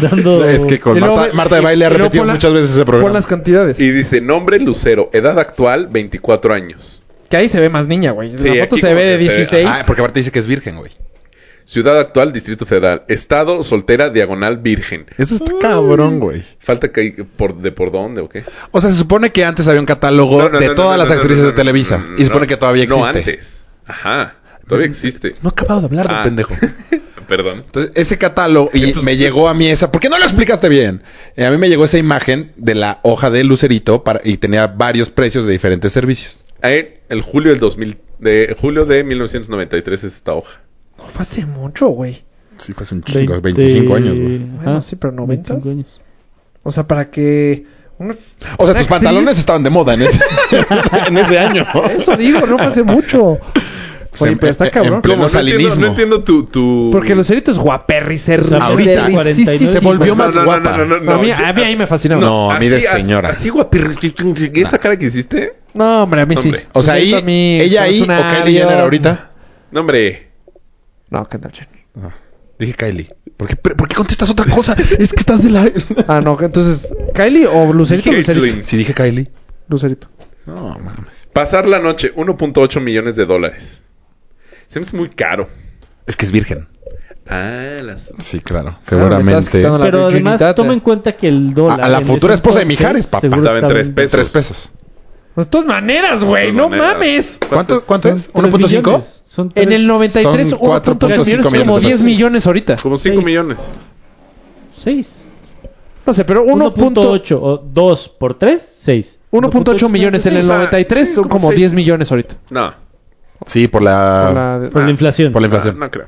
[SPEAKER 2] dando...
[SPEAKER 4] Es que con
[SPEAKER 5] Y luego
[SPEAKER 4] Marta,
[SPEAKER 5] ve-
[SPEAKER 4] Marta de
[SPEAKER 5] y-
[SPEAKER 4] Baile ha
[SPEAKER 5] y luego
[SPEAKER 4] repetido
[SPEAKER 5] pon la-
[SPEAKER 4] muchas veces ese
[SPEAKER 5] Pon
[SPEAKER 4] programa.
[SPEAKER 5] las cantidades.
[SPEAKER 3] Y dice, nombre Lucero, edad actual 24 años.
[SPEAKER 5] Que ahí se ve más niña, güey.
[SPEAKER 3] Sí,
[SPEAKER 5] la foto
[SPEAKER 3] aquí
[SPEAKER 5] se
[SPEAKER 3] como
[SPEAKER 5] ve de
[SPEAKER 3] que se ve-
[SPEAKER 5] 16.
[SPEAKER 4] Ah, porque aparte dice que es virgen, güey.
[SPEAKER 3] Ciudad actual, Distrito Federal. Estado, soltera, diagonal, virgen.
[SPEAKER 4] Eso está cabrón, güey.
[SPEAKER 3] Falta que por de por dónde o qué?
[SPEAKER 4] O sea, se supone que antes había un catálogo
[SPEAKER 3] No, no,
[SPEAKER 4] de
[SPEAKER 3] no,
[SPEAKER 4] todas
[SPEAKER 3] no,
[SPEAKER 4] las
[SPEAKER 3] no, no,
[SPEAKER 4] actrices
[SPEAKER 3] no,
[SPEAKER 4] de
[SPEAKER 3] no,
[SPEAKER 4] Televisa.
[SPEAKER 3] no, no,
[SPEAKER 4] y se supone
[SPEAKER 3] no.
[SPEAKER 4] que todavía existe. Mm.
[SPEAKER 3] No antes. Ajá. Todavía existe.
[SPEAKER 4] No he acabado de hablar
[SPEAKER 3] Ah.
[SPEAKER 4] de pendejo.
[SPEAKER 3] Perdón.
[SPEAKER 4] Entonces, ese catálogo y me llegó a mí esa. ¿Por qué no lo explicaste bien? Eh, a mí me llegó esa imagen de la hoja de Lucerito para, y tenía varios precios de diferentes servicios.
[SPEAKER 3] En Eh, el julio del 2000 de julio de 1993 es esta hoja.
[SPEAKER 5] No, fue hace mucho, güey.
[SPEAKER 4] Sí, pues un chingo, 25 años, güey.
[SPEAKER 2] Ajá,
[SPEAKER 5] Bueno, sí, pero noventas.
[SPEAKER 2] 25 años.
[SPEAKER 5] O sea, para que. una-
[SPEAKER 4] O sea,
[SPEAKER 5] una
[SPEAKER 4] tus
[SPEAKER 5] actriz-
[SPEAKER 4] pantalones estaban de moda en ese, en ese año.
[SPEAKER 5] Eso digo, no fue hace mucho. Oye,
[SPEAKER 4] Pues en-
[SPEAKER 5] pero está
[SPEAKER 4] en
[SPEAKER 5] cabrón.
[SPEAKER 4] pleno- Como
[SPEAKER 3] no, entiendo,
[SPEAKER 4] salinismo.
[SPEAKER 3] no entiendo tu, tu...
[SPEAKER 5] Porque Lucerito es guaperricer.
[SPEAKER 2] O sea,
[SPEAKER 4] ahorita,
[SPEAKER 5] se
[SPEAKER 2] 49,
[SPEAKER 3] no,
[SPEAKER 5] volvió
[SPEAKER 4] más
[SPEAKER 5] más.
[SPEAKER 3] no, no,
[SPEAKER 4] guapa.
[SPEAKER 3] no, no, no,
[SPEAKER 5] No, a, mí,
[SPEAKER 3] yo-
[SPEAKER 5] a mí ahí me fascinaba. No,
[SPEAKER 4] No, a mí de
[SPEAKER 3] así, así-
[SPEAKER 4] señora.
[SPEAKER 3] Así guapirritín, Esa cara que hiciste.
[SPEAKER 5] hombre, a mí sí.
[SPEAKER 3] Hombre.
[SPEAKER 4] O sea, ahí,
[SPEAKER 5] Lucerito a mí,
[SPEAKER 4] ella
[SPEAKER 5] es
[SPEAKER 4] ahí o
[SPEAKER 5] una
[SPEAKER 4] Kylie Jenner
[SPEAKER 5] avión.
[SPEAKER 4] ahorita.
[SPEAKER 3] No, hombre.
[SPEAKER 5] No, Kendall Jenner.
[SPEAKER 4] Dije Kylie. ¿Por qué, pero ¿por qué contestas otra cosa? Es que estás de la...
[SPEAKER 5] Ah, no, entonces. ¿Kylie o
[SPEAKER 3] Pues
[SPEAKER 5] Lucerito? Lucerito.
[SPEAKER 3] Caitlyn.
[SPEAKER 4] Si dije Kylie.
[SPEAKER 5] Lucerito.
[SPEAKER 4] No, mames.
[SPEAKER 3] Pasar la noche 1.8 millones de dólares. Se me hace muy caro.
[SPEAKER 4] Es que es virgen.
[SPEAKER 3] Ah, las
[SPEAKER 4] Sí, claro.
[SPEAKER 5] me estás
[SPEAKER 4] Seguramente.
[SPEAKER 5] quitando la
[SPEAKER 2] Pero además,
[SPEAKER 5] virginidad,
[SPEAKER 2] toma
[SPEAKER 5] eh.
[SPEAKER 2] en cuenta que el dólar...
[SPEAKER 4] A- a la
[SPEAKER 2] en
[SPEAKER 4] futura
[SPEAKER 2] ese
[SPEAKER 4] esposa de
[SPEAKER 2] entonces,
[SPEAKER 4] Mijares, papá.
[SPEAKER 2] seguro
[SPEAKER 3] Estaba en
[SPEAKER 2] estaba
[SPEAKER 3] tres pesos.
[SPEAKER 4] Tres pesos.
[SPEAKER 5] De todas maneras, güey. No
[SPEAKER 3] maneras.
[SPEAKER 5] mames.
[SPEAKER 4] ¿Cuánto,
[SPEAKER 3] ¿Cuántos?
[SPEAKER 4] cuánto es?
[SPEAKER 2] Son tres
[SPEAKER 4] ¿1.5?
[SPEAKER 2] millones, son
[SPEAKER 5] En el
[SPEAKER 2] tres-
[SPEAKER 5] 93,
[SPEAKER 4] Son
[SPEAKER 5] 1.3
[SPEAKER 4] 4.5
[SPEAKER 5] millones, es como
[SPEAKER 4] millones de
[SPEAKER 5] 10
[SPEAKER 4] pesos.
[SPEAKER 5] millones ahorita.
[SPEAKER 3] Como 5
[SPEAKER 2] Seis.
[SPEAKER 3] millones.
[SPEAKER 2] Seis.
[SPEAKER 5] No sé, pero 1.8
[SPEAKER 2] 1.8 o 2 por 3, 6.
[SPEAKER 5] 1.8 millones en
[SPEAKER 3] o
[SPEAKER 5] el
[SPEAKER 3] sea,
[SPEAKER 5] 93
[SPEAKER 3] sí,
[SPEAKER 5] son
[SPEAKER 3] como
[SPEAKER 5] como
[SPEAKER 3] seis.
[SPEAKER 5] 10 millones ahorita.
[SPEAKER 3] No.
[SPEAKER 4] Sí, por la...
[SPEAKER 5] Por la-
[SPEAKER 2] Ah. Por la inflación.
[SPEAKER 4] Por la
[SPEAKER 3] Ah,
[SPEAKER 4] inflación.
[SPEAKER 3] no creo.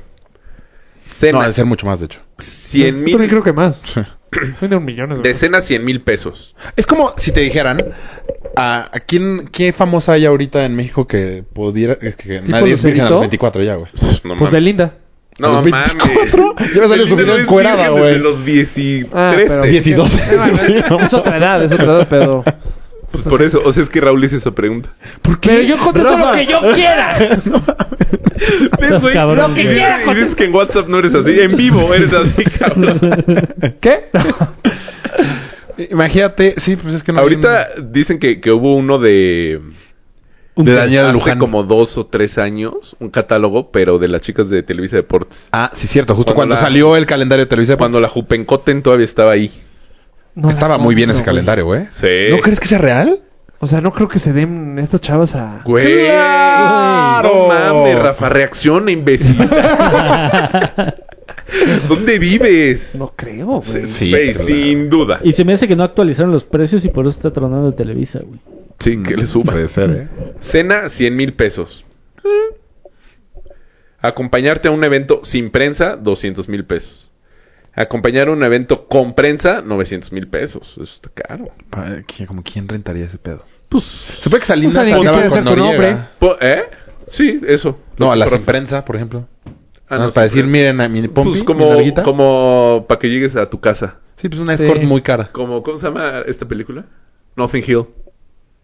[SPEAKER 3] Cena,
[SPEAKER 4] No, debe ser mucho más, de hecho.
[SPEAKER 3] 100
[SPEAKER 5] Yo también
[SPEAKER 3] mil.
[SPEAKER 5] creo que más. Venden millones. güey.
[SPEAKER 3] De cena, 100 mil pesos.
[SPEAKER 4] Es como si te dijeran ah, a, a quién qué famosa hay ahorita en México que pudiera es que nadie es virgen a
[SPEAKER 5] Lucerito?
[SPEAKER 4] los 24 ya, güey.
[SPEAKER 3] Pues, no
[SPEAKER 5] Pues
[SPEAKER 3] mames.
[SPEAKER 5] Belinda.
[SPEAKER 4] a
[SPEAKER 3] No
[SPEAKER 4] los
[SPEAKER 3] mames.
[SPEAKER 4] 24, ya me salió
[SPEAKER 3] Belinda
[SPEAKER 4] su video
[SPEAKER 3] no es
[SPEAKER 4] encuerada,
[SPEAKER 3] virgen
[SPEAKER 4] güey.
[SPEAKER 3] Desde los 13.
[SPEAKER 5] Ah, pero-
[SPEAKER 4] 12.
[SPEAKER 5] Es otra edad, es otra edad, pero.
[SPEAKER 3] Pues por eso, o sea, es que Raúl hizo esa pregunta.
[SPEAKER 4] ¿Por qué?
[SPEAKER 5] Pero yo contesto
[SPEAKER 4] Rafa,
[SPEAKER 5] lo que yo quiera.
[SPEAKER 3] ¿Ves, güey?
[SPEAKER 2] cabrón,
[SPEAKER 3] Y
[SPEAKER 2] güey.
[SPEAKER 3] dices-
[SPEAKER 5] quiera,
[SPEAKER 3] Y dices que en WhatsApp no eres así. En vivo eres así, cabrón.
[SPEAKER 5] ¿Qué?
[SPEAKER 4] Imagínate, sí, pues es que no.
[SPEAKER 3] Ahorita dicen que, que hubo uno de...
[SPEAKER 4] de
[SPEAKER 3] hace
[SPEAKER 4] Daniel Luján.
[SPEAKER 3] como dos o tres años, un catálogo, pero de las chicas de Televisa Deportes.
[SPEAKER 4] Ah, sí, cierto, justo
[SPEAKER 3] Cuando
[SPEAKER 4] cuando,
[SPEAKER 3] la-
[SPEAKER 4] salió el calendario de Televisa. pues,
[SPEAKER 3] Cuando la Jupencoten todavía estaba ahí.
[SPEAKER 5] No,
[SPEAKER 4] Estaba
[SPEAKER 5] no,
[SPEAKER 4] muy bien
[SPEAKER 5] no,
[SPEAKER 4] ese
[SPEAKER 5] güey.
[SPEAKER 4] calendario, güey.
[SPEAKER 3] Sí.
[SPEAKER 4] ¿No crees que sea real?
[SPEAKER 5] O sea, no creo que se den estas chavas a.
[SPEAKER 3] Güey.
[SPEAKER 4] ¡Claro!
[SPEAKER 3] No mames, Rafa, reacciona, imbécil. ¿Dónde vives?
[SPEAKER 5] No creo, güey.
[SPEAKER 4] sí,
[SPEAKER 3] Güey,
[SPEAKER 4] claro.
[SPEAKER 3] sin duda.
[SPEAKER 2] Y se me hace que no actualizaron los precios y por eso está tronando Televisa, güey.
[SPEAKER 3] Sí, que le suba.
[SPEAKER 4] Puede ser, ¿eh?
[SPEAKER 3] Cena, 100 mil pesos. Eh. Acompañarte a un evento sin prensa, 200 mil pesos. Acompañar a un evento con prensa, 900 mil pesos. Eso está caro.
[SPEAKER 4] Pa- ¿quién- Como quién rentaría ese pedo. Pues supe que Salinas
[SPEAKER 5] pues alguien que
[SPEAKER 4] andaba
[SPEAKER 5] quiere
[SPEAKER 4] con
[SPEAKER 5] ser tu nombre.
[SPEAKER 4] Noriega.
[SPEAKER 3] Po- ¿Eh? Sí, eso.
[SPEAKER 4] No, a la
[SPEAKER 3] Correcto.
[SPEAKER 4] sin prensa, por ejemplo.
[SPEAKER 3] Ah,
[SPEAKER 4] Nada
[SPEAKER 3] no,
[SPEAKER 4] más para
[SPEAKER 3] sin
[SPEAKER 4] decir,
[SPEAKER 3] prensa.
[SPEAKER 4] miren a mi pompi,
[SPEAKER 3] pues
[SPEAKER 4] mi
[SPEAKER 3] como,
[SPEAKER 4] nalguita.
[SPEAKER 3] como para que llegues a tu casa.
[SPEAKER 4] Sí, pues una escort
[SPEAKER 5] Sí.
[SPEAKER 4] muy cara.
[SPEAKER 3] Como, ¿Cómo se llama esta película? Nothing Hill.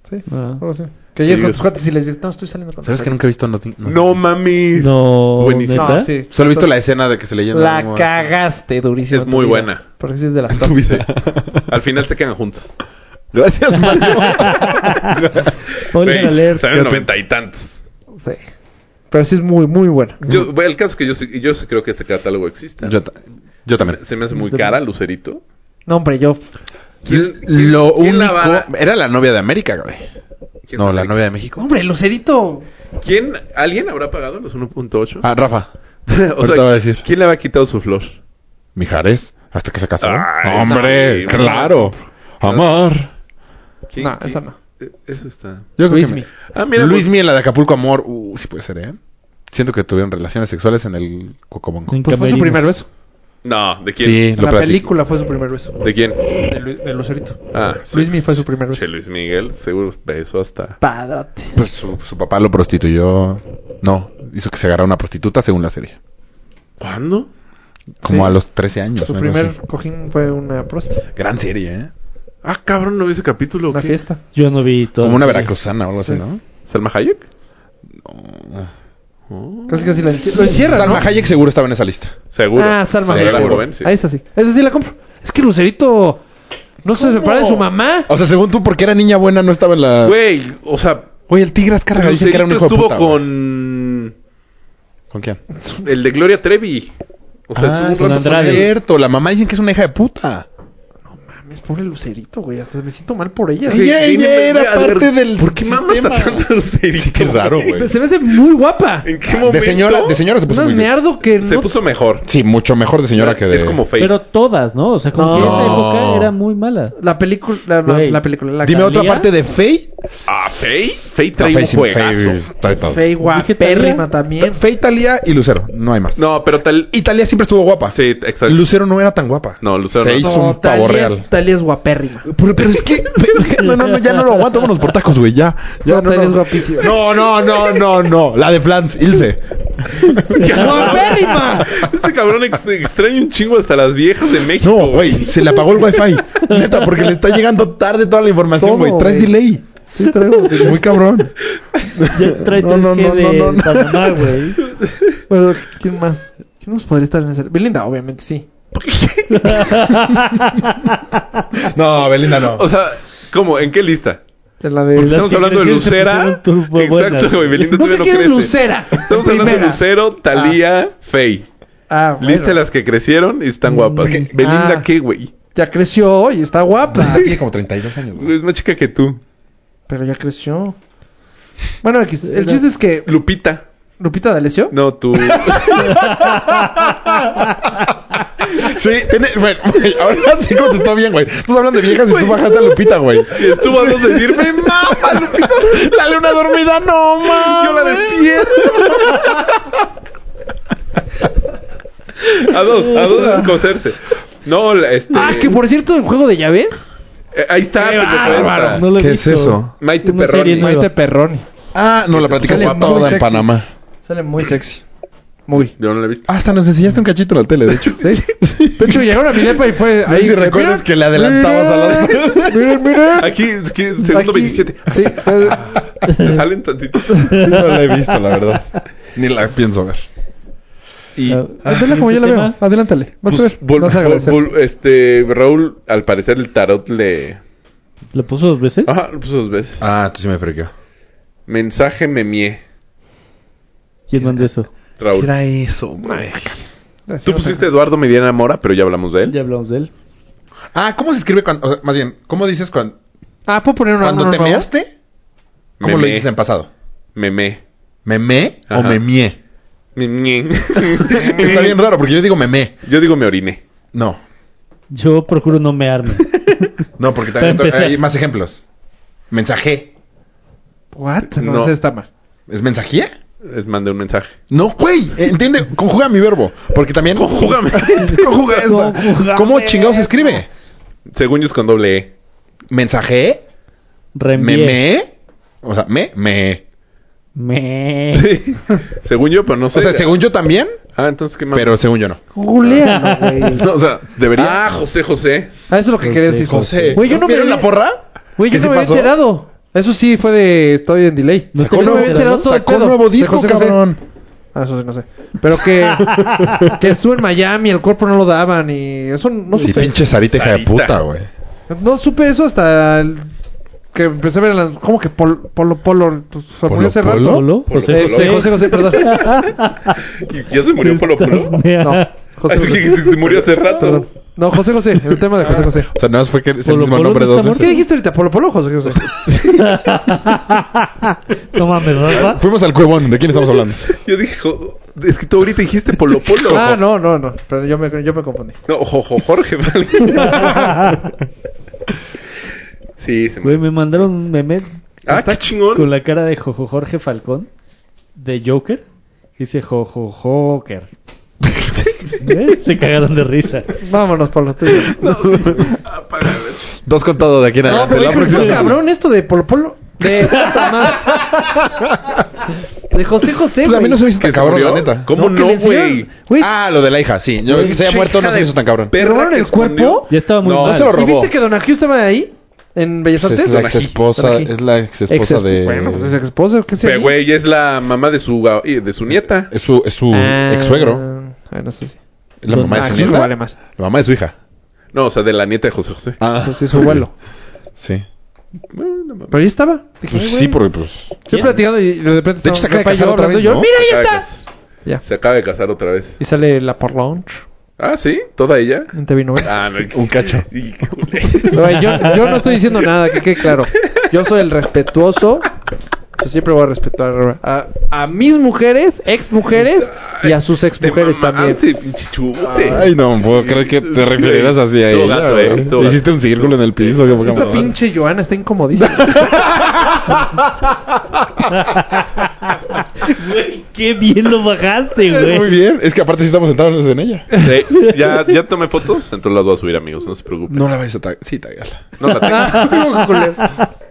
[SPEAKER 5] Sí.
[SPEAKER 2] Ah.
[SPEAKER 5] algo así. Que llegues con
[SPEAKER 3] Dios.
[SPEAKER 5] tus cuates y les dices, no, estoy saliendo con
[SPEAKER 4] ¿Sabes
[SPEAKER 5] tus
[SPEAKER 4] que nunca he visto Nothing?
[SPEAKER 3] No mames.
[SPEAKER 2] No,
[SPEAKER 3] Es buenísimo.
[SPEAKER 2] ¿neta?
[SPEAKER 5] No, sí.
[SPEAKER 4] Solo he visto la escena de que se le llena
[SPEAKER 5] La
[SPEAKER 4] de humor.
[SPEAKER 5] cagaste durísimo.
[SPEAKER 3] Es
[SPEAKER 5] tu
[SPEAKER 3] muy
[SPEAKER 5] vida.
[SPEAKER 3] buena.
[SPEAKER 5] Porque sí es de las
[SPEAKER 4] Tu
[SPEAKER 5] top.
[SPEAKER 4] vida.
[SPEAKER 3] Al final se quedan juntos.
[SPEAKER 4] Gracias, Mario.
[SPEAKER 2] Olga
[SPEAKER 3] Güey,
[SPEAKER 2] Galer.
[SPEAKER 3] Salen noventa y tantos.
[SPEAKER 5] Sí. Pero sí es muy, muy buena.
[SPEAKER 3] Yo, bueno, el caso es que yo, sí- yo sí creo que este catálogo existe.
[SPEAKER 4] Mm. yo, ta- yo también.
[SPEAKER 3] Se me hace muy cara, Lucerito.
[SPEAKER 5] No, hombre, yo.
[SPEAKER 3] ¿Quién- quién-
[SPEAKER 4] Lo
[SPEAKER 3] quién
[SPEAKER 4] único...
[SPEAKER 3] la va a-
[SPEAKER 4] Era la novia de América, güey.
[SPEAKER 3] quién
[SPEAKER 4] No,
[SPEAKER 3] sabe?
[SPEAKER 4] la novia de México.
[SPEAKER 5] Hombre, Lucerito.
[SPEAKER 3] ¿Quién, ¿Alguien habrá pagado los 1.8?
[SPEAKER 4] Ah, Rafa.
[SPEAKER 3] o sea,
[SPEAKER 4] ahorita voy a decir.
[SPEAKER 3] ¿quién le habrá quitado su flor?
[SPEAKER 4] Mijares, hasta que se casó.
[SPEAKER 3] Ay,
[SPEAKER 4] Hombre,
[SPEAKER 3] sí,
[SPEAKER 4] claro. Amor.
[SPEAKER 3] ¿Quién-
[SPEAKER 5] No,
[SPEAKER 3] quién-
[SPEAKER 5] esa no.
[SPEAKER 3] Eh, Eso está.
[SPEAKER 4] Yo creo
[SPEAKER 5] Luis
[SPEAKER 4] que
[SPEAKER 5] Mi.
[SPEAKER 3] Ah, mira,
[SPEAKER 4] Luis
[SPEAKER 3] pues-
[SPEAKER 4] Miel, la de Acapulco Amor. Uh, sí puede ser, ¿eh? Siento que tuvieron relaciones sexuales en el Cocobongo.
[SPEAKER 2] En
[SPEAKER 5] Pues fue su
[SPEAKER 2] camerinos.
[SPEAKER 5] primer beso.
[SPEAKER 3] No, ¿de quién?
[SPEAKER 4] Sí, lo
[SPEAKER 5] La
[SPEAKER 4] platico.
[SPEAKER 5] película fue su primer beso.
[SPEAKER 3] ¿De quién?
[SPEAKER 5] De, Lu- de Lucerito.
[SPEAKER 3] Ah,
[SPEAKER 5] Luis Mi fue su primer beso.
[SPEAKER 3] Che, Luis Miguel, seguro besó hasta.
[SPEAKER 5] Padrote.
[SPEAKER 4] Pues su, su papá lo prostituyó. No, hizo que se agarrara una prostituta según la serie.
[SPEAKER 3] ¿Cuándo?
[SPEAKER 4] Como
[SPEAKER 5] Sí.
[SPEAKER 4] a los 13 años.
[SPEAKER 5] Su
[SPEAKER 4] una
[SPEAKER 5] primer
[SPEAKER 4] cosa
[SPEAKER 5] cojín fue una prosta.
[SPEAKER 4] así. Gran serie, ¿eh?
[SPEAKER 3] Ah, cabrón, no vi ese capítulo. ¿o
[SPEAKER 5] Una
[SPEAKER 3] qué?
[SPEAKER 5] fiesta.
[SPEAKER 2] Yo no vi todo.
[SPEAKER 4] Como una veracruzana o algo así, ¿no?
[SPEAKER 3] ¿Salma Hayek?
[SPEAKER 5] Casi casi la encierra. Lo encierra,
[SPEAKER 4] Salma
[SPEAKER 5] ¿no?
[SPEAKER 4] Hayek seguro estaba en esa lista.
[SPEAKER 3] Seguro.
[SPEAKER 5] Ah, Salma
[SPEAKER 3] Sí,
[SPEAKER 5] Hayek.
[SPEAKER 3] la joven, sí.
[SPEAKER 5] Ahí está, sí. Esa sí la compro. Es que Lucerito no se separa de su mamá.
[SPEAKER 4] O sea, según tú, porque era niña buena, no estaba en la...
[SPEAKER 3] Güey, o sea,
[SPEAKER 4] Oye, el Tigras Carga dice que era
[SPEAKER 3] Lucerito
[SPEAKER 4] un hijo de
[SPEAKER 3] estuvo
[SPEAKER 4] puta, güey.
[SPEAKER 3] con
[SPEAKER 4] ¿Con quién?
[SPEAKER 3] el de Gloria Trevi. O sea,
[SPEAKER 4] Ah,
[SPEAKER 3] estuvo un
[SPEAKER 4] es
[SPEAKER 3] rato con él.
[SPEAKER 4] cierto. La mamá dicen que es una hija de puta.
[SPEAKER 5] Mames, pobre Lucerito, güey. Hasta me siento mal por ella.
[SPEAKER 3] Sí,
[SPEAKER 4] Ella-
[SPEAKER 3] dime,
[SPEAKER 4] ella
[SPEAKER 3] güey,
[SPEAKER 4] era
[SPEAKER 3] a ver,
[SPEAKER 4] parte del
[SPEAKER 3] ¿Por qué mamas a
[SPEAKER 4] sistema?
[SPEAKER 3] tanto a Lucerito?
[SPEAKER 4] Qué raro, güey.
[SPEAKER 5] Se me hace muy guapa.
[SPEAKER 3] ¿En qué momento?
[SPEAKER 4] De señora, de señora se puso
[SPEAKER 5] Un
[SPEAKER 4] muy bien.
[SPEAKER 5] meardo que
[SPEAKER 3] Se
[SPEAKER 5] no...
[SPEAKER 3] puso mejor.
[SPEAKER 4] Sí, mucho mejor de señora que de...
[SPEAKER 3] Es como fake.
[SPEAKER 2] Pero todas, ¿no? O sea, como que
[SPEAKER 5] No.
[SPEAKER 2] esa época era muy mala.
[SPEAKER 5] La película... La, no,
[SPEAKER 2] Güey.
[SPEAKER 5] la película. La
[SPEAKER 4] Dime
[SPEAKER 2] Talía.
[SPEAKER 4] otra parte de Faye.
[SPEAKER 3] Ah, Faye. Faye
[SPEAKER 4] No,
[SPEAKER 3] trae un
[SPEAKER 4] sin-
[SPEAKER 3] juegazo.
[SPEAKER 4] Faye trae todo.
[SPEAKER 5] Fey
[SPEAKER 2] Dije Talía.
[SPEAKER 5] guapérrima también.
[SPEAKER 4] Faye, Talía y Lucero. No hay más.
[SPEAKER 3] No, pero tal.
[SPEAKER 4] Y Talía siempre estuvo guapa.
[SPEAKER 3] Sí, exacto.
[SPEAKER 4] Lucero no era tan guapa.
[SPEAKER 3] No, Lucero
[SPEAKER 4] Se
[SPEAKER 3] no.
[SPEAKER 4] hizo un pavo
[SPEAKER 5] Talía,
[SPEAKER 4] real.
[SPEAKER 5] es, Talía es guapérrima.
[SPEAKER 4] Pero, pero es que... no, no, no, ya no lo aguanto. Vámonos por tacos, güey. Ya. ya
[SPEAKER 5] No, Talía es guapísima.
[SPEAKER 4] No, no, no, no, no. La de Flans, Ilse.
[SPEAKER 5] ¡Guapérrima!
[SPEAKER 3] Este cabrón ex- extraña un chingo hasta las viejas de México.
[SPEAKER 4] No, güey. Se le apagó el wifi. Neta, porque le está llegando tarde toda la información,
[SPEAKER 5] Todo,
[SPEAKER 4] güey. Traes
[SPEAKER 5] güey.
[SPEAKER 4] delay.
[SPEAKER 5] Sí, traigo.
[SPEAKER 4] Muy cabrón.
[SPEAKER 2] Ya trae
[SPEAKER 4] No, no,
[SPEAKER 2] 3G
[SPEAKER 4] no, no,
[SPEAKER 2] de
[SPEAKER 4] no, no.
[SPEAKER 2] Panamá, güey.
[SPEAKER 5] Bueno, ¿quién más? ¿Quién nos podría estar en ese? Belinda, obviamente, sí.
[SPEAKER 4] No, Belinda no.
[SPEAKER 3] O sea, ¿cómo? ¿En qué lista?
[SPEAKER 5] De la de...
[SPEAKER 2] Las
[SPEAKER 3] Estamos hablando de
[SPEAKER 2] que crecieron se
[SPEAKER 3] Lucera.
[SPEAKER 2] pusieron turbo
[SPEAKER 3] Exacto,
[SPEAKER 2] buenas.
[SPEAKER 3] güey. Belinda
[SPEAKER 5] No
[SPEAKER 3] todavía
[SPEAKER 5] sé quién es
[SPEAKER 3] crece.
[SPEAKER 5] Lucera.
[SPEAKER 3] Estamos hablando de
[SPEAKER 5] Primera.
[SPEAKER 3] Lucero, Talía, Faye.
[SPEAKER 5] Ah, bueno.
[SPEAKER 3] Lista de las que crecieron y están guapas.
[SPEAKER 5] Es que-
[SPEAKER 3] Belinda,
[SPEAKER 5] Mm. Ah.
[SPEAKER 3] ¿qué, güey?
[SPEAKER 5] Ya creció y está guapa.
[SPEAKER 4] Ah, tiene como 32 años,
[SPEAKER 3] Es más chica que tú.
[SPEAKER 5] Pero ya creció. Bueno, X, el chiste es que
[SPEAKER 3] Lupita.
[SPEAKER 5] Lupita D'Alessio.
[SPEAKER 3] No, tú.
[SPEAKER 4] Sí, tiene, bueno, güey, ahora sí contestó bien, güey. Estás hablando de viejas y tú bajaste a Lupita, güey.
[SPEAKER 3] Estuvo a dos de decirme, mamá, Lupita.
[SPEAKER 4] La luna dormida, no, mames.
[SPEAKER 3] Yo la despierto. A dos, a dos de coserse. No, la- este.
[SPEAKER 5] Ah, que por cierto, el juego de llaves.
[SPEAKER 3] eh, ahí está,
[SPEAKER 5] Qué
[SPEAKER 3] pendejo, ahí
[SPEAKER 5] bárbaro.
[SPEAKER 3] está.
[SPEAKER 2] No lo he
[SPEAKER 4] ¿Qué es
[SPEAKER 2] visto.
[SPEAKER 4] eso?
[SPEAKER 3] Maite
[SPEAKER 2] Una serie
[SPEAKER 3] Perroni.
[SPEAKER 2] nueva.
[SPEAKER 5] Maite Perroni.
[SPEAKER 4] Ah, nos la
[SPEAKER 5] sale
[SPEAKER 4] platicamos
[SPEAKER 5] muy
[SPEAKER 4] toda en
[SPEAKER 5] sexy.
[SPEAKER 4] Panamá.
[SPEAKER 5] Sale muy sexy. Muy.
[SPEAKER 3] Yo no la he visto.
[SPEAKER 4] Hasta nos enseñaste un cachito en la tele, de hecho.
[SPEAKER 5] ¿Sí? De hecho, llegaron a mi depa y fue.
[SPEAKER 4] No sé si recuerdas que le adelantabas a
[SPEAKER 5] los. Miren, miren.
[SPEAKER 3] Aquí, es que segundo
[SPEAKER 5] Aquí-
[SPEAKER 3] 27.
[SPEAKER 5] Sí. eh,
[SPEAKER 3] Se salen tantito.
[SPEAKER 4] No la he visto, la verdad. Ni la pienso ver.
[SPEAKER 3] Y.
[SPEAKER 2] Ah,
[SPEAKER 5] Adela como yo la veo. Adelántale. Vas a ver.
[SPEAKER 3] Pues, vol-
[SPEAKER 5] Vas a agradecer.
[SPEAKER 3] vol- este, Raúl, al parecer el tarot le.
[SPEAKER 2] ¿Lo puso dos veces?
[SPEAKER 3] Ajá, lo puso dos veces.
[SPEAKER 4] Ah, tú sí me frequeó.
[SPEAKER 3] Mensaje memié,
[SPEAKER 2] ¿Quién mandó eso?
[SPEAKER 3] Raúl.
[SPEAKER 4] era eso, güey?
[SPEAKER 3] Tú pusiste Eduardo Mediana Mora, pero ya hablamos de él.
[SPEAKER 2] Ya hablamos de él.
[SPEAKER 4] Ah, ¿cómo se escribe cuando... o sea, más bien, ¿cómo dices cuando...
[SPEAKER 5] Ah, ¿puedo poner una
[SPEAKER 4] Cuando
[SPEAKER 5] una
[SPEAKER 4] te
[SPEAKER 5] nueva?
[SPEAKER 4] measte? ¿Cómo lo
[SPEAKER 3] Memé.
[SPEAKER 4] dices en pasado?
[SPEAKER 3] Memé.
[SPEAKER 4] ¿Memé o
[SPEAKER 3] Ajá.
[SPEAKER 4] memié?
[SPEAKER 3] Memé.
[SPEAKER 4] Está bien raro porque yo digo memé.
[SPEAKER 3] Yo digo me oriné.
[SPEAKER 4] No.
[SPEAKER 2] Yo procuro no mearme.
[SPEAKER 4] No, porque
[SPEAKER 2] Para
[SPEAKER 4] también to-
[SPEAKER 2] empezar.
[SPEAKER 4] hay más ejemplos. Mensajé.
[SPEAKER 5] What? No,
[SPEAKER 3] No.
[SPEAKER 5] sé, está mal.
[SPEAKER 4] ¿Es mensajía?
[SPEAKER 3] Les mandé un mensaje.
[SPEAKER 4] No, güey. Entiende, conjuga mi verbo. Porque también. Conjúgame. conjuga esto.
[SPEAKER 2] Conjúgame
[SPEAKER 4] ¿Cómo chingados se escribe?
[SPEAKER 3] Según yo es con doble E.
[SPEAKER 4] ¿Mensajé?
[SPEAKER 2] Reenvié.
[SPEAKER 4] ¿Memé? O sea, me, me.
[SPEAKER 2] Me.
[SPEAKER 3] Sí. Según yo, pero no sé.
[SPEAKER 4] O sea, según yo también,
[SPEAKER 3] Ah, entonces qué más.
[SPEAKER 4] pero según yo no.
[SPEAKER 5] Googlealo, güey.
[SPEAKER 3] No, o sea, debería. Ah, José José.
[SPEAKER 5] Ah, eso es lo que quería decir.
[SPEAKER 4] José.
[SPEAKER 5] Güey, yo no me
[SPEAKER 4] ¿Vieron la porra?
[SPEAKER 5] Güey,
[SPEAKER 4] ¿Qué
[SPEAKER 5] yo no
[SPEAKER 4] sí
[SPEAKER 5] me había
[SPEAKER 4] pasó?
[SPEAKER 5] enterado. Eso sí fue de estoy en delay.
[SPEAKER 2] No
[SPEAKER 5] Yo
[SPEAKER 2] te
[SPEAKER 5] no me
[SPEAKER 2] habías
[SPEAKER 5] había enterado
[SPEAKER 2] enterado.
[SPEAKER 5] todo el
[SPEAKER 4] Sacó un
[SPEAKER 5] pedo.
[SPEAKER 4] nuevo
[SPEAKER 5] De
[SPEAKER 4] disco,
[SPEAKER 5] José José.
[SPEAKER 4] cabrón.
[SPEAKER 5] Ah, eso sí, no sé. Pero que, que estuvo en Miami, el cuerpo no lo daban y eso no
[SPEAKER 4] Sí,
[SPEAKER 5] supe.
[SPEAKER 4] pinche Sarita, hija de
[SPEAKER 3] Sarita.
[SPEAKER 4] puta, güey.
[SPEAKER 5] No supe eso hasta el- que empecé a ver las, ¿Cómo que Pol- Polo Polo? pues, se
[SPEAKER 4] ¿Polo
[SPEAKER 5] murió hace
[SPEAKER 4] Polo?
[SPEAKER 5] rato.
[SPEAKER 2] Polo,
[SPEAKER 3] Polo,
[SPEAKER 2] José,
[SPEAKER 5] Este, José José, perdón.
[SPEAKER 3] ¿Y ¿Ya se murió Polo Polo?
[SPEAKER 2] Estás mea-
[SPEAKER 5] No, José
[SPEAKER 3] Así
[SPEAKER 5] José.
[SPEAKER 3] que se murió hace rato.
[SPEAKER 5] Perdón. Uh. No, José José, el tema de José José.
[SPEAKER 4] O sea, no fue que es el
[SPEAKER 2] Polo
[SPEAKER 4] mismo
[SPEAKER 2] Polo
[SPEAKER 4] nombre
[SPEAKER 2] no
[SPEAKER 4] dos
[SPEAKER 2] está
[SPEAKER 5] ¿Qué
[SPEAKER 4] veces.
[SPEAKER 5] dijiste ahorita? ¿Polo Polo o José José?
[SPEAKER 2] No mames, ¿verdad?
[SPEAKER 4] Fuimos al cuevón. ¿De quién estamos hablando?
[SPEAKER 3] Yo dije, jo- es que tú ahorita dijiste Polo Polo.
[SPEAKER 5] Ah, no, no, no. Pero yo me, yo me confundí.
[SPEAKER 3] No, Jojo Jorge, ¿vale? sí,
[SPEAKER 4] Pues,
[SPEAKER 3] se
[SPEAKER 2] Güey,
[SPEAKER 3] murió.
[SPEAKER 2] me mandaron un meme
[SPEAKER 3] Ah, qué
[SPEAKER 2] con
[SPEAKER 3] chingón.
[SPEAKER 2] la cara de Jojo Jorge Falcón de Joker. Dice Jojo Joker. ¿Eh? Se cagaron de risa.
[SPEAKER 5] Vámonos, Polo. Tú.
[SPEAKER 4] Dos con todo de aquí en
[SPEAKER 5] No,
[SPEAKER 4] adelante.
[SPEAKER 5] pero
[SPEAKER 4] La
[SPEAKER 5] es que está
[SPEAKER 4] próxima-
[SPEAKER 5] cabrón esto de Polo Polo. De puta madre. De José José,
[SPEAKER 4] Pues a mí
[SPEAKER 5] güey.
[SPEAKER 4] no se me hizo
[SPEAKER 3] ¿Que
[SPEAKER 4] tan
[SPEAKER 3] se
[SPEAKER 4] cabrón,
[SPEAKER 3] murió?
[SPEAKER 4] la neta.
[SPEAKER 3] ¿Cómo
[SPEAKER 5] No, que
[SPEAKER 3] no,
[SPEAKER 5] le
[SPEAKER 3] güey?
[SPEAKER 5] hicieron- Güey,
[SPEAKER 4] Ah, lo de la hija, sí. Yo que se haya muerto no se me hizo tan cabrón.
[SPEAKER 5] ¿le robaron el cuerpo?
[SPEAKER 2] Ya estaba muy
[SPEAKER 4] No,
[SPEAKER 2] mal.
[SPEAKER 4] se lo
[SPEAKER 5] ¿Y
[SPEAKER 4] robó.
[SPEAKER 5] viste que Don Ajú estaba ahí? En Bellas
[SPEAKER 4] Pues
[SPEAKER 5] Artes.
[SPEAKER 4] es la ex
[SPEAKER 3] Donají.
[SPEAKER 4] esposa,
[SPEAKER 5] Donají.
[SPEAKER 4] es la ex esposa
[SPEAKER 5] Ex-
[SPEAKER 4] de.
[SPEAKER 5] Bueno, pues es ex esposa, ¿qué sé
[SPEAKER 3] Pero, güey, es la mamá de su, de su nieta.
[SPEAKER 4] Es su, es su ex suegro.
[SPEAKER 5] Ah, no sé si.
[SPEAKER 4] La mamá de
[SPEAKER 5] Ah,
[SPEAKER 4] su
[SPEAKER 5] eso no
[SPEAKER 4] nieta.
[SPEAKER 5] vale más.
[SPEAKER 4] La mamá de su hija.
[SPEAKER 3] No, o sea, de la nieta de José José.
[SPEAKER 4] Ah,
[SPEAKER 5] Sí, su abuelo.
[SPEAKER 4] sí.
[SPEAKER 5] Pero ahí estaba. Dije,
[SPEAKER 4] Pues
[SPEAKER 5] ay,
[SPEAKER 4] sí,
[SPEAKER 5] güey.
[SPEAKER 4] porque pues.
[SPEAKER 5] Estoy platicando y de repente.
[SPEAKER 4] De hecho, se acaba de
[SPEAKER 5] estaba mi papá y yo
[SPEAKER 4] casar otra vez,
[SPEAKER 5] hablando, yo,
[SPEAKER 4] ¿no?
[SPEAKER 5] ¡Mira,
[SPEAKER 3] Se
[SPEAKER 5] ahí
[SPEAKER 3] acaba de
[SPEAKER 5] está!
[SPEAKER 3] casar.
[SPEAKER 5] Ya.
[SPEAKER 3] Se acaba de casar otra vez.
[SPEAKER 5] Y sale la por launch
[SPEAKER 3] Ah, ¿sí? ¿Toda ella?
[SPEAKER 5] en TV Novela.
[SPEAKER 3] Ah, no.
[SPEAKER 4] Un cacho.
[SPEAKER 3] Híjole.
[SPEAKER 4] Ah,
[SPEAKER 5] Oye, yo, yo no estoy diciendo nada, que quede claro. Yo soy el respetuoso. Yo siempre voy a respetar a, a mis mujeres, ex mujeres y a sus ex
[SPEAKER 3] Te
[SPEAKER 5] mujeres también.
[SPEAKER 3] mamaste, pinche chute.
[SPEAKER 4] Ay, no, puedo creer que te refieras así a
[SPEAKER 3] Estuvo
[SPEAKER 4] ella.
[SPEAKER 3] gato,
[SPEAKER 4] güey.
[SPEAKER 3] eh, estuvo
[SPEAKER 4] Hiciste un círculo en el piso. qué poca
[SPEAKER 5] Esta
[SPEAKER 4] madre.
[SPEAKER 5] pinche Joana está incomodísima.
[SPEAKER 2] Güey, qué bien lo bajaste, güey.
[SPEAKER 4] Muy bien. Es que aparte sí estamos sentados en ella.
[SPEAKER 3] Sí, ya, ya tomé fotos, entonces las voy a subir, amigos. No se preocupen.
[SPEAKER 4] No la vais a tag. Sí, tagala.
[SPEAKER 3] No la tengo.
[SPEAKER 5] Ah, Culero.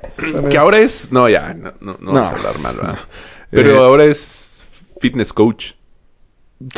[SPEAKER 3] Que ahora es. No, ya, no, no, no vamos a
[SPEAKER 4] No.
[SPEAKER 3] hablar mal, ¿verdad? Pero
[SPEAKER 4] Eh.
[SPEAKER 3] ahora es fitness coach.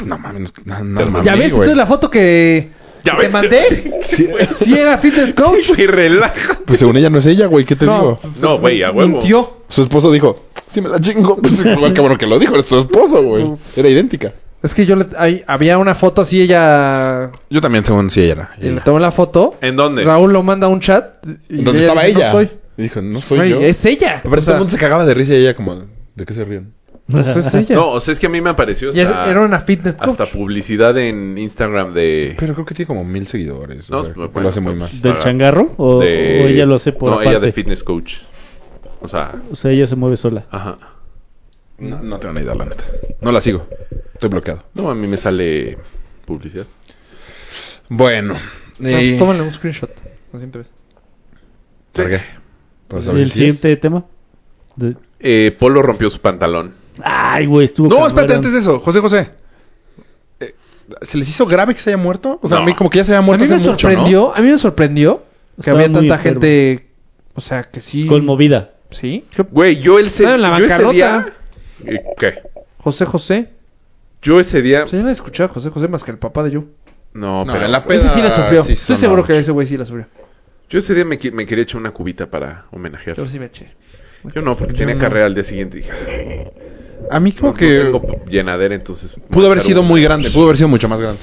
[SPEAKER 4] No mames. No, no, mames,
[SPEAKER 5] ya ves,
[SPEAKER 4] güey.
[SPEAKER 5] entonces la foto que
[SPEAKER 3] ¿Ya
[SPEAKER 5] te
[SPEAKER 3] ves?
[SPEAKER 5] mandé,
[SPEAKER 4] Sí,
[SPEAKER 5] si era fitness coach. Pues,
[SPEAKER 3] Güey, relaja.
[SPEAKER 4] Pues según ella no es ella, güey. ¿Qué te digo?
[SPEAKER 3] No, güey, a huevo.
[SPEAKER 5] Mintió.
[SPEAKER 4] Su esposo dijo, sí me la chingo. Pues igual que bueno que lo dijo, es tu esposo, güey. Era idéntica.
[SPEAKER 5] Es que yo le, ahí había una foto así, ella.
[SPEAKER 4] Yo también según si ella era.
[SPEAKER 5] Y le tomé la foto.
[SPEAKER 3] ¿En dónde?
[SPEAKER 5] Raúl lo manda a un chat. Y
[SPEAKER 4] ¿Dónde estaba
[SPEAKER 5] dijo,
[SPEAKER 4] ella?
[SPEAKER 5] No soy.
[SPEAKER 4] Y dijo, no soy
[SPEAKER 5] Güey,
[SPEAKER 4] yo.
[SPEAKER 5] es ella.
[SPEAKER 4] Pero
[SPEAKER 5] O
[SPEAKER 4] todo
[SPEAKER 5] sea,
[SPEAKER 4] el mundo se cagaba de risa y ella como, ¿de qué se ríen?
[SPEAKER 5] pues es ella.
[SPEAKER 3] No, o sea, es que a mí me apareció
[SPEAKER 5] Y
[SPEAKER 3] hasta,
[SPEAKER 5] era una fitness coach.
[SPEAKER 3] hasta publicidad en Instagram de.
[SPEAKER 4] Pero creo que tiene como mil seguidores.
[SPEAKER 3] No,
[SPEAKER 4] o sea,
[SPEAKER 3] bueno,
[SPEAKER 4] lo hace muy
[SPEAKER 3] pues,
[SPEAKER 4] mal.
[SPEAKER 2] ¿Del
[SPEAKER 3] Para-
[SPEAKER 2] changarro? ¿O,
[SPEAKER 3] de-
[SPEAKER 2] o ella lo hace por
[SPEAKER 3] No, ella de
[SPEAKER 2] aparte?
[SPEAKER 3] fitness coach. O sea,
[SPEAKER 2] O sea, ella se mueve sola.
[SPEAKER 3] ajá.
[SPEAKER 4] No, no tengo ni idea, la neta. No la sigo. Estoy bloqueado.
[SPEAKER 3] No, a mí me sale publicidad.
[SPEAKER 4] Bueno.
[SPEAKER 5] No,
[SPEAKER 4] eh,
[SPEAKER 5] pues tómale un screenshot. La siguiente vez.
[SPEAKER 4] ¿Por qué? Para saber
[SPEAKER 2] ¿El
[SPEAKER 4] si es.
[SPEAKER 2] siguiente tema? De-
[SPEAKER 3] Eh, Polo rompió su pantalón.
[SPEAKER 2] Ay, güey, estuvo
[SPEAKER 4] No,
[SPEAKER 2] cabrón.
[SPEAKER 4] espérate, antes de eso. José José. Eh, ¿Se les hizo grave que se haya muerto? O sea,
[SPEAKER 3] No.
[SPEAKER 4] a mí como que ya se había
[SPEAKER 5] A
[SPEAKER 4] muerto
[SPEAKER 5] mí me
[SPEAKER 4] hace mucho, ¿no?
[SPEAKER 5] sorprendió, a mí me sorprendió que
[SPEAKER 2] Estaba
[SPEAKER 5] había
[SPEAKER 2] muy
[SPEAKER 5] tanta
[SPEAKER 2] enfermo.
[SPEAKER 5] gente, o sea, que sí.
[SPEAKER 2] Conmovida.
[SPEAKER 5] Sí. Yo-
[SPEAKER 3] Güey, yo el se-
[SPEAKER 5] Estaba en la
[SPEAKER 3] yo ese
[SPEAKER 5] bancarrota.
[SPEAKER 3] día... Eh, ¿Qué?
[SPEAKER 5] José José.
[SPEAKER 3] Yo ese día...
[SPEAKER 5] O sea, yo no escuché a José José más que el papá de yo.
[SPEAKER 3] No,
[SPEAKER 4] No,
[SPEAKER 3] pero...
[SPEAKER 4] en la pe-
[SPEAKER 5] Ese sí la
[SPEAKER 4] Ah,
[SPEAKER 5] sufrió.
[SPEAKER 4] sí,
[SPEAKER 5] Estoy
[SPEAKER 4] sonó
[SPEAKER 5] seguro que
[SPEAKER 4] mucho.
[SPEAKER 5] ese güey sí la sufrió.
[SPEAKER 3] Yo ese día me, qui- me quería echar una cubita para homenajear.
[SPEAKER 5] Yo sí me eché.
[SPEAKER 3] Yo no, porque tenía carrera al día siguiente. Dije, "Ah,
[SPEAKER 4] A mí como
[SPEAKER 3] no
[SPEAKER 4] que
[SPEAKER 3] tengo llenadera, entonces...
[SPEAKER 4] pudo haber
[SPEAKER 3] echar
[SPEAKER 4] sido
[SPEAKER 3] una.
[SPEAKER 4] muy grande, pudo haber sido mucho más grande.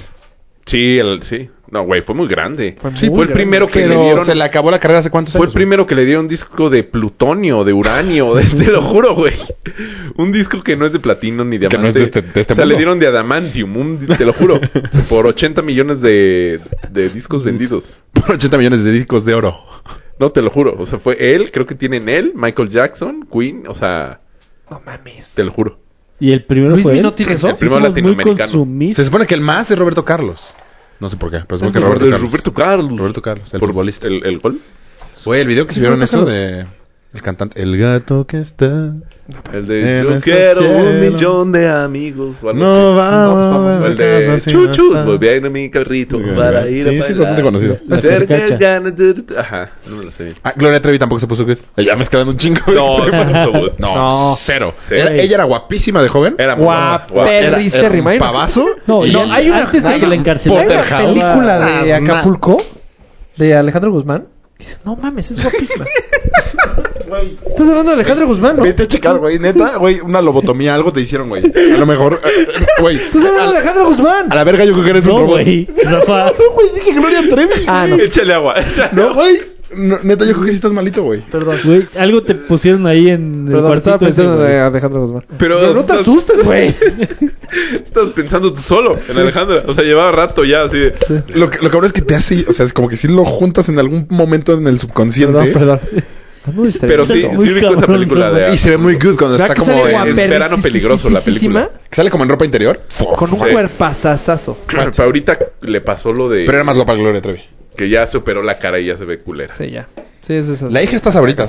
[SPEAKER 3] Sí, el, sí. No, güey, fue muy grande.
[SPEAKER 5] Fue
[SPEAKER 3] sí,
[SPEAKER 5] muy
[SPEAKER 3] fue el
[SPEAKER 5] grande.
[SPEAKER 3] primero que le
[SPEAKER 4] Pero
[SPEAKER 3] dieron...
[SPEAKER 4] se le acabó la carrera hace cuántos
[SPEAKER 3] Fue el
[SPEAKER 4] años. güey?
[SPEAKER 3] primero que le dieron disco de plutonio, de uranio, de- te lo juro, güey. Un disco que no es de platino ni de
[SPEAKER 4] Que no es de este- de este
[SPEAKER 3] o sea,
[SPEAKER 4] mundo.
[SPEAKER 3] le dieron de adamantium, un di- te lo juro, por 80 millones de, de discos
[SPEAKER 4] Mm.
[SPEAKER 3] vendidos.
[SPEAKER 4] Por 80 millones de discos de oro.
[SPEAKER 3] No, te lo juro. O sea, fue él, creo que tienen él, Michael Jackson, Queen, o sea,
[SPEAKER 5] No mames.
[SPEAKER 3] te lo juro.
[SPEAKER 2] Y el primero
[SPEAKER 5] Luis
[SPEAKER 2] fue él.
[SPEAKER 5] no tiene eso.
[SPEAKER 3] El primero
[SPEAKER 2] Somos muy
[SPEAKER 3] latinoamericano.
[SPEAKER 4] Se
[SPEAKER 2] consumistas.
[SPEAKER 4] supone que el más es Roberto Carlos. No sé por qué, pero supongo que
[SPEAKER 3] De
[SPEAKER 4] Roberto Carlos.
[SPEAKER 3] Roberto Carlos.
[SPEAKER 4] Roberto Carlos, el
[SPEAKER 3] Por-
[SPEAKER 4] futbolista.
[SPEAKER 3] El, el gol.
[SPEAKER 4] Güey, el video que subieron eso de... El cantante. El gato que está...
[SPEAKER 3] El de
[SPEAKER 4] En
[SPEAKER 3] Yo
[SPEAKER 4] este
[SPEAKER 3] quiero un
[SPEAKER 4] cielo.
[SPEAKER 3] millón de amigos. o algo
[SPEAKER 4] No
[SPEAKER 3] así.
[SPEAKER 4] vamos a
[SPEAKER 3] O
[SPEAKER 4] ver
[SPEAKER 3] el de
[SPEAKER 4] casa si
[SPEAKER 3] Chuchu.
[SPEAKER 4] no
[SPEAKER 3] pues,
[SPEAKER 4] estás.
[SPEAKER 3] Volví a ir a mi carrito
[SPEAKER 4] Sí,
[SPEAKER 3] para ir a
[SPEAKER 4] sí, bastante conocido.
[SPEAKER 2] La
[SPEAKER 3] Acerca
[SPEAKER 2] carcacha.
[SPEAKER 3] el llano- Ajá, no me lo sé bien.
[SPEAKER 4] Ah, Gloria Trevi tampoco se puso good. Ya mezclando un chingo.
[SPEAKER 3] No, eso no se puede.
[SPEAKER 4] no,
[SPEAKER 2] No.
[SPEAKER 4] cero.
[SPEAKER 3] pues, Cero.
[SPEAKER 4] Era- ella era guapísima de joven.
[SPEAKER 3] Era muy
[SPEAKER 5] Guap,
[SPEAKER 3] guapa.
[SPEAKER 5] perrísima.
[SPEAKER 4] un pavazo.
[SPEAKER 2] No,
[SPEAKER 4] y
[SPEAKER 2] no,
[SPEAKER 4] el-
[SPEAKER 2] hay una antes de que la encarcelaran.
[SPEAKER 5] Hay una
[SPEAKER 4] Porterhouse.
[SPEAKER 5] película de
[SPEAKER 4] Ah,
[SPEAKER 5] Acapulco de Alejandro Guzmán. Dices, no mames, es guapísima. Estás hablando de Alejandro Guzmán, ¿no?
[SPEAKER 4] Vete a checar, güey. Neta, güey, una lobotomía, algo te hicieron, güey. A lo mejor, eh, güey.
[SPEAKER 5] Estás hablando de Alejandro Guzmán.
[SPEAKER 4] A la verga, yo creo que eres un
[SPEAKER 2] No,
[SPEAKER 4] robot.
[SPEAKER 2] güey. Rafa.
[SPEAKER 4] No, güey, dije Gloria Trevi.
[SPEAKER 5] Ah, no.
[SPEAKER 3] Échale agua. échale
[SPEAKER 4] No, güey. No, neta, yo creo que sí estás malito, güey.
[SPEAKER 5] Perdón.
[SPEAKER 2] Güey, algo te pusieron ahí en el
[SPEAKER 5] Perdón, estaba
[SPEAKER 2] cuartito. ese,
[SPEAKER 5] pensando
[SPEAKER 2] güey.
[SPEAKER 5] de Alejandro Guzmán.
[SPEAKER 3] Pero
[SPEAKER 5] Pero no te
[SPEAKER 3] estás-
[SPEAKER 5] asustes, güey.
[SPEAKER 3] Estás pensando tú solo en Alejandra. O sea, llevaba rato ya así de.
[SPEAKER 4] Lo que, lo cabrón es que te hace, o sea, es como que sí lo juntas en algún momento en el subconsciente.
[SPEAKER 5] Perdón, perdón. Ah, Ando distraído.
[SPEAKER 3] Pero sí,
[SPEAKER 2] Muy
[SPEAKER 3] sí ubico esa
[SPEAKER 2] cabrón,
[SPEAKER 3] película
[SPEAKER 2] ¿no?
[SPEAKER 3] de.
[SPEAKER 4] Y se ve muy good cuando
[SPEAKER 5] ¿Verdad
[SPEAKER 4] está
[SPEAKER 5] que
[SPEAKER 4] como
[SPEAKER 5] sale
[SPEAKER 4] de-
[SPEAKER 3] guapo?
[SPEAKER 5] guaperrisísima?
[SPEAKER 3] verano peligroso la película.
[SPEAKER 4] sale como en ropa interior.
[SPEAKER 5] Con un
[SPEAKER 3] Sí.
[SPEAKER 5] cuerpazazazo.
[SPEAKER 3] Claro, pero ahorita le pasó lo de.
[SPEAKER 4] Pero era más guapa que Gloria Trevi.
[SPEAKER 3] Que ya se operó la cara y ya se ve culera.
[SPEAKER 5] Sí, ya. Sí, es esa.
[SPEAKER 4] La hija está sabrita.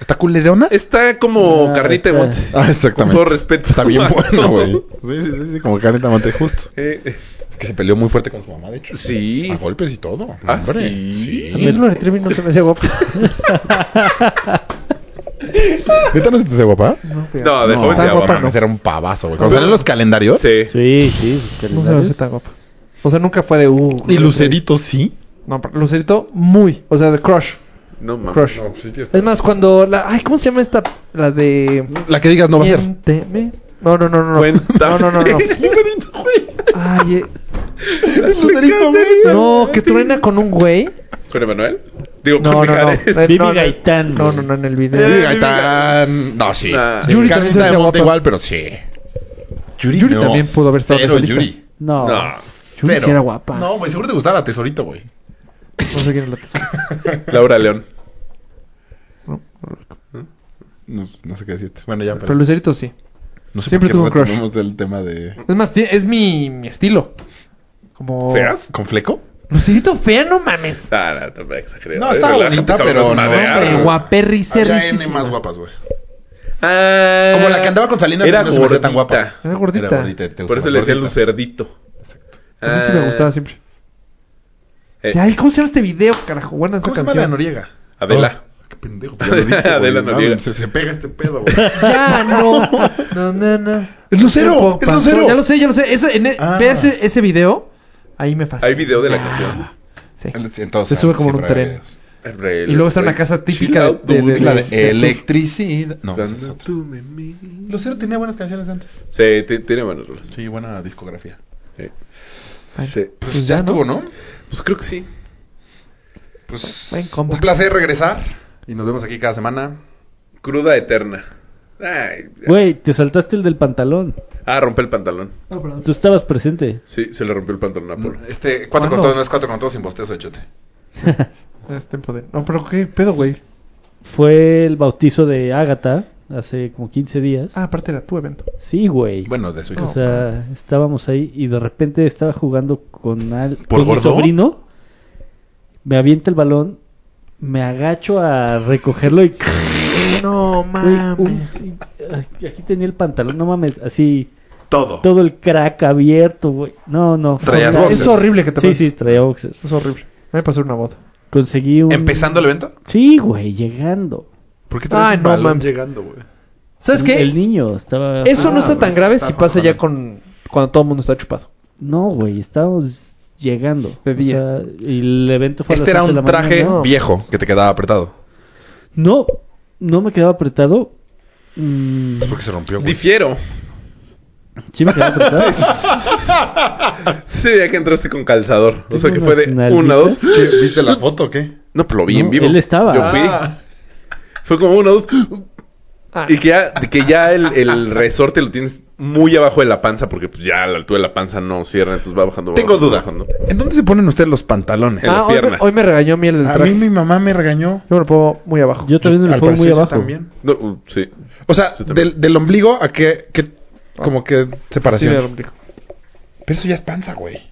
[SPEAKER 4] ¿Está culerona?
[SPEAKER 3] Está como
[SPEAKER 2] Ah,
[SPEAKER 3] carnita de
[SPEAKER 2] está-
[SPEAKER 3] monte.
[SPEAKER 4] Ah,
[SPEAKER 3] Con
[SPEAKER 4] exactamente.
[SPEAKER 3] todo respeto. Ah,
[SPEAKER 4] Está bien bueno, güey. Sí, sí, sí, sí, como Carita Monte, justo.
[SPEAKER 3] Eh, eh,
[SPEAKER 4] Es que se peleó muy fuerte con su mamá, de hecho.
[SPEAKER 3] sí.
[SPEAKER 4] A golpes y todo.
[SPEAKER 3] Ah,
[SPEAKER 4] Hombre,
[SPEAKER 3] ¿sí?
[SPEAKER 5] A mí Gloria Trevi no se me hacía guapa.
[SPEAKER 4] ¿Neta no se te hace guapa?
[SPEAKER 5] No, fíjate.
[SPEAKER 3] No, de joven se
[SPEAKER 5] tan
[SPEAKER 3] llamaba,
[SPEAKER 5] guapa
[SPEAKER 3] mames.
[SPEAKER 4] Era un pavazo, güey. Cuando salen los calendarios.
[SPEAKER 3] Sí.
[SPEAKER 2] Sí, sí. sus
[SPEAKER 5] No se me hace
[SPEAKER 2] calendarios.
[SPEAKER 5] tan guapa. O sea, nunca fue de uh.
[SPEAKER 4] Y Lucerito sí.
[SPEAKER 5] No, pero Lucerito, muy. O sea, de crush.
[SPEAKER 3] No mames.
[SPEAKER 5] Crush.
[SPEAKER 4] No, sí,
[SPEAKER 5] Es más, cuando la. Ay, ¿cómo se llama esta? La de.
[SPEAKER 4] Eh, La que digas no va a ser.
[SPEAKER 5] Miénteme. No, no, no, no. No,
[SPEAKER 3] Cuéntame.
[SPEAKER 5] no, no. no, no.
[SPEAKER 4] Lucerito, güey.
[SPEAKER 5] Ay, eh,
[SPEAKER 4] Lucerito, güey.
[SPEAKER 5] no, que truena con un güey.
[SPEAKER 3] ¿Con Emanuel? Digo,
[SPEAKER 5] No,
[SPEAKER 3] con
[SPEAKER 5] no, no.
[SPEAKER 3] Mijares.
[SPEAKER 5] Eh,
[SPEAKER 2] Vivi
[SPEAKER 5] no, no.
[SPEAKER 2] Gaitán.
[SPEAKER 5] No, no, no, en el
[SPEAKER 4] Yuri
[SPEAKER 5] video.
[SPEAKER 4] Gaitán. No, sí.
[SPEAKER 3] Nah.
[SPEAKER 4] Sí.
[SPEAKER 5] Yuri
[SPEAKER 4] Carita
[SPEAKER 5] también se
[SPEAKER 4] de
[SPEAKER 5] hace
[SPEAKER 4] Monte
[SPEAKER 5] guapa.
[SPEAKER 4] igual, pero sí. Yuri,
[SPEAKER 5] Yuri también pudo haber estado en
[SPEAKER 4] cero
[SPEAKER 5] esa lista.
[SPEAKER 4] Yuri.
[SPEAKER 2] No.
[SPEAKER 3] No.
[SPEAKER 5] Yuri
[SPEAKER 4] Cero.
[SPEAKER 5] sí era guapa. No,
[SPEAKER 4] No, güey, seguro te gustaba la tesorito, güey.
[SPEAKER 5] sé quién es la persona.
[SPEAKER 3] Laura León.
[SPEAKER 4] No, no sé qué decirte. Bueno, ya,
[SPEAKER 5] Pero Lucerito sí.
[SPEAKER 4] No sé por
[SPEAKER 5] Siempre
[SPEAKER 4] qué
[SPEAKER 5] tuve un crush.
[SPEAKER 4] retomamos del tema de...
[SPEAKER 5] Es más, ti- es mi, mi estilo. Como.
[SPEAKER 3] ¿Feas?
[SPEAKER 4] ¿Con fleco?
[SPEAKER 5] Lucerito fea, no mames.
[SPEAKER 3] Ah, no, te voy a exagerar.
[SPEAKER 4] No, estaba
[SPEAKER 3] Relájate,
[SPEAKER 4] bonita,
[SPEAKER 3] cabrón,
[SPEAKER 4] pero
[SPEAKER 3] es
[SPEAKER 4] no,
[SPEAKER 3] madreada.
[SPEAKER 4] hombre,
[SPEAKER 5] Hombre, guaperri,
[SPEAKER 4] Había N
[SPEAKER 5] cerrisísima.
[SPEAKER 4] más guapas, güey.
[SPEAKER 3] Ah,
[SPEAKER 4] Como la que andaba con Salinas
[SPEAKER 3] Era
[SPEAKER 4] no se me hacía tan
[SPEAKER 3] gordita.
[SPEAKER 4] guapa.
[SPEAKER 5] Era gordita.
[SPEAKER 4] Era gordita, te
[SPEAKER 3] Por
[SPEAKER 4] gustaban
[SPEAKER 3] eso le decía
[SPEAKER 4] gorditas.
[SPEAKER 3] Lucerdito.
[SPEAKER 5] A mí sí me
[SPEAKER 3] Ah,
[SPEAKER 5] gustaba siempre.
[SPEAKER 3] eh,
[SPEAKER 5] Ya, ¿y ¿cómo se llama este video, carajo? Buena esa
[SPEAKER 4] ¿Cómo se llama la
[SPEAKER 5] canción.
[SPEAKER 4] Noriega?
[SPEAKER 3] Adela.
[SPEAKER 4] Oh, qué pendejo. ya lo dije, güey.
[SPEAKER 3] Adela
[SPEAKER 4] No,
[SPEAKER 3] Noriega.
[SPEAKER 4] Se, se pega este pedo, güey.
[SPEAKER 5] Ya, no. No, no, no.
[SPEAKER 4] ¡Es Lucero!
[SPEAKER 5] Tiempo
[SPEAKER 4] ¡Es
[SPEAKER 5] pasó.
[SPEAKER 4] Lucero!
[SPEAKER 5] Ya lo sé, ya lo sé. Ese, en, e,
[SPEAKER 4] Ah.
[SPEAKER 5] Ve ese, ese video. Ahí me fascina.
[SPEAKER 3] Hay video de la canción.
[SPEAKER 5] Sí.
[SPEAKER 4] Entonces,
[SPEAKER 5] Se sube como en un
[SPEAKER 4] siempre
[SPEAKER 5] tren.
[SPEAKER 4] había videos.
[SPEAKER 3] Re-
[SPEAKER 5] Y luego está en una casa típica
[SPEAKER 3] Chill out,
[SPEAKER 5] de- de-
[SPEAKER 3] dude.
[SPEAKER 5] de-
[SPEAKER 4] La
[SPEAKER 5] Sí,
[SPEAKER 4] de
[SPEAKER 5] sí.
[SPEAKER 4] electricidad. No, esa es
[SPEAKER 3] Cuando
[SPEAKER 4] otra.
[SPEAKER 3] tú me miras.
[SPEAKER 4] Lucero tenía buenas canciones antes.
[SPEAKER 3] Sí, ti- tiene buenos roles.
[SPEAKER 4] Sí, buena discografía.
[SPEAKER 5] Bueno,
[SPEAKER 3] Sí.
[SPEAKER 4] Pues,
[SPEAKER 5] Pues
[SPEAKER 4] ya,
[SPEAKER 5] ya, ¿no?
[SPEAKER 4] estuvo, ¿no?
[SPEAKER 3] Pues creo que sí.
[SPEAKER 4] Pues
[SPEAKER 5] Buen combo.
[SPEAKER 4] un placer regresar. Y nos vemos aquí cada semana.
[SPEAKER 3] Cruda eterna. Ay,
[SPEAKER 2] Güey, te saltaste el del pantalón.
[SPEAKER 3] ah, rompe el pantalón.
[SPEAKER 2] Tú estabas presente.
[SPEAKER 3] Sí, se le rompió el pantalón a Polo.
[SPEAKER 4] Este, cuatro con
[SPEAKER 5] ¿Cuándo?
[SPEAKER 4] todo, no es cuatro con todo sin bostezo de chote.
[SPEAKER 5] Es tiempo de... este, No, pero qué pedo, güey.
[SPEAKER 2] Fue el bautizo de Ágata hace como 15 días.
[SPEAKER 5] Ah, aparte era tu evento.
[SPEAKER 2] Sí, güey.
[SPEAKER 4] Bueno, de su hija.
[SPEAKER 2] O sea, estábamos ahí y de repente estaba jugando con, al,
[SPEAKER 4] ¿Por
[SPEAKER 2] con mi
[SPEAKER 4] gordo?
[SPEAKER 2] sobrino. Me avienta el balón, me agacho a recogerlo y...
[SPEAKER 5] No,
[SPEAKER 2] Güey, un-
[SPEAKER 5] mames.
[SPEAKER 2] y- aquí tenía el pantalón, no mames, así
[SPEAKER 4] Todo.
[SPEAKER 2] Todo el crack abierto, güey. No, no. fue
[SPEAKER 4] Traías
[SPEAKER 2] una-
[SPEAKER 4] boxers.
[SPEAKER 5] Es horrible que te
[SPEAKER 2] Sí,
[SPEAKER 5] pases.
[SPEAKER 2] sí, traía boxers.
[SPEAKER 5] Es horrible. A mí me pasó en una boda.
[SPEAKER 2] Conseguí un...
[SPEAKER 4] ¿Empezando el evento?
[SPEAKER 2] Sí, güey, llegando.
[SPEAKER 4] ¿Por qué traes
[SPEAKER 5] Ay,
[SPEAKER 4] un
[SPEAKER 5] no
[SPEAKER 4] balón
[SPEAKER 5] mames.
[SPEAKER 4] llegando, güey?
[SPEAKER 5] ¿Sabes qué?
[SPEAKER 2] El niño estaba...
[SPEAKER 5] Eso no
[SPEAKER 4] Ah,
[SPEAKER 5] está
[SPEAKER 4] güey,
[SPEAKER 5] tan
[SPEAKER 4] es que
[SPEAKER 5] grave
[SPEAKER 4] estás
[SPEAKER 5] si pasa ya
[SPEAKER 4] jugando.
[SPEAKER 5] con cuando todo el mundo está chupado.
[SPEAKER 2] No, güey, estábamos llegando.
[SPEAKER 5] De día.
[SPEAKER 2] O sea, y el evento fue a
[SPEAKER 4] Este
[SPEAKER 2] las
[SPEAKER 4] era
[SPEAKER 2] 11 de
[SPEAKER 4] un
[SPEAKER 2] la mañana.
[SPEAKER 4] traje
[SPEAKER 5] no.
[SPEAKER 4] viejo que te quedaba apretado.
[SPEAKER 2] No, no me quedaba apretado. Mm,
[SPEAKER 4] Es porque se rompió, güey.
[SPEAKER 3] Difiero.
[SPEAKER 2] sí me quedaba apretado.
[SPEAKER 3] Sí, ya que entraste con calzador. O sea que fue de
[SPEAKER 2] unas
[SPEAKER 3] una, dos.
[SPEAKER 2] nalguitas.
[SPEAKER 4] ¿Qué? ¿Viste la foto o qué?
[SPEAKER 3] No, pero lo vi
[SPEAKER 2] No,
[SPEAKER 3] en vivo.
[SPEAKER 2] él estaba.
[SPEAKER 3] Yo fui. Fue como una, dos.
[SPEAKER 5] Ah.
[SPEAKER 3] Y que ya, que ya el, el resorte lo tienes muy abajo de la panza, porque pues ya a la altura de la panza no cierra, entonces va bajando. va
[SPEAKER 4] Tengo
[SPEAKER 3] bajando,
[SPEAKER 4] duda.
[SPEAKER 3] va bajando.
[SPEAKER 4] ¿En dónde se ponen ustedes los pantalones?
[SPEAKER 3] En las
[SPEAKER 5] Ah, hoy, me,
[SPEAKER 3] piernas.
[SPEAKER 5] hoy me regañó a mí el del
[SPEAKER 4] A mí
[SPEAKER 5] traje.
[SPEAKER 4] mi mamá me regañó.
[SPEAKER 5] Yo me lo pongo muy abajo.
[SPEAKER 2] Yo también me lo
[SPEAKER 4] Al
[SPEAKER 2] pongo
[SPEAKER 4] parecer
[SPEAKER 2] muy
[SPEAKER 4] yo
[SPEAKER 2] abajo.
[SPEAKER 4] también.
[SPEAKER 3] No, uh, sí.
[SPEAKER 4] O sea,
[SPEAKER 3] Yo también.
[SPEAKER 4] del, del ombligo a qué, qué- como que
[SPEAKER 5] Sí,
[SPEAKER 4] separación.
[SPEAKER 5] del ombligo.
[SPEAKER 4] Pero eso ya es panza, güey.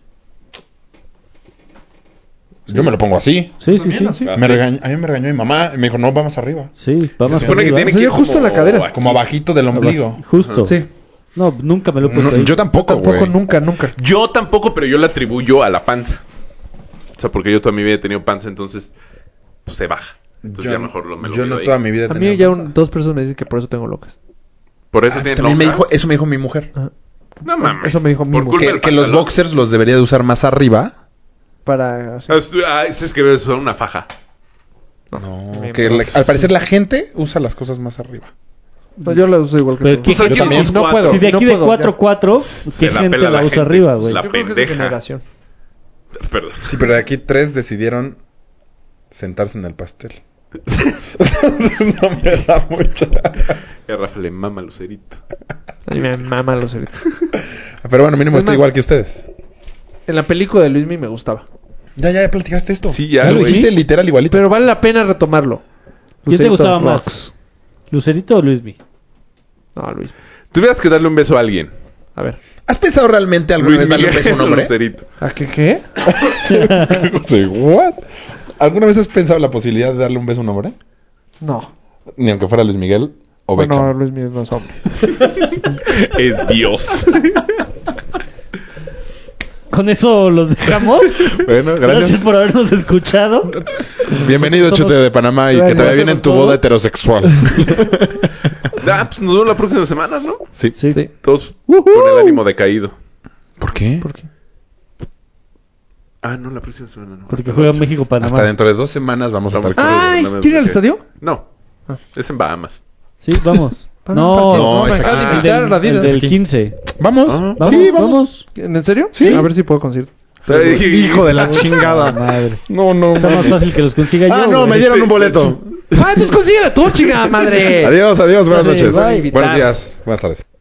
[SPEAKER 4] Yo me lo pongo así.
[SPEAKER 2] Sí, sí, sí, sí.
[SPEAKER 3] sea,
[SPEAKER 4] Me
[SPEAKER 3] sí.
[SPEAKER 4] regañó- a mí me regañó mi mamá y me dijo, no, vamos arriba.
[SPEAKER 2] Sí, vamos
[SPEAKER 4] Se
[SPEAKER 3] supone que
[SPEAKER 2] arriba. ¿eh?
[SPEAKER 3] tiene
[SPEAKER 5] O sea,
[SPEAKER 3] que
[SPEAKER 5] yo
[SPEAKER 3] ir
[SPEAKER 5] justo en la cadera.
[SPEAKER 3] aquí.
[SPEAKER 4] Como abajito del ombligo.
[SPEAKER 2] Justo.
[SPEAKER 5] Sí.
[SPEAKER 2] No, nunca me lo he puesto
[SPEAKER 4] No,
[SPEAKER 2] ahí.
[SPEAKER 4] yo Pues tampoco,
[SPEAKER 5] Tampoco,
[SPEAKER 4] güey.
[SPEAKER 5] nunca, nunca.
[SPEAKER 3] Yo tampoco, pero yo la atribuyo a la panza. O sea, porque yo toda mi vida he tenido panza, entonces pues, se baja. Entonces ya mejor lo, me lo
[SPEAKER 4] yo
[SPEAKER 3] mido
[SPEAKER 4] no
[SPEAKER 3] ahí.
[SPEAKER 4] toda mi vida
[SPEAKER 5] A
[SPEAKER 4] tenía
[SPEAKER 5] mí ya
[SPEAKER 4] panza.
[SPEAKER 5] un- dos personas me dicen que por eso tengo locas.
[SPEAKER 3] Por eso tienes
[SPEAKER 4] También me
[SPEAKER 3] lonjas.
[SPEAKER 4] dijo, eh, eso me dijo mi mujer.
[SPEAKER 3] No mames.
[SPEAKER 5] Eso me dijo mi
[SPEAKER 3] Por
[SPEAKER 5] mujer.
[SPEAKER 3] culpa
[SPEAKER 4] Que,
[SPEAKER 3] del
[SPEAKER 4] que los
[SPEAKER 3] pantalón.
[SPEAKER 4] boxers los debería de usar más arriba.
[SPEAKER 5] Para... así.
[SPEAKER 3] Ah, es es que son una faja.
[SPEAKER 4] No,
[SPEAKER 5] Bien,
[SPEAKER 4] que
[SPEAKER 5] pues,
[SPEAKER 4] la- al parecer la gente usa las cosas más arriba.
[SPEAKER 5] No, yo la uso igual que
[SPEAKER 2] Pero
[SPEAKER 5] tú.
[SPEAKER 2] ¿qué-
[SPEAKER 3] O sea,
[SPEAKER 4] Yo
[SPEAKER 3] aquí
[SPEAKER 4] también.
[SPEAKER 3] unos
[SPEAKER 5] No
[SPEAKER 3] cuatro.
[SPEAKER 5] puedo.
[SPEAKER 2] Si de
[SPEAKER 5] No
[SPEAKER 2] aquí de
[SPEAKER 5] puedo,
[SPEAKER 2] 4 a
[SPEAKER 5] ya.
[SPEAKER 2] 4,
[SPEAKER 3] Se
[SPEAKER 2] ¿qué
[SPEAKER 3] la
[SPEAKER 2] gente
[SPEAKER 3] pela
[SPEAKER 2] la,
[SPEAKER 3] la
[SPEAKER 2] usa
[SPEAKER 3] gente,
[SPEAKER 2] arriba,
[SPEAKER 3] pues,
[SPEAKER 2] güey?
[SPEAKER 3] la-
[SPEAKER 5] Yo creo que es de
[SPEAKER 3] pendeja.
[SPEAKER 5] generación.
[SPEAKER 3] Perdón.
[SPEAKER 4] Sí, pero de aquí tres decidieron sentarse en el pastel. no me da mucha.
[SPEAKER 3] Y a Rafa le mama lucerito.
[SPEAKER 5] A mí me mama los cerebritos.
[SPEAKER 4] Pero bueno, mínimo
[SPEAKER 5] Es
[SPEAKER 4] estoy
[SPEAKER 5] más-
[SPEAKER 4] igual que ustedes.
[SPEAKER 5] En la película de Luismi me gustaba.
[SPEAKER 4] Ya, ya, ya platicaste esto.
[SPEAKER 3] Sí, ya,
[SPEAKER 4] lo
[SPEAKER 3] güey.
[SPEAKER 4] dijiste literal igualito.
[SPEAKER 5] Pero vale la pena retomarlo.
[SPEAKER 2] ¿Quién te
[SPEAKER 5] Lucerito
[SPEAKER 2] gustaba
[SPEAKER 5] Rocks.
[SPEAKER 2] más? ¿Lucerito o Luismi?
[SPEAKER 5] No, Luis.
[SPEAKER 3] Tuvieras que darle un beso a alguien.
[SPEAKER 5] A ver.
[SPEAKER 4] ¿Has pensado realmente alguna vez darle un beso a un
[SPEAKER 3] o
[SPEAKER 4] hombre?
[SPEAKER 3] Lucerito.
[SPEAKER 5] ¿A qué qué?
[SPEAKER 4] Sí, what? ¿Alguna vez has pensado la posibilidad de darle un beso a un hombre?
[SPEAKER 5] No.
[SPEAKER 4] Ni aunque fuera Luis Miguel o Beckham.
[SPEAKER 5] Bueno, Luis Miguel no es hombre.
[SPEAKER 3] Es Dios.
[SPEAKER 2] Con eso los dejamos.
[SPEAKER 3] bueno,
[SPEAKER 2] Gracias
[SPEAKER 3] gracias.
[SPEAKER 2] por habernos escuchado.
[SPEAKER 4] Bienvenido,
[SPEAKER 2] Somos-
[SPEAKER 4] Chute de Panamá, y que te
[SPEAKER 5] Gracias.
[SPEAKER 4] vaya bien en tu
[SPEAKER 2] Todo.
[SPEAKER 4] boda heterosexual.
[SPEAKER 3] Ah, pues nos vemos la próxima semana, ¿no?
[SPEAKER 4] ¿Sí?
[SPEAKER 2] Sí.
[SPEAKER 5] Sí.
[SPEAKER 3] Todos con el ánimo decaído.
[SPEAKER 4] ¿Por qué?
[SPEAKER 5] ¿Por qué?
[SPEAKER 3] Ah, no, la próxima semana no.
[SPEAKER 2] Porque juega México-Panamá.
[SPEAKER 4] Hasta dentro de dos semanas vamos a
[SPEAKER 3] Vamos.
[SPEAKER 4] estar...
[SPEAKER 5] Ay,
[SPEAKER 3] Nada más
[SPEAKER 5] ¿quiere ir al
[SPEAKER 3] porque-
[SPEAKER 5] estadio?
[SPEAKER 3] No.
[SPEAKER 5] Ah.
[SPEAKER 3] Es en Bahamas.
[SPEAKER 2] Sí, vamos.
[SPEAKER 5] Para un partido.
[SPEAKER 2] No,
[SPEAKER 4] No,
[SPEAKER 5] me
[SPEAKER 4] esa-
[SPEAKER 5] acaban de
[SPEAKER 4] ah,
[SPEAKER 2] el
[SPEAKER 5] invitar a
[SPEAKER 2] del,
[SPEAKER 5] la
[SPEAKER 2] el
[SPEAKER 5] Adidas.
[SPEAKER 2] del 15.
[SPEAKER 4] ¿Vamos?
[SPEAKER 3] Ah.
[SPEAKER 2] Vamos,
[SPEAKER 4] Sí, vamos.
[SPEAKER 2] vamos.
[SPEAKER 5] ¿En serio?
[SPEAKER 4] Sí.
[SPEAKER 5] A ver si puedo conseguir.
[SPEAKER 4] Hijo de la
[SPEAKER 2] Ah,
[SPEAKER 4] chingada.
[SPEAKER 2] madre.
[SPEAKER 4] No, no,
[SPEAKER 2] Está más
[SPEAKER 4] mames.
[SPEAKER 2] fácil que los consiga yo.
[SPEAKER 4] Ah, no,
[SPEAKER 2] güey.
[SPEAKER 4] me dieron un boleto.
[SPEAKER 5] ¡Ah, entonces consíguela tú, chingada madre!
[SPEAKER 4] Adiós, adiós, buenas
[SPEAKER 2] Dale,
[SPEAKER 4] noches.
[SPEAKER 2] bye.
[SPEAKER 4] Buenos días, buenas tardes.